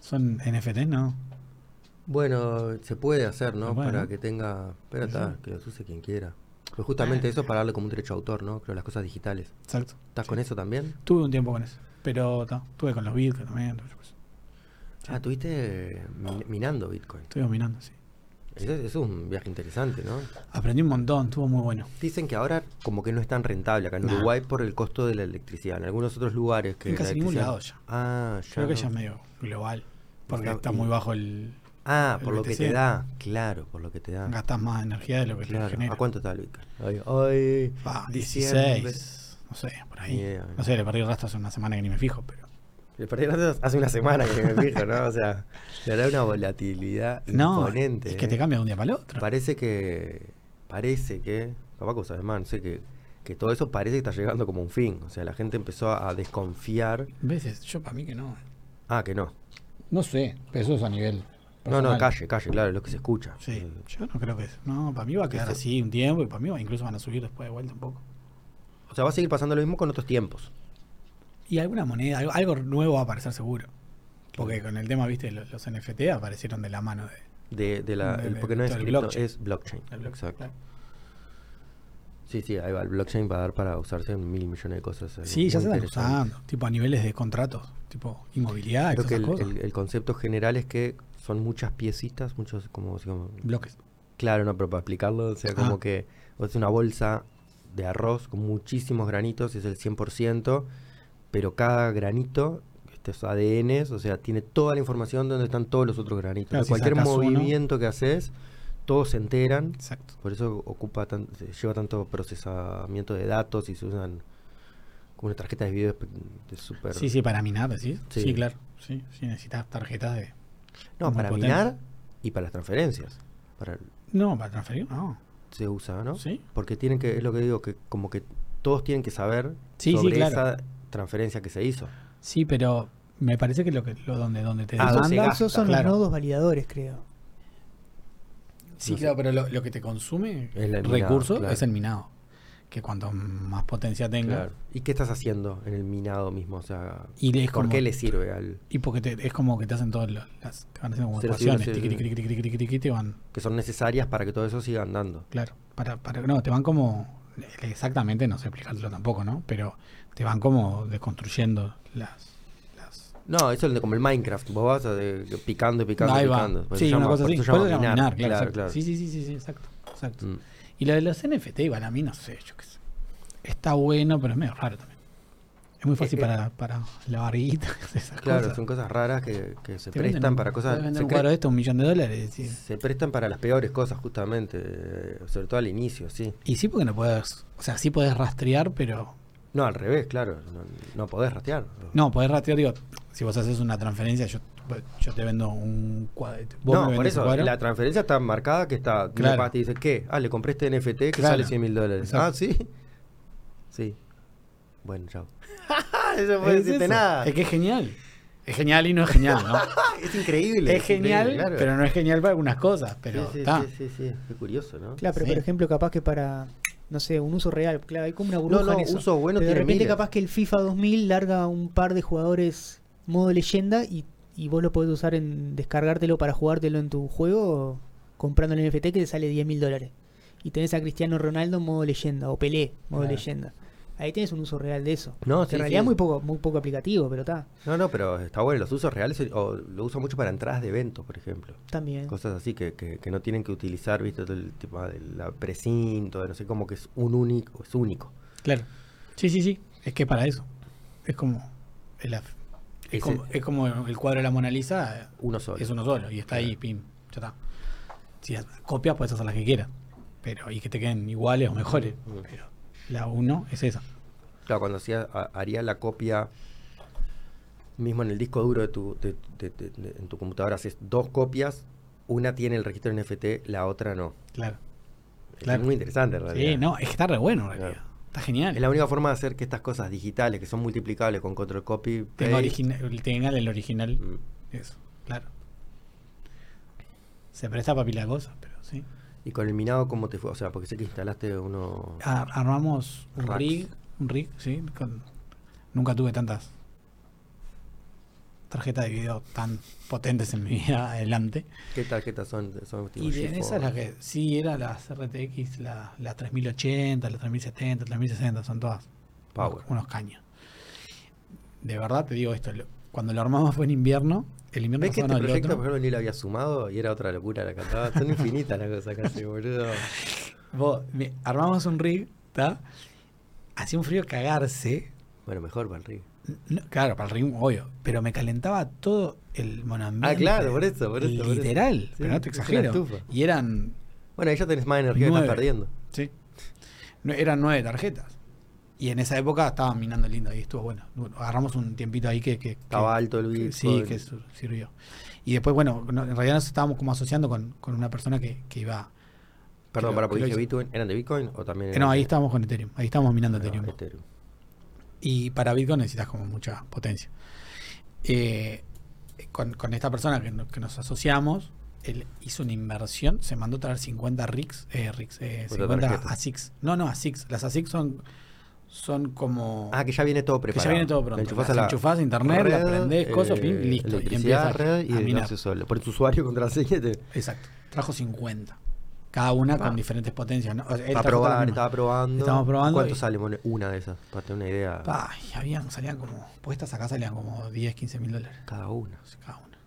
¿Son NFT, no? Bueno, se puede hacer, ¿no? Se puede, Para ¿no? que tenga. Pero Sí, está, sí. que los use quien quiera. Pues justamente eso es para darle como un derecho de autor, ¿no? Creo las cosas digitales. Exacto. ¿Estás con eso también? Tuve un tiempo con eso. Pero ta, estuve con los Bitcoin también. yo qué sé. Ah, estuviste eh, min- minando Bitcoin. Estuve dominando, sí. Eso, eso es un viaje interesante, ¿no? Aprendí un montón, estuvo muy bueno. Dicen que ahora como que no es tan rentable acá en Nah. Uruguay por el costo de la electricidad. En algunos otros lugares que... En la casi ningún electricidad- lado ya. Ah, ya. Creo que no. ya es medio global. Porque Está- está y- muy bajo el. Ah, el por lo que BTC. te da. Claro, por lo que te da. Gastas más energía de lo que pues, te Claro. genera. ¿A cuánto está el Bitcoin? Hoy, hoy Pa, diciembre. 16. No sé, por ahí. Ni idea, No sé, le perdí el rastro hace una semana que ni me fijo, pero. Le perdí las dos hace una semana que me fijo, ¿no? O sea, le da una volatilidad No, imponente. es que ¿eh? te cambia de un día para el otro. Parece que. Parece que. Capaz que sabes más, no sé que. Que todo eso parece que está llegando como un fin. O sea, la gente empezó a desconfiar. Veces, yo para mí que no. Ah, que no. No sé, pero eso es a nivel. No, no, personal. calle, calle, claro, es lo que se escucha. Sí, Eh, yo no creo que eso. No, para mí va a quedar así un tiempo y para mí va- incluso van a subir después de vuelta un poco. O sea, va a seguir pasando lo mismo con otros tiempos. Y alguna moneda, algo, algo nuevo va a aparecer seguro. Porque con el tema, viste, lo- los, NFT aparecieron de la mano de, De, de la, De- el- de- porque no es del cripto, blockchain. es blockchain. del bloque. Exacto. Claro. Sí, sí, ahí va. El blockchain va a dar para usarse en mil millones de cosas. eh, Sí, ya muy se están interesante. usando, tipo a niveles de contratos, tipo inmobiliaria, Creo todas que esas el, cosas. el- el concepto general es que son muchas piecitas, muchos como, así como- Bloques. Claro, no, pero para explicarlo, o sea, Ah. como que o es una bolsa de arroz con muchísimos granitos, es el 100%, pero cada granito, este, estos ADNs, o sea, tiene toda la información donde están todos los otros granitos. Claro, Entonces, si cualquier sacas uno- movimiento que haces, todos se enteran, Exacto. por eso ocupa tan- se lleva tanto procesamiento de datos y se usan como una tarjeta de video espe- de super... Sí, sí, para minar, decís. Sí, Sí. claro. Sí, sí, necesitas tarjetas de. no, muy para potente. minar y para las transferencias. Para el- No, para transferir, no. se usa, ¿no? Sí. Porque tienen que, es lo que digo, que como que todos tienen que saber Sí, sí, sobre claro. esa transferencia que se hizo. Sí, pero me parece que lo que lo donde, donde te Ah, demanda- se gasta, esos son claro. los nodos validadores, creo. Sí, No sé. claro, pero lo, lo que te consume Es el el minado, recurso claro. es el minado. Que cuanto más potencia tenga, ¿Y qué estás haciendo en el minado mismo? O sea, Y le- es ¿por como- qué le sirve al y porque te- es como que te hacen todas las- las. Te van haciendo como Sí, lo ecuaciones. sigo, sí, tiqui, sí. tiqui, tiqui, tiqui, tiqui, tiqui, te van. que son necesarias para que todo eso siga andando? Claro. Para, para, no, te van como. Exactamente, no sé explicártelo tampoco, ¿no? Pero te van como desconstruyendo las. las No, eso es como el Minecraft. Vos vas a de- picando, picando, Ahí va. picando. Por eso Sí, se una llama- cosa por así. eso se Por eso llama se llama minar, claro, exacto. claro. Sí, sí, sí, sí, sí, exacto. exacto. Mm. Y lo de los NFT, para mí, no sé, yo qué sé. Está bueno, pero es medio raro también. Es muy fácil Eh, eh. para, para la barriguita, esas Claro, cosas. son cosas raras que, que se Te prestan venden un- para cosas. te Se, venden un cre- cuadro de esto, un millón de dólares. Y, se prestan para las peores cosas, justamente. eh, Sobre todo al inicio, sí. y sí, porque no puedes. O sea, sí podés rastrear, pero. No, al revés, claro. No, no podés ratear. No, podés rastrear, digo, si vos haces una transferencia, yo, yo te vendo un cuadro. Vos me No, por vendés eso un cuadro. la transferencia está marcada que está. mi Claro. papá te dice, ¿qué? Ah, le compré este NFT que Claro. sale 100 mil dólares. Exacto. Ah, sí. Sí. Bueno, chao. eso no Es puede decirte eso. nada. Es que es genial. Es genial y no es genial, ¿no? Es increíble. es genial, increíble, claro. pero no es genial para algunas cosas. Pero sí, sí, está. sí, sí, sí. Qué curioso, ¿no? Claro, pero Sí. por ejemplo, capaz que para, no sé, un uso real, claro, hay como una burbuja No, no, en eso. uso bueno Pero de tiene repente miles. capaz que el FIFA 2000 larga un par de jugadores modo leyenda y, y vos lo podés usar en descargártelo para jugártelo en tu juego comprando el NFT que te sale 10 mil dólares. Y tenés a Cristiano Ronaldo modo leyenda o Pelé modo Claro. leyenda. Ahí tienes un uso real de eso. No, Que sí, en realidad sí. muy poco muy poco aplicativo, pero está. No, no, pero está bueno. Los usos reales eh, o lo uso mucho para entradas de eventos, por ejemplo. También. Cosas así que, que, que no tienen que utilizar, viste, todo el tema del la precinto, de no sé cómo, que es un único, es único. Claro. Sí, sí, sí. Es que para eso. Es como el af- Ese- es, como, es como el cuadro de la Mona Lisa. Uno solo. Es uno solo. Y está ahí, pim. Ya está. Si las copias, puedes hacer las que quieras. Pero, y que te queden iguales o mejores. Pero la uno es esa. Claro, cuando hacía, ha- haría la copia mismo en el disco duro de tu, de- de- de- de- en tu computadora, haces dos copias, una tiene el registro NFT, la otra no. Claro. Es Claro. muy interesante, en realidad. Sí, no, es que está re bueno en realidad. Claro. Está genial. Es la única forma de hacer que estas cosas digitales, que son multiplicables con control copy, Tenga, paste, origina- tenga el original. mm, Eso, claro. Se presta para pila de cosas, pero sí. y con el minado, ¿cómo te fue? O sea, porque sé que instalaste uno... Ar- Ah, armamos un Racks. rig, un rig, sí. con- nunca tuve tantas tarjetas de video tan potentes en mi vida adelante. ¿Qué tarjetas son? son tipo Y de G4? esas las que sí eran las RTX, la- las 3080, las 3070, 3060, son todas Power. unos, unos caños. De verdad te digo esto, lo- cuando lo armamos fue en invierno, el invierno ¿Ves que este pasado no, el proyecto, otro. por ejemplo, ni lo había sumado y era otra locura la cantaba? Son infinitas las cosas casi, boludo. Vos, me- armamos un rig, ¿está? Hacía un frío cagarse. Bueno, mejor para el río. No, claro, para el ritmo, obvio. Pero me calentaba todo el monambiente. Ah, claro, por eso, por eso, por eso. Literal, Sí, pero no te es una exagero. estufa. Y eran, Bueno, ahí ya tenés más energía que Nueve. estás perdiendo. sí, no, eran nueve tarjetas. Y en esa época estaban minando lindo y estuvo bueno. Bueno, Agarramos un tiempito ahí que... que- que- Estaba alto el que- disco, Sí, el- que su- sirvió. Y después, bueno, no, en realidad nos estábamos como asociando con, con una persona que, que iba... Perdón, para que- que lo porque dije hizo. Bitcoin, ¿eran de Bitcoin o también? Eh, eran No, ahí de- estábamos con Ethereum. Ahí estábamos minando Ah, Ethereum. Ethereum. Y para Bitcoin necesitas como mucha potencia. Eh, con, con esta persona que, no- que nos asociamos, él hizo una inversión, se mandó a traer 50 RICs, eh, RICs, eh, Otra 50 tarjeta. ASICs. No, no, ASICs. Las ASICs son, son como... Ah, que ya viene todo que preparado. ya viene todo La pronto. enchufás Enchufás, a la enchufás a internet, la red, prendés, cosas, pim, eh, listo. Y Electricidad, empiezas red y a de minar. noche solo. Por tu usuario, contraseña, te- Exacto. Trajo 50. Cada una con diferentes potencias. ¿no? O sea, él para trajo todas las Ah. probar, mismas. estaba probando. Estamos probando ¿Cuánto y- sale mon- una de esas? Para tener una idea Pa, y habían, salían como... Puestas acá salían como 10, 15 mil dólares. cada una. Cada una.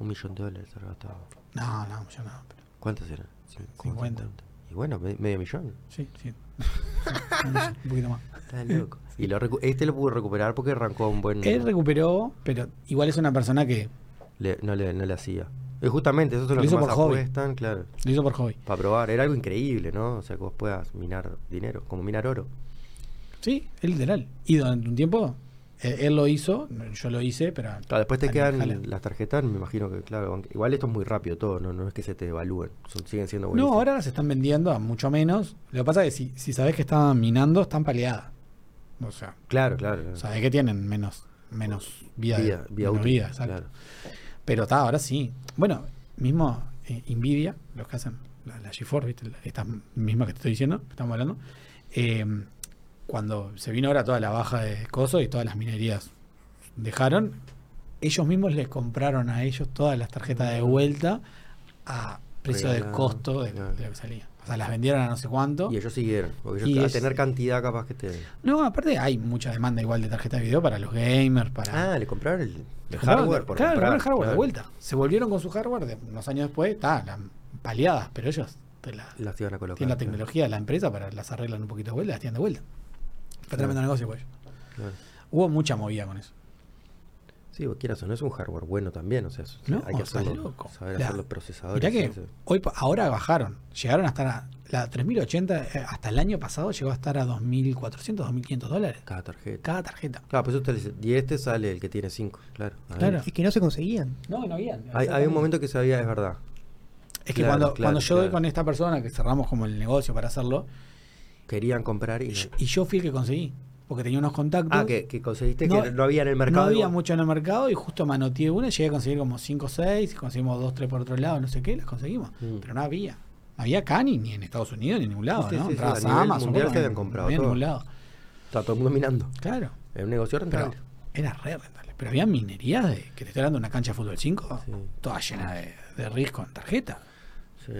Un millón de dólares habrá gastado. No, no, yo no. pero- ¿Cuántas eran? Cin- como 50. Y bueno, me- medio millón. sí, sí. un poquito más. Está loco. Y lo recu- este lo pudo recuperar porque arrancó un buen. Él recuperó, pero igual es una persona que le- no, le, no le hacía. Y justamente, eso es Lo lo que hizo más por hobby. apuestan, claro. lo hizo por hobby. Para probar, era algo increíble, ¿no? O sea, que vos puedas minar dinero, como minar oro. Sí, es literal. Y durante un tiempo, eh, él, lo hizo, yo lo hice, pero. Claro, después te Al quedan Valhalla. las tarjetas, me imagino que, claro, aunque- igual esto es muy rápido todo, no, no es que se te evalúen, son- siguen siendo buenos. No, ahora las están vendiendo a mucho menos. Lo que pasa es que si, si sabes que estaban minando, están paleadas. O sea, Claro, claro. claro. sabes que tienen menos, menos vida, de- Vía- vía menos útil, vida, exacto. claro. Pero está, ahora sí. Bueno, mismo eh, Nvidia, los que hacen la, la GeForce, ¿viste? La- esta misma que te estoy diciendo, que estamos hablando. eh, cuando se vino ahora toda la baja de coso y todas las minerías dejaron, ellos mismos les compraron a ellos todas las tarjetas de vuelta a precio de Regalado, costo de, claro. de lo que salía. O sea, las vendieron a no sé cuánto. Y ellos siguieron, porque Y ellos, a es- tener cantidad capaz que te... No, aparte hay mucha demanda igual de tarjetas de video para los gamers, para... Ah, le compraron el, el Le compraron- hardware por claro, comprar, le compraron el hardware de claro. vuelta. Se volvieron con su hardware de unos años después, está, las paliadas, pero ellos te la, Las iban a colocar. tienen la claro. tecnología de la empresa para las arreglan un poquito de vuelta, las tienen de vuelta. Fue tremendo negocio, pues. Claro. Hubo mucha movida con eso. Sí, vos quieras o no, es un hardware bueno también, o sea, es- No, hay que estás hacerlo, loco. saber La- hacer los procesadores. Mirá que sí, sí. hoy, pa- ahora bajaron, llegaron hasta la, la 3080, eh, hasta el año pasado llegó a estar a 2.400, 2.500 dólares Cada tarjeta. cada tarjeta. Claro, pues usted le dice, y este sale el que tiene 5, claro. Ahí. Claro. Es que no se conseguían. No, no había. Hay, hay un momento que sabía, es verdad. Es que Claro, cuando, claro, cuando yo doy claro. con esta persona que cerramos como el negocio para hacerlo, Querían comprar y. y no. yo, y yo fui el que conseguí, porque tenía unos contactos. Ah, que, que conseguiste No, que no había en el mercado. No había igual. mucho en el mercado y justo manoteé una, llegué a conseguir como 5 o 6, conseguimos 2, 3 por otro lado, no sé qué, las conseguimos. Mm. Pero no había. No había acá ni, ni en Estados Unidos ni en ningún lado, Sí, sí, ¿no? sí, sí, a Entrabas a nivel Amazon, mundial bueno, se habían no comprado había en ningún todo. lado. Está todo el mundo mirando. Claro. Es un negocio Pero rentable. era re rentable. Pero había minerías de, que te estoy hablando de una cancha de fútbol 5, Sí. toda llena de, de RIS con tarjeta. Sí.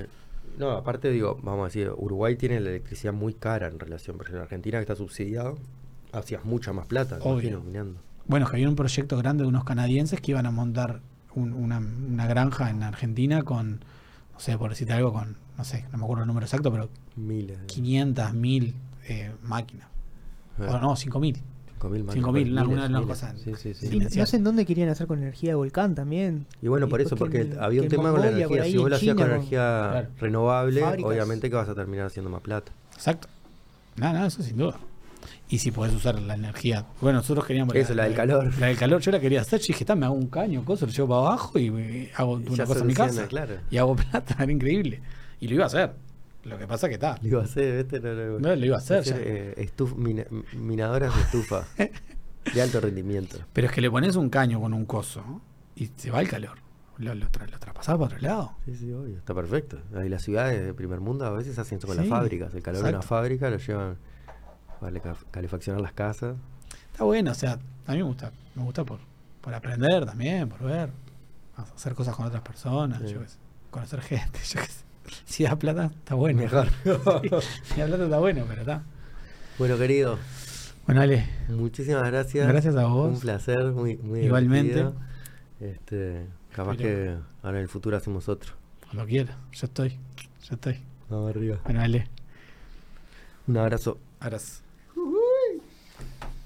No, aparte digo, vamos a decir, Uruguay tiene la electricidad muy cara en relación, por ejemplo, Argentina que está subsidiado, hacías mucha más plata, me Obvio. imagino, mirando. Bueno, que había un proyecto grande de unos canadienses que iban a montar un- una, una granja en Argentina con, no sé, por decirte algo, con, no sé, no me acuerdo el número exacto, pero Miles. de- 500, 1000 eh, máquinas. eh, O no, 5000. cinco mil más, 5.000, miles, una- una de las miles. cosas. Sí, sí, sí. Y no- no sé en dónde querían hacer con energía de volcán también. Y bueno, Y por eso, después porque que en- había un que en tema con la Mongolia, por energía. ahí, Si vos lo en hacías con China, energía Claro. renovable, Fábricas. obviamente que vas a terminar haciendo más plata. Exacto. Nada, nada, eso sin duda. Y si podés usar la energía. Bueno, nosotros queríamos. Eso, la del calor. La del calor, yo la quería hacer. Yo dije, "Ta, me hago un caño, cosa, lo llevo para abajo y eh, hago Y una ya cosa en mi soluciona, casa. claro. Y hago plata, era increíble. Y lo iba a hacer. Lo que pasa que está. Lo iba a hacer, ¿viste? No, no, No, lo iba a hacer Hacer, ya. eh, estuf- mina- minadoras de estufa de alto rendimiento. Pero es que le pones un caño con un coso y se va el calor. Lo, lo, tra- lo traspasás para otro lado. Sí, sí, obvio, está perfecto. Ahí las ciudades de primer mundo a veces hacen eso con Sí, las fábricas. El calor de una exacto. fábrica lo llevan para ca- calefaccionar las casas. Está bueno, o sea, a mí me gusta. Me gusta por, por aprender también, por ver. Hacer cosas con otras personas, Sí. yo qué sé, Conocer gente, yo qué sé. Si da plata, está bueno. Mejor. Sí, si da plata, está bueno, pero está. Bueno, querido, Bueno, Ale, muchísimas gracias. Gracias a vos. Un placer, muy, muy Igualmente. divertido. Este, capaz que Espero. ahora en el futuro hacemos otro. cuando quieras, yo estoy. Yo estoy. Vamos arriba. Bueno, Ale, Un abrazo. abrazo.